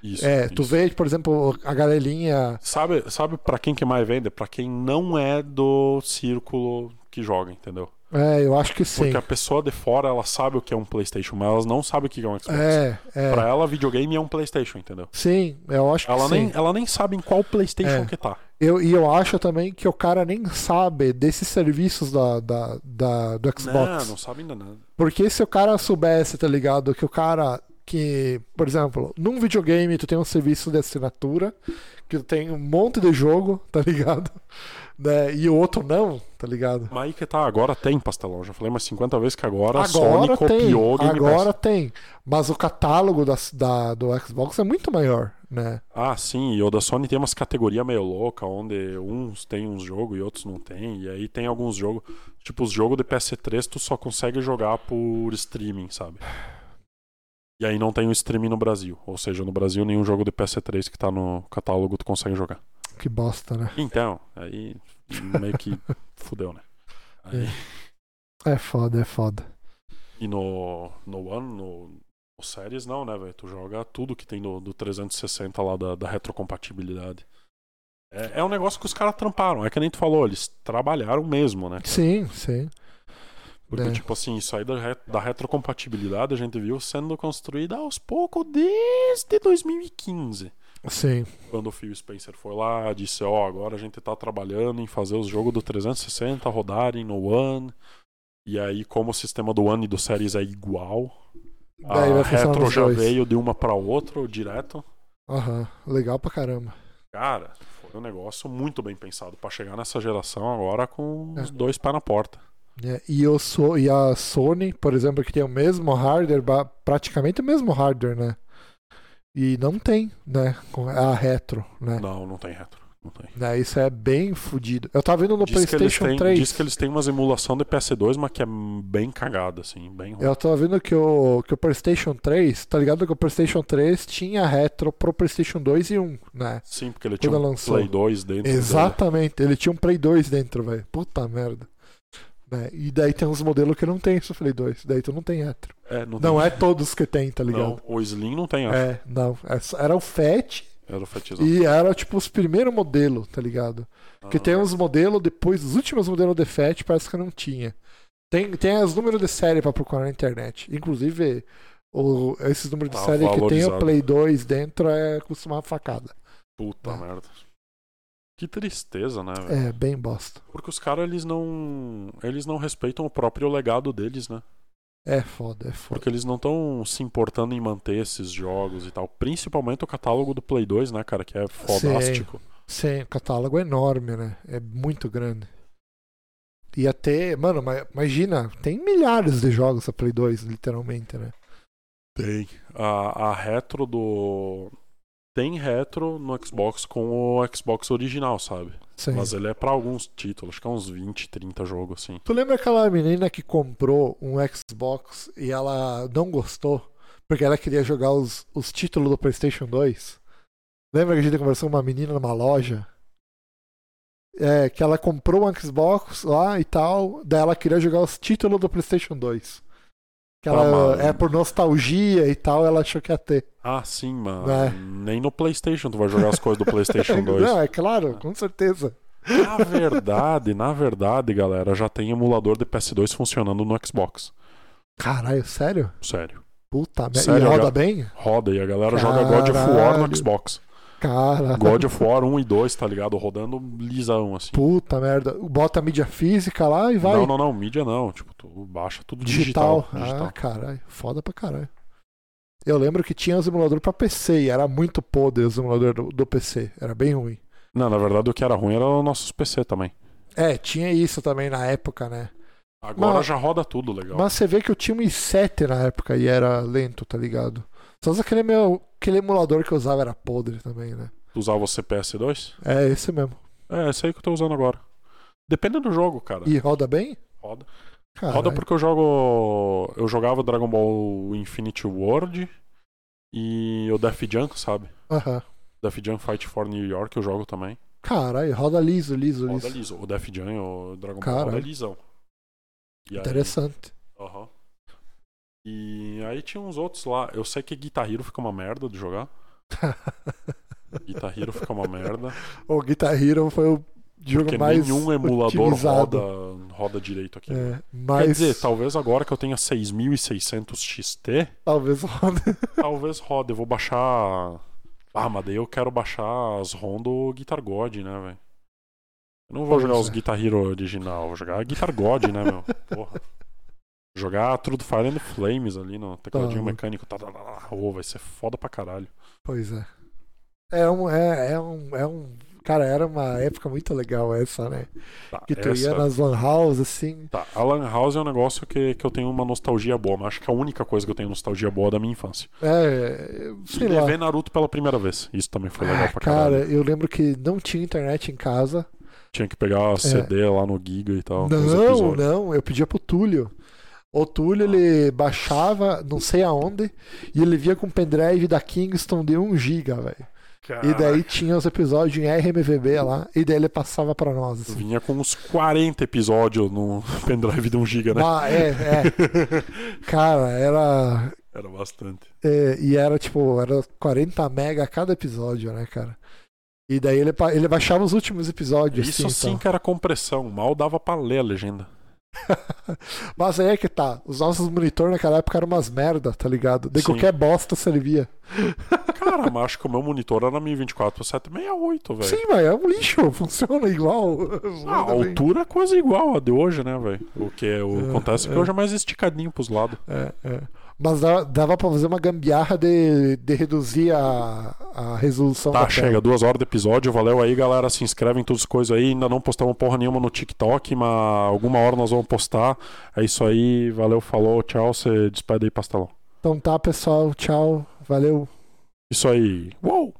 Speaker 1: Isso,
Speaker 2: É, tu
Speaker 1: isso.
Speaker 2: vê, por exemplo, a galerinha.
Speaker 1: Sabe, sabe pra quem que mais vende? Pra quem não é do círculo que joga, entendeu?
Speaker 2: É, eu acho que sim.
Speaker 1: Porque a pessoa de fora, ela sabe o que é um Playstation, mas elas não sabem o que é um Xbox.
Speaker 2: É, é.
Speaker 1: Pra ela, videogame é um Playstation, entendeu?
Speaker 2: Sim, eu acho que
Speaker 1: Ela
Speaker 2: sim.
Speaker 1: nem, ela nem sabe em qual Playstation
Speaker 2: É.
Speaker 1: que tá.
Speaker 2: Eu, e eu acho também que o cara nem sabe desses serviços da, da, da- do Xbox.
Speaker 1: Não, não sabe ainda nada.
Speaker 2: Porque se o cara soubesse, tá ligado? Que o cara que, por exemplo, num videogame tu tem um serviço de assinatura, que tu tem um monte de jogo, tá ligado? Né? E o outro não, tá ligado?
Speaker 1: Mas aí que tá, agora tem pastelão. Já falei umas 50 vezes que agora, a Sony
Speaker 2: Agora tem,
Speaker 1: copiou o Game
Speaker 2: agora
Speaker 1: Pass.
Speaker 2: tem. Mas o catálogo da, da- do Xbox é muito maior, né?
Speaker 1: Ah, sim, e o da Sony tem umas categorias meio louca, onde uns tem uns jogos e outros não tem. E aí tem alguns jogos, tipo os jogos de PS3, tu só consegue jogar por streaming, sabe? E aí não tem o streaming no Brasil. Ou seja, no Brasil nenhum jogo de PS3 que tá no catálogo tu consegue jogar.
Speaker 2: Que bosta, né?
Speaker 1: Então, aí meio que fudeu, né? Aí,
Speaker 2: É foda, é foda.
Speaker 1: E no, no One, no, no Series, não, né, velho? Tu joga tudo que tem do, do 360 lá da, da retrocompatibilidade. É, é um negócio que os caras tramparam. É que nem tu falou, eles trabalharam mesmo, né?
Speaker 2: Sim, sim.
Speaker 1: Porque,
Speaker 2: É.
Speaker 1: tipo assim, isso aí da, re- da retrocompatibilidade a gente viu sendo construída aos poucos desde 2015.
Speaker 2: Sim.
Speaker 1: Quando o Phil Spencer foi lá, disse: Ó, agora a gente tá trabalhando em fazer os jogos do 360 rodarem no One. E aí, como o sistema do One e do Series é igual, a
Speaker 2: Daí vai funcionar
Speaker 1: retro
Speaker 2: nos
Speaker 1: já
Speaker 2: dois.
Speaker 1: veio de uma pra outra direto.
Speaker 2: Aham. Legal pra caramba.
Speaker 1: Cara, foi um negócio muito bem pensado pra chegar nessa geração agora com os
Speaker 2: É.
Speaker 1: dois pés na porta.
Speaker 2: É, E, eu sou, e a Sony, por exemplo, que tem o mesmo hardware, ba- praticamente o mesmo hardware, né? E não tem, né? com A retro, né?
Speaker 1: Não, não tem retro. Não tem.
Speaker 2: Né, Isso é bem fudido. Eu tava vendo no
Speaker 1: Diz que, eles
Speaker 2: PlayStation
Speaker 1: têm,
Speaker 2: 3.
Speaker 1: diz que eles têm umas emulação de PS2, mas que é bem cagada, assim, bem ruim.
Speaker 2: Eu tava vendo que o, que o PlayStation 3, tá ligado? Que o PlayStation 3 tinha retro pro PlayStation 2 e 1, né?
Speaker 1: Sim, porque ele
Speaker 2: Quando
Speaker 1: tinha um
Speaker 2: lançou.
Speaker 1: Play 2 dentro dele.
Speaker 2: Exatamente, ele tinha um Play 2 dentro, velho. Puta merda. Né, E daí tem uns modelos que não tem esse Play 2, daí tu não tem retro.
Speaker 1: É, não,
Speaker 2: Não
Speaker 1: tem-
Speaker 2: é todos que tem, tá ligado?
Speaker 1: Não, o Slim não tem, acho.
Speaker 2: É, não. É só- Era o FAT
Speaker 1: Era o fatizado.
Speaker 2: e era tipo os primeiros modelos, tá ligado? Porque
Speaker 1: Ah,
Speaker 2: tem uns modelos depois, os últimos modelos de FAT parece que não tinha. Tem, tem os números de série pra procurar na internet. Inclusive, o- esses números de
Speaker 1: Tá
Speaker 2: série que tem o
Speaker 1: valorizado.
Speaker 2: Play 2 dentro é costuma facada.
Speaker 1: Puta
Speaker 2: Ah.
Speaker 1: merda. Que tristeza, né, velho?
Speaker 2: É, bem bosta.
Speaker 1: Porque os caras, eles não. Eles não respeitam o próprio legado deles, né?
Speaker 2: É foda, é foda.
Speaker 1: Porque eles não estão se importando em manter esses jogos e tal. Principalmente o catálogo do Play 2, né, cara? Que é fodástico.
Speaker 2: Sim, o catálogo é enorme, né? É muito grande. E até, mano, ma- imagina, tem milhares de jogos a Play 2, literalmente, né?
Speaker 1: Tem. A, a retro do. Tem retro no Xbox com o Xbox original, sabe?
Speaker 2: Sim.
Speaker 1: Mas ele é pra alguns títulos, acho que é uns 20, 30 jogos, assim.
Speaker 2: Tu lembra aquela menina que comprou um Xbox e ela não gostou? Porque ela queria jogar os, os títulos do PlayStation 2? Lembra que a gente conversou com uma menina numa loja? É, que ela comprou um Xbox lá e tal, daí ela queria jogar os títulos do PlayStation 2. Que
Speaker 1: Tá
Speaker 2: ela
Speaker 1: maluco.
Speaker 2: é por nostalgia e tal, ela achou que ia ter.
Speaker 1: Ah, sim, mano.
Speaker 2: É.
Speaker 1: Nem no PlayStation tu vai jogar as coisas do PlayStation 2.
Speaker 2: Não, é claro, com certeza.
Speaker 1: Na verdade, na verdade, galera, já tem emulador de PS2 funcionando no Xbox.
Speaker 2: Caralho, sério?
Speaker 1: Sério.
Speaker 2: Puta merda. E
Speaker 1: Sério,
Speaker 2: roda
Speaker 1: já-
Speaker 2: bem?
Speaker 1: Roda e a galera joga God of War
Speaker 2: Caralho.
Speaker 1: no Xbox.
Speaker 2: Cara.
Speaker 1: God of War 1 e 2, tá ligado? Rodando lisão, assim.
Speaker 2: Puta merda. Bota a mídia física lá e vai.
Speaker 1: Não, não, não, mídia não. Tipo, tu baixa tudo
Speaker 2: Digital.
Speaker 1: digital. digital.
Speaker 2: Ah, caralho. Foda pra caralho. Eu lembro que tinha um simulador pra PC e era muito podre o simulador do, do PC. Era bem ruim.
Speaker 1: Não, na verdade o que era ruim era os nossos PC também.
Speaker 2: É, tinha isso também na época, né?
Speaker 1: Agora
Speaker 2: Mas-
Speaker 1: já roda tudo legal.
Speaker 2: Mas você vê que eu tinha um i7 na época e era lento, tá ligado? Só se aquele meu. Aquele emulador que eu usava era podre também, né?
Speaker 1: Tu usava o CPS2?
Speaker 2: É esse mesmo.
Speaker 1: É, esse aí que eu tô usando agora. Depende do jogo, cara.
Speaker 2: E roda bem?
Speaker 1: Roda.
Speaker 2: Cara,
Speaker 1: Tá. Roda porque eu jogo. Eu jogava Dragon Ball Infinity World e o Def Jam, sabe?
Speaker 2: Aham.
Speaker 1: Def Jam Fight for New York eu jogo também.
Speaker 2: Caralho, roda liso, liso,
Speaker 1: Roda
Speaker 2: liso.
Speaker 1: liso. O Def Jam, o Dragon Ball
Speaker 2: Caralho.
Speaker 1: roda lisão. E aí-
Speaker 2: Interessante.
Speaker 1: Aham. E aí tinha uns outros lá. Eu sei que Guitar Hero fica uma merda de jogar. Guitar Hero fica uma merda.
Speaker 2: o Guitar Hero foi o jogo
Speaker 1: Porque
Speaker 2: mais.
Speaker 1: nenhum emulador
Speaker 2: otimizado.
Speaker 1: roda, roda direito aqui.
Speaker 2: É,
Speaker 1: Quer
Speaker 2: mas
Speaker 1: dizer, talvez agora que eu tenha 6600 XT,
Speaker 2: talvez roda.
Speaker 1: talvez roda. Eu vou baixar. Ah, mas daí eu quero baixar as ROM do Guitar God, né, velho? Eu não vou
Speaker 2: Pois
Speaker 1: jogar os
Speaker 2: é.
Speaker 1: Guitar Hero original, eu vou jogar Guitar God, né, meu? Porra. Jogar Truth Fire and Flames ali no tecladinho
Speaker 2: Tá.
Speaker 1: mecânico. Tá, tá, tá, tá. Ô, vai ser foda pra caralho.
Speaker 2: Pois é. É um, é, é um, é um. Cara, era uma época muito legal essa, né?
Speaker 1: Tá,
Speaker 2: Que tu ia
Speaker 1: essa-
Speaker 2: nas lan house, assim.
Speaker 1: Tá, a Lan House é um negócio que, que eu tenho uma nostalgia boa, mas acho que é a única coisa que eu tenho nostalgia boa é da minha infância.
Speaker 2: É, sei
Speaker 1: e
Speaker 2: lá.
Speaker 1: ver Naruto pela primeira vez. Isso também foi legal
Speaker 2: Ah,
Speaker 1: pra caralho.
Speaker 2: cara, eu lembro que não tinha internet em casa.
Speaker 1: Tinha que pegar CD lá no Giga e tal. os
Speaker 2: é. Não, né?
Speaker 1: episódios.
Speaker 2: não, eu pedia pro Túlio. O Túlio, ele baixava, não sei aonde, e ele via com pendrive da Kingston de 1GB, velho. E daí tinha os episódios em RMVB lá, e daí ele passava pra nós, assim.
Speaker 1: Vinha com uns 40 episódios no pendrive de 1 giga, né?
Speaker 2: Ah, é, é. Cara, era.
Speaker 1: Era bastante.
Speaker 2: é, e era tipo, era 40 mega a cada episódio, né, cara? E daí ele, pa- ele baixava os últimos episódios.
Speaker 1: Isso
Speaker 2: assim,
Speaker 1: sim
Speaker 2: então.
Speaker 1: que era compressão. Mal dava pra ler a legenda.
Speaker 2: Mas aí é que tá. Os nossos monitores naquela época eram umas merda, tá ligado? De
Speaker 1: Sim.
Speaker 2: qualquer bosta servia.
Speaker 1: Cara, mas acho que o meu monitor era 1024x768, velho.
Speaker 2: Sim, velho, é um lixo, funciona igual.
Speaker 1: Ah, a
Speaker 2: Manda bem.
Speaker 1: altura é quase igual a de hoje, né, velho? O que é- o- acontece é que hoje é mais esticadinho pros lados.
Speaker 2: É, é. Mas dava, dava pra fazer uma gambiarra de, de reduzir a, a resolução da
Speaker 1: Tá,
Speaker 2: tela.
Speaker 1: chega, duas horas do episódio. Valeu aí, galera. Se inscreve em todas as coisas aí. Ainda não postamos porra nenhuma no TikTok, mas alguma hora nós vamos postar. É isso aí. Valeu, falou, tchau. Você despede aí, pastelão.
Speaker 2: Então tá, pessoal. Tchau. Valeu.
Speaker 1: Isso aí. Uou!